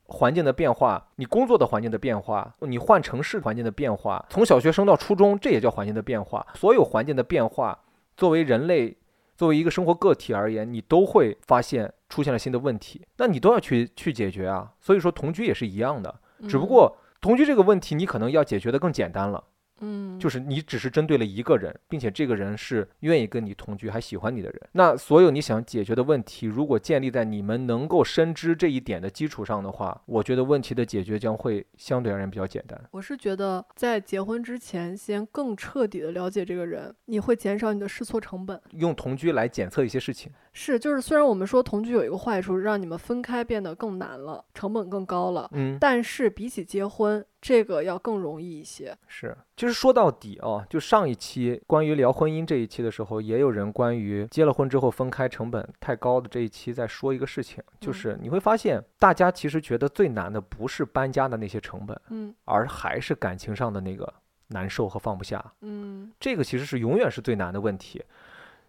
[SPEAKER 1] 环境的变化，你工作的环境的变化，你换城市环境的变化，从小学生到初中，这也叫环境的变化。所有环境的变化，作为人类，作为一个生活个体而言，你都会发现出现了新的问题，那你都要去去解决啊。所以说，同居也是一样的，
[SPEAKER 2] 嗯
[SPEAKER 1] 只不过同居这个问题，你可能要解决的更简单了，
[SPEAKER 2] 嗯，
[SPEAKER 1] 就是是你只是针对了一个人，并且这个人是愿意跟你同居还喜欢你的人。那所有你想解决的问题，如果建立在你们能够深知这一点的基础上的话，我觉得问题的解决将会相对而言比较简单。
[SPEAKER 2] 我是觉得在结婚之前，先更彻底的了解这个人，你会减少你的试错成本。
[SPEAKER 1] 用同居来检测一些事情，
[SPEAKER 2] 是，就是虽然我们说同居有一个坏处，让你们分开变得更难了，成本更高了，
[SPEAKER 1] 嗯，
[SPEAKER 2] 但是比起结婚，这个要更容易一些。
[SPEAKER 1] 是，其实说到底啊，就上一期关于聊婚姻这一期的时候，也有人关于结了婚之后分开成本太高的这一期在说一个事情，就
[SPEAKER 2] 嗯
[SPEAKER 1] 是你会发现，大家其实觉得最难的不是搬家的那些成本，
[SPEAKER 2] 嗯
[SPEAKER 1] 而还是感情上的那个难受和放不下。
[SPEAKER 2] 嗯
[SPEAKER 1] 这个其实是永远是最难的问题。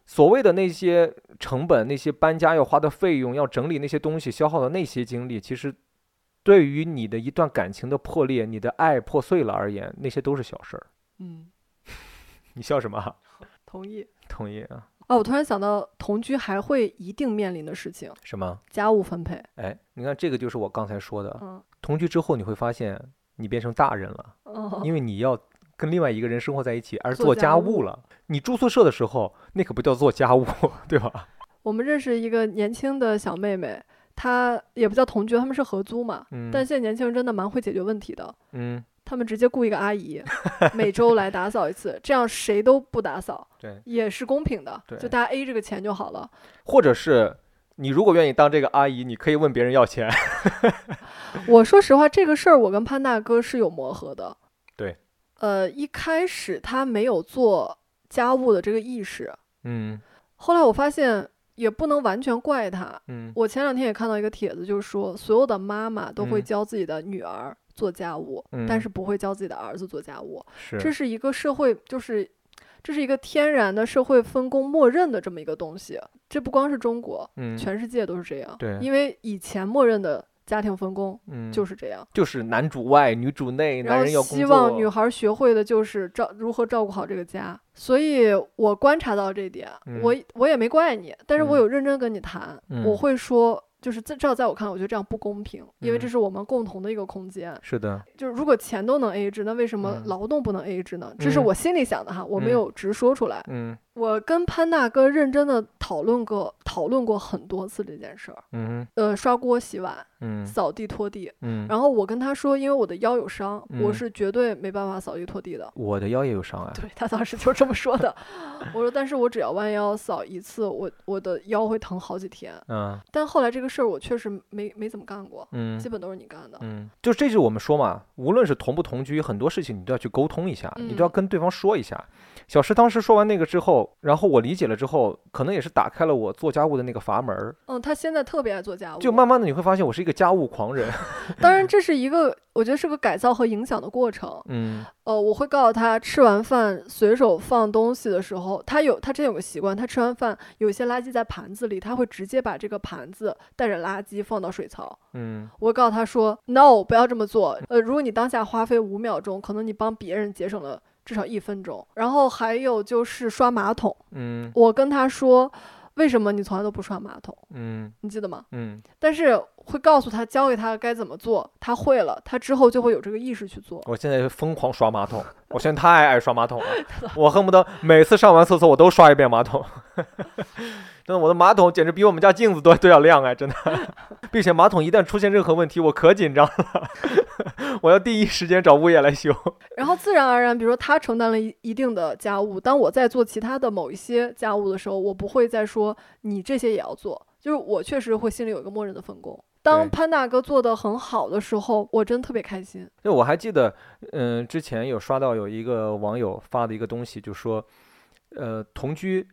[SPEAKER 1] 所谓的那些成本、那些搬家要花的费用、要整理那些东西消耗的那些精力，其实对于你的一段感情的破裂、你的爱破碎了而言，那些都是小事儿。
[SPEAKER 2] 嗯，
[SPEAKER 1] 你笑什么啊？
[SPEAKER 2] 同意。
[SPEAKER 1] 同意啊？
[SPEAKER 2] 哦，我突然想到，同居还会一定面临的事情，
[SPEAKER 1] 什么？
[SPEAKER 2] 家务分配。
[SPEAKER 1] 哎，你看这个就是我刚才说的，
[SPEAKER 2] 嗯
[SPEAKER 1] 同居之后你会发现你变成大人了，
[SPEAKER 2] 嗯，
[SPEAKER 1] 因为你要跟另外一个人生活在一起，而
[SPEAKER 2] 做
[SPEAKER 1] 做
[SPEAKER 2] 家
[SPEAKER 1] 家
[SPEAKER 2] 务
[SPEAKER 1] 务了。你住宿舍的时候，那可不叫做家务， 对吧？
[SPEAKER 2] 我们认识一个年轻的小妹妹，她也不叫同居，他们是合租嘛。
[SPEAKER 1] 嗯，
[SPEAKER 2] 但现在年轻人真的蛮会解决问题的，
[SPEAKER 1] 嗯，
[SPEAKER 2] 他们直接雇一个阿姨，每周来打扫一次，这样谁都不打扫
[SPEAKER 1] 对。
[SPEAKER 2] 也是公平的，
[SPEAKER 1] 对
[SPEAKER 2] 就大家 A 这个钱就好了。
[SPEAKER 1] 或者是你如果愿意当这个阿姨，你可以问别人要钱。
[SPEAKER 2] 我说实话，这个事儿我跟潘大哥是有磨合的。
[SPEAKER 1] 对，
[SPEAKER 2] 呃，一开始他没有做家务的这个意识，
[SPEAKER 1] 嗯
[SPEAKER 2] 后来我发现也不能完全怪他，
[SPEAKER 1] 嗯，
[SPEAKER 2] 我前两天也看到一个帖子，就是说所有的妈妈都会
[SPEAKER 1] 嗯
[SPEAKER 2] 教自己的女儿做家务，
[SPEAKER 1] 嗯
[SPEAKER 2] 但是不会教自己的儿子做家务。
[SPEAKER 1] 是
[SPEAKER 2] 这是一个社会，就是这是一个天然的社会分工默认的这么一个东西。这不光是中国，
[SPEAKER 1] 嗯
[SPEAKER 2] 全世界都是这样。
[SPEAKER 1] 对
[SPEAKER 2] 因为以前默认的家庭分工
[SPEAKER 1] 嗯
[SPEAKER 2] 就是这样。
[SPEAKER 1] 就是男主外女主内，
[SPEAKER 2] 然
[SPEAKER 1] 男
[SPEAKER 2] 后
[SPEAKER 1] 人要工
[SPEAKER 2] 希
[SPEAKER 1] 作，
[SPEAKER 2] 望女孩学会的就是照如何照顾好这个家，所以我观察到这一点，
[SPEAKER 1] 嗯
[SPEAKER 2] 我我也没怪你，但是我
[SPEAKER 1] 嗯
[SPEAKER 2] 有认真跟你谈，
[SPEAKER 1] 嗯
[SPEAKER 2] 我会说，就是在至少在我看来，我觉得这样不公平，因为这
[SPEAKER 1] 嗯
[SPEAKER 2] 是我们共同的一个空间，
[SPEAKER 1] 是的，
[SPEAKER 2] 就是如果钱都能 AA 制，那为什么
[SPEAKER 1] 嗯
[SPEAKER 2] 劳动不能 AA 制呢？这是
[SPEAKER 1] 嗯
[SPEAKER 2] 我心里想的哈，我没
[SPEAKER 1] 嗯
[SPEAKER 2] 有直说出来，
[SPEAKER 1] 嗯
[SPEAKER 2] 我跟潘大哥认真的讨论过讨论过很多次这件事儿，
[SPEAKER 1] 嗯
[SPEAKER 2] 呃，刷锅洗碗、
[SPEAKER 1] 嗯
[SPEAKER 2] 扫地拖地，
[SPEAKER 1] 嗯，
[SPEAKER 2] 然后我跟他说，因为我的腰有伤，我
[SPEAKER 1] 嗯
[SPEAKER 2] 是绝对没办法扫地拖地的。
[SPEAKER 1] 我的腰也有伤啊，
[SPEAKER 2] 对他当时就是这么说的。 我说，但是我只要弯腰扫一次，我我的腰会疼好几天。
[SPEAKER 1] 嗯
[SPEAKER 2] 但后来这个事儿我确实没没怎么干过，
[SPEAKER 1] 嗯
[SPEAKER 2] 基本都是你干的。
[SPEAKER 1] 嗯，就这就是我们说嘛，无论是同不同居，很多事情你都要去沟通一下，你都要
[SPEAKER 2] 嗯
[SPEAKER 1] 跟对方说一下。小石当时说完那个之后，然后我理解了之后，可能也是打开了我做家务的那个阀门儿，
[SPEAKER 2] 嗯，他现在特别爱做家务，
[SPEAKER 1] 就慢慢的你会发现我是一个家务狂 人。
[SPEAKER 2] 当然这是一个我觉得是个改造和影响的过程。
[SPEAKER 1] 嗯
[SPEAKER 2] 呃，我会告诉他，吃完饭随手放东西的时候，他有他真有个习惯，他吃完饭有一些垃圾在盘子里，他会直接把这个盘子带着垃圾放到水槽。
[SPEAKER 1] 嗯
[SPEAKER 2] 我会告诉他说，no，不要这么做。呃，如果你当下花费五秒钟，可能你帮别人节省了至少一分钟。然后还有就是刷马桶，
[SPEAKER 1] 嗯
[SPEAKER 2] 我跟他说，为什么你从来都不刷马桶？
[SPEAKER 1] 嗯
[SPEAKER 2] 你记得吗？
[SPEAKER 1] 嗯，
[SPEAKER 2] 但是会告诉他，教给他该怎么做，他会了，他之后就会有这个意识去做。
[SPEAKER 1] 我现在疯狂刷马桶，我现在太爱刷马桶了，我恨不得每次上完厕所我都刷一遍马桶。 真的，我的马桶简直比我们家镜子都都要亮哎，真的。 并且马桶一旦出现任何问题，我可紧张了， 我要第一时间找物业来修。
[SPEAKER 2] 然后自然而然，比如说他承担了一一定的家务，当我在做其他的某一些家务的时候，我不会再说你这些也要做，就是我确实会心里有一个默认的分工。当
[SPEAKER 1] 对
[SPEAKER 2] 潘大哥做的很好的时候，我真特别开心。
[SPEAKER 1] 就我还记得，嗯、之前有刷到有一个网友发的一个东西，就说，呃，同居，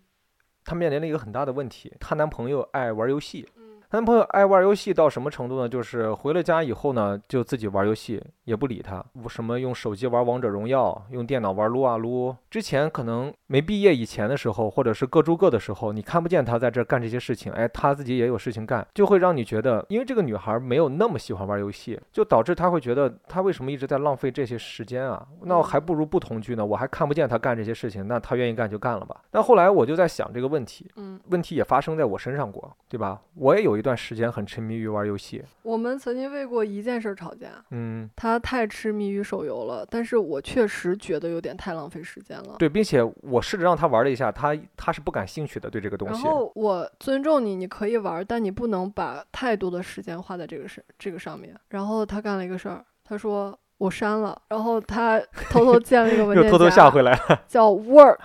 [SPEAKER 1] 她面临了一个很大的问题，她男朋友爱玩游戏。她男朋友爱玩游戏到什么程度呢？就是回了家以后呢，就自己玩游戏，也不理她，什么用手机玩王者荣耀，用电脑玩撸啊撸。之前可能没毕业以前的时候，或者是各住各的时候，你看不见她在这儿干这些事情，哎，她自己也有事情干，就会让你觉得，因为这个女孩没有那么喜欢玩游戏，就导致她会觉得她为什么一直在浪费这些时间啊？那我还不如不同居呢，我还看不见她干这些事情，那她愿意干就干了吧。但后来我就在想这个问题，
[SPEAKER 2] 嗯，
[SPEAKER 1] 问题也发生在我身上过，对吧？我也有一段时间很沉迷于玩游戏，
[SPEAKER 2] 我们曾经为过一件事儿吵架，
[SPEAKER 1] 嗯，
[SPEAKER 2] 他太痴迷于手游了，但是我确实觉得有点太浪费时间了。
[SPEAKER 1] 对，并且我试着让他玩了一下，他他是不感兴趣的，对这个东
[SPEAKER 2] 然
[SPEAKER 1] 西，
[SPEAKER 2] 后我尊重你，你可以玩儿，但你不能把太多的时间花在这个事这个上面。然后他干了一个事儿，他说我删了，然后他偷偷建了一个文
[SPEAKER 1] 又
[SPEAKER 2] 件夹，
[SPEAKER 1] 偷偷吓回来了，
[SPEAKER 2] 叫 Work，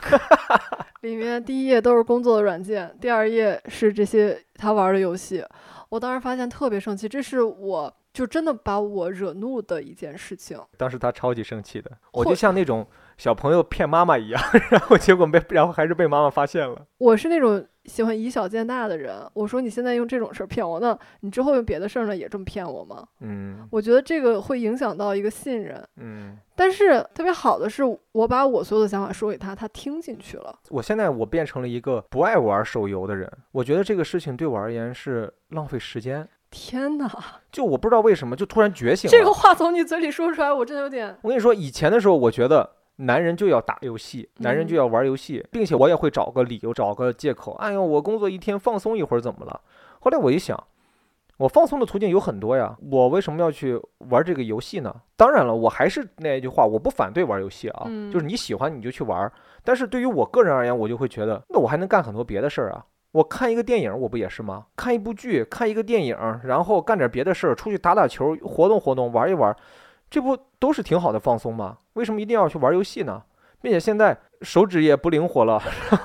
[SPEAKER 2] 里 面第一页都是工作的软件，第二页是这些他玩儿的游戏。我当时发现特别生气，这是我就真的把我惹怒的一件事情。
[SPEAKER 1] 当时他超级生气的，我
[SPEAKER 2] 或
[SPEAKER 1] 就像那种小朋友骗妈妈一样， 然后结果被，然后还是被妈妈发现了，
[SPEAKER 2] 我是那种喜欢以小见大的人，我说你现在用这种事儿骗我，那你之后用别的事儿呢也这么骗我吗？
[SPEAKER 1] 嗯
[SPEAKER 2] 我觉得这个会影响到一个信任。
[SPEAKER 1] 嗯。
[SPEAKER 2] 但是特别好的是，我把我所有的想法说给他，他听进去了。
[SPEAKER 1] 我现在我变成了一个不爱玩手游的人，我觉得这个事情对我而言是浪费时间，
[SPEAKER 2] 天哪，
[SPEAKER 1] 就我不知道为什么就突然觉醒了。
[SPEAKER 2] 这个话从你嘴里说出来，我真的有点……
[SPEAKER 1] 我跟你说，以前的时候，我觉得男人就要打游戏，男人就
[SPEAKER 2] 嗯
[SPEAKER 1] 要玩游戏，并且我也会找个理由，找个借口。哎呦，我工作一天，放松一会儿怎么了？后来我一想，我放松的途径有很多呀，我为什么要去玩这个游戏呢？当然了，我还是那一句话，我不反对玩游戏啊，
[SPEAKER 2] 嗯
[SPEAKER 1] 就是你喜欢你就去玩儿。但是对于我个人而言，我就会觉得，那我还能干很多别的事儿啊。我看一个电影，我不也是吗？看一部剧，看一个电影，然后干点别的事儿，出去打打球，活动活动，玩一玩，这不都是挺好的放松吗？为什么一定要去玩游戏呢？并且现在手指也不灵活了，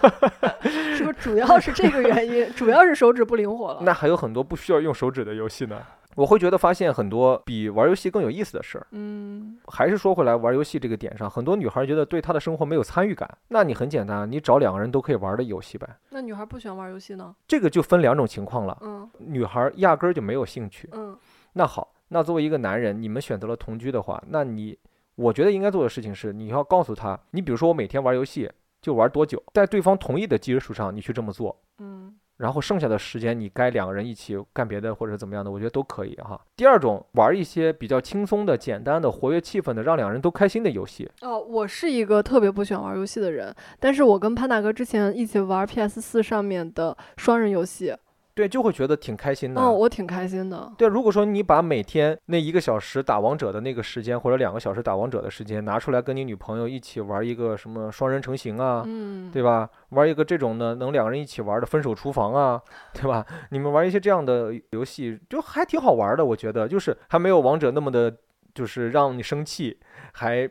[SPEAKER 2] 是不是主要是这个原因？主要是手指不灵活了。
[SPEAKER 1] 那还有很多不需要用手指的游戏呢。我会觉得发现很多比玩游戏更有意思的事儿。
[SPEAKER 2] 嗯，
[SPEAKER 1] 还是说回来，玩游戏这个点上，很多女孩觉得对她的生活没有参与感。那你很简单，你找两个人都可以玩的游戏呗。
[SPEAKER 2] 那女孩不喜欢玩游戏呢？
[SPEAKER 1] 这个就分两种情况了，
[SPEAKER 2] 嗯
[SPEAKER 1] 女孩压根儿就没有兴趣。
[SPEAKER 2] 嗯
[SPEAKER 1] 那好，那作为一个男人，你们选择了同居的话，那你我觉得应该做的事情是，你要告诉他，你比如说我每天玩游戏就玩多久，在对方同意的基础上，你去这么做。
[SPEAKER 2] 嗯
[SPEAKER 1] 然后剩下的时间，你该两个人一起干别的或者怎么样的，我觉得都可以哈。第二种，玩一些比较轻松的、简单的、活跃气氛的，让两人都开心的游戏。
[SPEAKER 2] 哦，我是一个特别不喜欢玩游戏的人，但是我跟潘大哥之前一起玩 PS 四上面的双人游戏，
[SPEAKER 1] 对，就会觉得挺开心的。
[SPEAKER 2] 嗯，我挺开心的。
[SPEAKER 1] 对，如果说你把每天那一个小时打王者的那个时间，或者两个小时打王者的时间拿出来，跟你女朋友一起玩一个什么双人成行啊，
[SPEAKER 2] 嗯，
[SPEAKER 1] 对吧？玩一个这种呢，能两个人一起玩的分手厨房啊，对吧？你们玩一些这样的游戏，就还挺好玩的，我觉得，就是还没有王者那么的，就是让你生气，还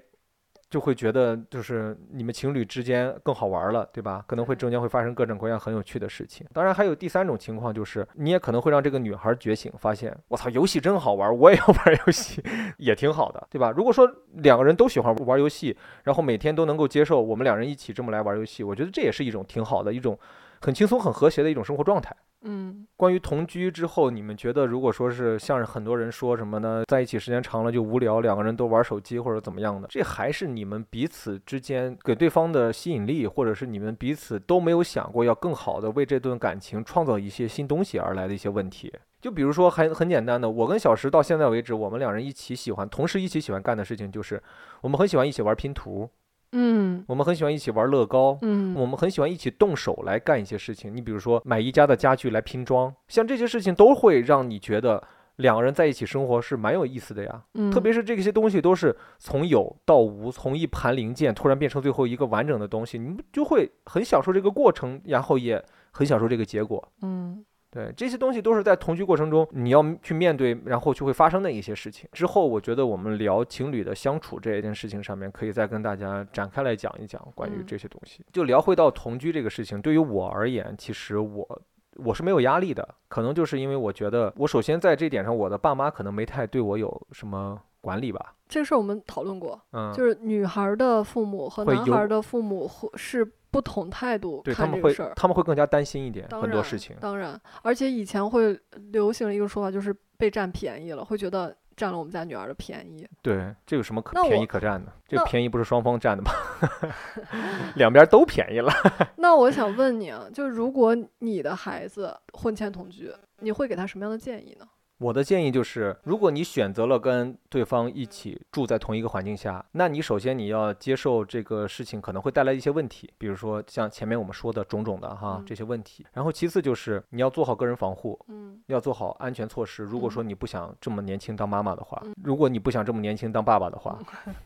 [SPEAKER 1] 就会觉得就是你们情侣之间更好玩了，对吧？可能会中间会发生各种各样很有趣的事情。当然，还有第三种情况就是，你也可能会让这个女孩觉醒，发现我操，游戏真好玩，我也要玩游戏， 也挺好的，对吧？如果说两个人都喜欢玩游戏，然后每天都能够接受我们两人一起这么来玩游戏，我觉得这也是一种挺好的一种很轻松、很和谐的一种生活状态。
[SPEAKER 2] 嗯，
[SPEAKER 1] 关于同居之后，你们觉得如果说是像很多人说什么呢，在一起时间长了就无聊，两个人都玩手机或者怎么样的，这还是你们彼此之间给对方的吸引力，或者是你们彼此都没有想过要更好的为这段感情创造一些新东西而来的一些问题。就比如说很很简单的，我跟小石到现在为止，我们两人一起喜欢，同时一起喜欢干的事情就是，我们很喜欢一起玩拼图，
[SPEAKER 2] 嗯
[SPEAKER 1] 我们很喜欢一起玩乐高，
[SPEAKER 2] 嗯
[SPEAKER 1] 我们很喜欢一起动手来干一些事情。你比如说买宜家的家具来拼装，像这些事情都会让你觉得两个人在一起生活是蛮有意思的呀。
[SPEAKER 2] 嗯，
[SPEAKER 1] 特别是这些东西都是从有到无，从一盘零件突然变成最后一个完整的东西，你们就会很享受这个过程，然后也很享受这个结果。
[SPEAKER 2] 嗯
[SPEAKER 1] 对，这些东西都是在同居过程中你要去面对，然后就会发生的一些事情。之后，我觉得我们聊情侣的相处这一件事情上面，可以再跟大家展开来讲一讲关于
[SPEAKER 2] 嗯
[SPEAKER 1] 这些东西。就聊回到同居这个事情，对于我而言，其实我。我是没有压力的，可能就是因为我觉得，我首先在这点上，我的爸妈可能没太对我有什么管理吧，
[SPEAKER 2] 这个事儿我们讨论过，
[SPEAKER 1] 嗯，
[SPEAKER 2] 就是女孩儿的父母和
[SPEAKER 1] 会
[SPEAKER 2] 男
[SPEAKER 1] 有
[SPEAKER 2] 孩儿的父母会是不同态度
[SPEAKER 1] 对他
[SPEAKER 2] 看
[SPEAKER 1] 们
[SPEAKER 2] 这个
[SPEAKER 1] 会
[SPEAKER 2] 事儿。
[SPEAKER 1] 他们会更加担心一点
[SPEAKER 2] 当
[SPEAKER 1] 很多
[SPEAKER 2] 然
[SPEAKER 1] 事情，
[SPEAKER 2] 当然，而且以前会流行一个说法，就是被占便宜了，会觉得占了我们家女儿的便宜。
[SPEAKER 1] 对，这有什么可
[SPEAKER 2] 那
[SPEAKER 1] 便
[SPEAKER 2] 我
[SPEAKER 1] 宜可占的？这个
[SPEAKER 2] 那
[SPEAKER 1] 便宜不是双方占的吗？ 两边都便宜了。
[SPEAKER 2] 那我想问你啊，就如果你的孩子婚前同居，你会给他什么样的建议呢？
[SPEAKER 1] 我的建议就是，如果你选择了跟对方一起住在同一个环境下，那你首先你要接受这个事情可能会带来一些问题，比如说像前面我们说的种种的哈
[SPEAKER 2] 嗯
[SPEAKER 1] 这些问题。然后其次就是你要做好个人防护，
[SPEAKER 2] 嗯
[SPEAKER 1] 要做好安全措施。如果说你不想这么年轻当妈妈的话
[SPEAKER 2] 嗯，
[SPEAKER 1] 如果你不想这么年轻当爸爸的话，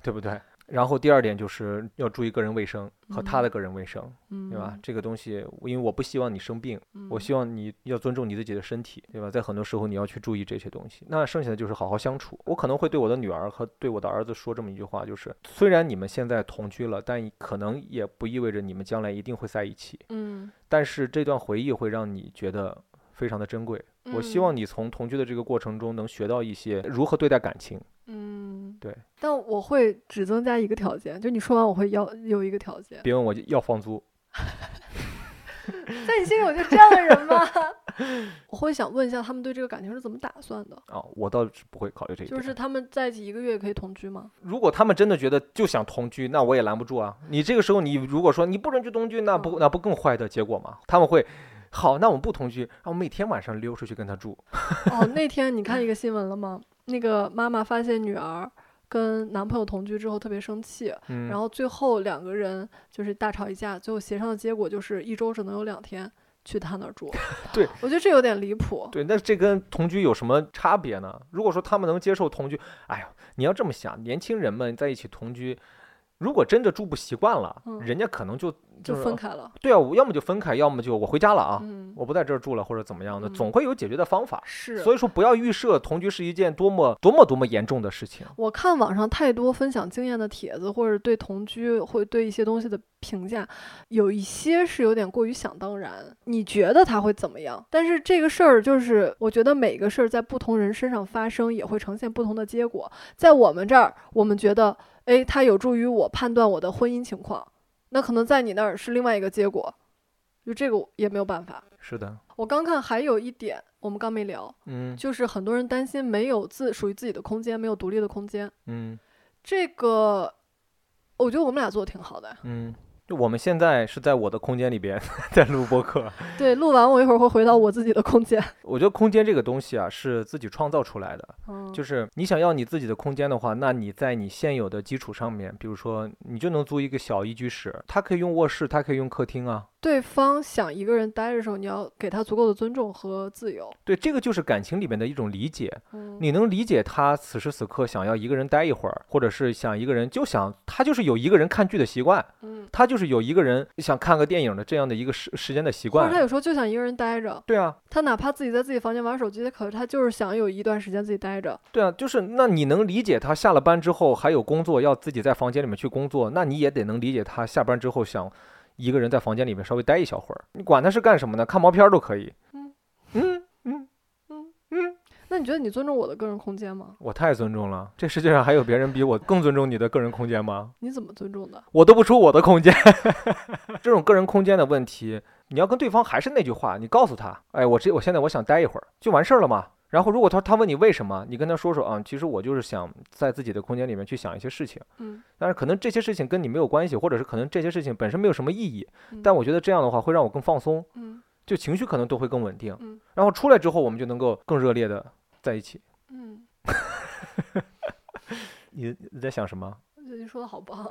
[SPEAKER 1] 对不对？然后第二点就是要注意个人卫生和他的个人卫生，
[SPEAKER 2] 嗯，
[SPEAKER 1] 对吧？？这个东西，因为我不希望你生病，我希
[SPEAKER 2] 望
[SPEAKER 1] 望你要尊重你自己的身体，对吧？在很多时候你要去注意这些东西。那剩下的就是好好相处。我可能会对我的女儿和对我的儿子说这么一句话，就是虽然你们现在同居了，但可能也不意味着你们将来一定会在一起。
[SPEAKER 2] 嗯，
[SPEAKER 1] 但是这段回忆会让你觉得非常的珍贵。我希望
[SPEAKER 2] 你
[SPEAKER 1] 你从同居的这个过程中能学到一些如何对待感情。
[SPEAKER 2] 嗯
[SPEAKER 1] 对。
[SPEAKER 2] 但我会只增加一个条件，就你说完我会要有一个条件，
[SPEAKER 1] 别问我要房租，
[SPEAKER 2] 在你心里我就这样的人 吗？ 我会想问一下他们对这个感情是怎么打算的，
[SPEAKER 1] 啊、我倒是不会考虑这一点。
[SPEAKER 2] 就是他们在一起一个月可以同 居吗？
[SPEAKER 1] 如果他们真的觉得就想同居，那我也拦不住啊。你这个时候，你如果说你不准去同居，那不
[SPEAKER 2] 嗯
[SPEAKER 1] 那不更坏的结果吗？他们会，好，那我们不同居，然后每天晚上溜出去跟他住。
[SPEAKER 2] 哦，那天你看一个新闻了吗？那个妈妈发现女儿跟男朋友同居之后特别生气，
[SPEAKER 1] 嗯，。
[SPEAKER 2] 然后最后两个人就是大吵一架，最后协商的结果就是一周只能有两天去他那儿住
[SPEAKER 1] 对，
[SPEAKER 2] 我觉得这有点离谱。
[SPEAKER 1] 对，那这跟同居有什么差别呢？如果说他们能接受同居，哎呀，你要这么想，年轻人们在一起同居，如果真的住不习惯了，
[SPEAKER 2] 嗯
[SPEAKER 1] 人家可能就
[SPEAKER 2] 就是分开了。
[SPEAKER 1] 对啊，我要么就分开，要么就我回家了啊，
[SPEAKER 2] 嗯，
[SPEAKER 1] 我不在这儿住了，或者怎么样的，
[SPEAKER 2] 嗯
[SPEAKER 1] 总会有解决的方法。
[SPEAKER 2] 是。
[SPEAKER 1] 所以说，不要预设同居是一件多么多么多么严重的事情。
[SPEAKER 2] 我看网上太多分享经验的帖子，或者对同居会对一些东西的评价，有一些是有点过于想当然。你觉得他会怎么样？但是这个事儿就是，我觉得每个事儿在不同人身上发生，也会呈现不同的结果。在我们这儿，我们觉得，诶，它有助于我判断我的婚姻情况，那可能在你那儿是另外一个结果，就这个我也没有办法。
[SPEAKER 1] 是的，
[SPEAKER 2] 我刚看还有一点我们刚没聊，
[SPEAKER 1] 嗯
[SPEAKER 2] 就是很多人担心没有自属于自己的空间，没有独立的空间。
[SPEAKER 1] 嗯
[SPEAKER 2] 这个，我觉得我们俩做的挺好的。
[SPEAKER 1] 嗯，就我们现在是在我的空间里边在录播客，
[SPEAKER 2] 对，录完我一会儿会回到我自己的空 间。
[SPEAKER 1] 我觉得空间这个东西啊是自己创造出来的，
[SPEAKER 2] 嗯，
[SPEAKER 1] 就是你想要你自己的空间的话，那你在你现有的基础上面，比如说你就能租一个小一居室，它可以用卧室，它可以用客厅啊。
[SPEAKER 2] 对方想一个人待着的时候，你要给他足够的尊重和自由。
[SPEAKER 1] 对，这个就是感情里面的一种理解，
[SPEAKER 2] 嗯，
[SPEAKER 1] 你能理解他此时此刻想要一个人待一会儿，或者是想一个人就想他就是有一个人看剧的习惯，
[SPEAKER 2] 嗯，
[SPEAKER 1] 他就是有一个人想看个电影的这样的一个时时间的习
[SPEAKER 2] 或者他
[SPEAKER 1] 惯。
[SPEAKER 2] 有时候就想一个人待着，
[SPEAKER 1] 对啊，
[SPEAKER 2] 他哪怕自己在自己房间玩手机，可是他就是想有一段时间自己待着。
[SPEAKER 1] 对啊，就是那你能理解他下了班之后还有工作要自己在房间里面去工作，那你也得能理解他下班之后想一个人在房间里面稍微待一小会儿。你管他是干什么呢？看毛片儿都可以。
[SPEAKER 2] 嗯
[SPEAKER 1] 嗯，
[SPEAKER 2] 那你觉得你尊重我的个人空间吗？
[SPEAKER 1] 我太尊重了，这世界上还有别人比我更尊重你的个人空间吗？
[SPEAKER 2] 你怎么尊重的？
[SPEAKER 1] 我都不出我的空间， 这种个人空间的问题，你要跟对方还是那句话，你告诉他，哎，我这我现在我想待一会儿，就完事儿了嘛。然后如果他他问你为什么，你跟他说说啊，其实我就是想在自己的空间里面去想一些事情。
[SPEAKER 2] 嗯，
[SPEAKER 1] 但是可能这些事情跟你没有关系，或者是可能这些事情本身没有什么意义，
[SPEAKER 2] 嗯
[SPEAKER 1] 但我觉得这样的话会让我更放松，
[SPEAKER 2] 嗯
[SPEAKER 1] 就情绪可能都会更稳定。
[SPEAKER 2] 嗯
[SPEAKER 1] 然后出来之后，我们就能够更热烈的在一起。
[SPEAKER 2] 嗯，
[SPEAKER 1] 你你在想什么？
[SPEAKER 2] 我觉得你说的好棒。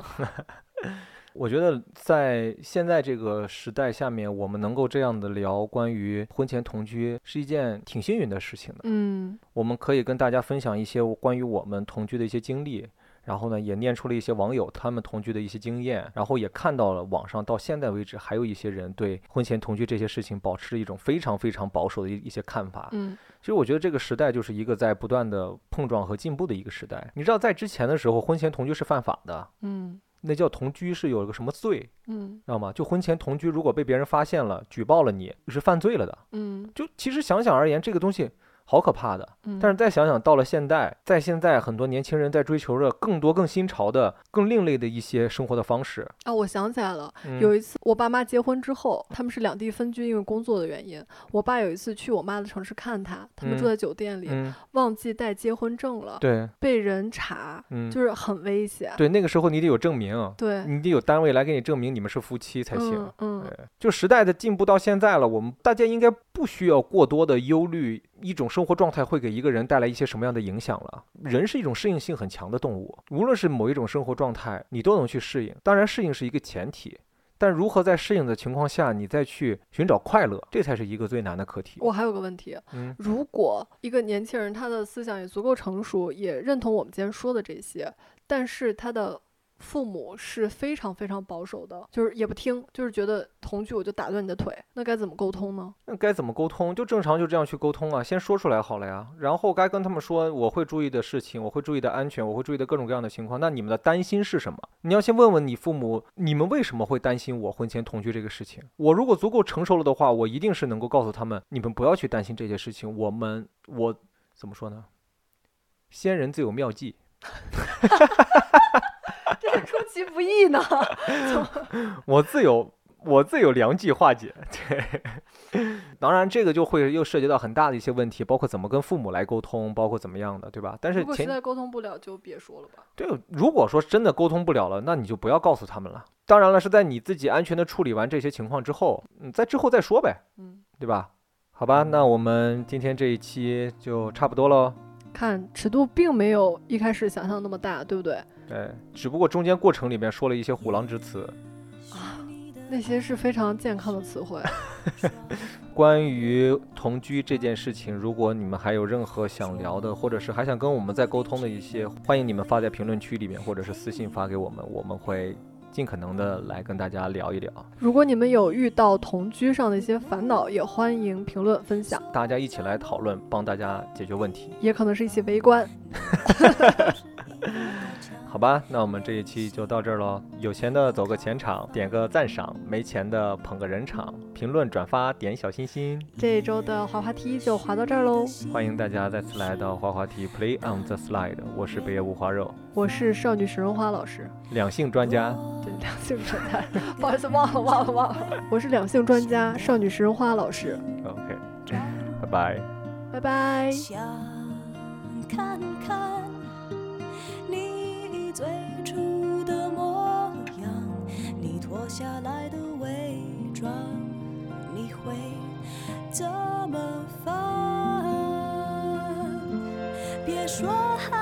[SPEAKER 1] 我觉得在现在这个时代下面，我们能够这样的聊关于婚前同居是一件挺幸运的事情的。
[SPEAKER 2] 嗯
[SPEAKER 1] 我们可以跟大家分享一些我关于我们同居的一些经历，然后呢，也念出了一些网友他们同居的一些经验，然后也看到了网上到现在为止还有一些人对婚前同居这些事情保持着一种非常非常保守的一一些看法。
[SPEAKER 2] 嗯
[SPEAKER 1] 其实我觉得这个时代就是一个在不断的碰撞和进步的一个时代。你知道，在之前的时候，婚前同居是犯法的，
[SPEAKER 2] 嗯
[SPEAKER 1] 那叫同居是有一个什么罪，
[SPEAKER 2] 嗯
[SPEAKER 1] 知道吗？就婚前同居，如果被别人发现了，举报了你，是犯罪了的。
[SPEAKER 2] 嗯
[SPEAKER 1] 就其实想想而言，这个东西好可怕的。
[SPEAKER 2] 嗯，
[SPEAKER 1] 但是再想想，到了现代，在现在很多年轻人在追求着更多、更新潮的、更另类的一些生活的方式。
[SPEAKER 2] 啊，我想起来了，
[SPEAKER 1] 嗯
[SPEAKER 2] 有一次我爸妈结婚之后，他们是两地分居，因为工作的原因。我爸有一次去我妈的城市看她，他们
[SPEAKER 1] 嗯
[SPEAKER 2] 住在酒店里，
[SPEAKER 1] 嗯，
[SPEAKER 2] 忘记带结婚证了，
[SPEAKER 1] 对，
[SPEAKER 2] 被人查，
[SPEAKER 1] 嗯，
[SPEAKER 2] 就是很危险。
[SPEAKER 1] 对，那个时候你得有证明，
[SPEAKER 2] 对，
[SPEAKER 1] 你得有单位来给你证明你们是夫妻才行。
[SPEAKER 2] 嗯嗯
[SPEAKER 1] 对，就时代的进步到现在了，我们大家应该不需要过多的忧虑一种生活状态会给一个人带来一些什么样的影响了。人是一种适应性很强的动物，无论是某一种生活状态，你都能去适应。当然，适应是一个前提，但如何在适应的情况下，你再去寻找快乐，这才是一个最难的课题。
[SPEAKER 2] 我还有个问题，
[SPEAKER 1] 嗯
[SPEAKER 2] 如果一个年轻人他的思想也足够成熟，也认同我们今天说的这些，但是他的父母是非常非常保守的，就是也不听，就是觉得同居我就打断你的腿，那该怎么沟通 呢？
[SPEAKER 1] 那该怎么沟通？就正常就这样去沟通啊，先说出来好了呀。然后该跟他们说我会注意的事情，我会注意的安全，我会注意的各种各样的情况。那你们的担心是什么？你要先问问你父母，你们为什么会担心我婚前同居这个事情？我如果足够成熟了的话，我一定是能够告诉他们，你们不要去担心这些事情。我们我怎么说呢？先人自有妙计。
[SPEAKER 2] 这是出其不意呢。
[SPEAKER 1] 我自有我自有良计化解。对， 当然这个就会又涉及到很大的一些问题，包括怎么跟父母来沟通，包括怎么样的，对吧？但是
[SPEAKER 2] 如果实
[SPEAKER 1] 呃前
[SPEAKER 2] 在沟通不了，就别说了吧。
[SPEAKER 1] 对，如果说真的沟通不了了，那你就不要告诉他们了。当然了，是在你自己安全的处理完这些情况之后，嗯，在之后再说呗，
[SPEAKER 2] 嗯，
[SPEAKER 1] 对吧？好吧，那我们今天这一期就差不多喽。
[SPEAKER 2] 看尺度并没有一开始想象那么大，对不对？
[SPEAKER 1] 对，哎只不过中间过程里面说了一些虎狼之词，
[SPEAKER 2] 啊那些是非常健康的词汇。
[SPEAKER 1] 关于同居这件事情，如果你们还有任何想聊的，或者是还想跟我们再沟通的一些，欢迎你们发在评论区里面，或者是私信发给我们，我们会尽可能的来跟大家聊一聊，
[SPEAKER 2] 如果你们有遇到同居上的一些烦恼，也欢迎评论分享，
[SPEAKER 1] 大家一起来讨论，帮大家解决问题，
[SPEAKER 2] 也可能是一起围观。
[SPEAKER 1] 好吧？那我们这一期就到这儿喽，有钱的走个前场，点个赞赏；没钱的捧个人场，评论、转发、点小心心。
[SPEAKER 2] 这一周的滑滑梯就滑到这儿喽，
[SPEAKER 1] 欢迎大家再次来到滑滑梯 Play on the Slide，我是北野无花肉，
[SPEAKER 2] 我是少女石荣花老师，
[SPEAKER 1] 两性专家。
[SPEAKER 2] 对，两性专家， 不好意思，忘了忘了忘了，我是两性专家少女石荣花老师。
[SPEAKER 1] OK，拜拜。
[SPEAKER 3] 我
[SPEAKER 2] 拜拜。
[SPEAKER 3] 想看看你最初的模样，你脱下来的伪装，你会怎么放？别说还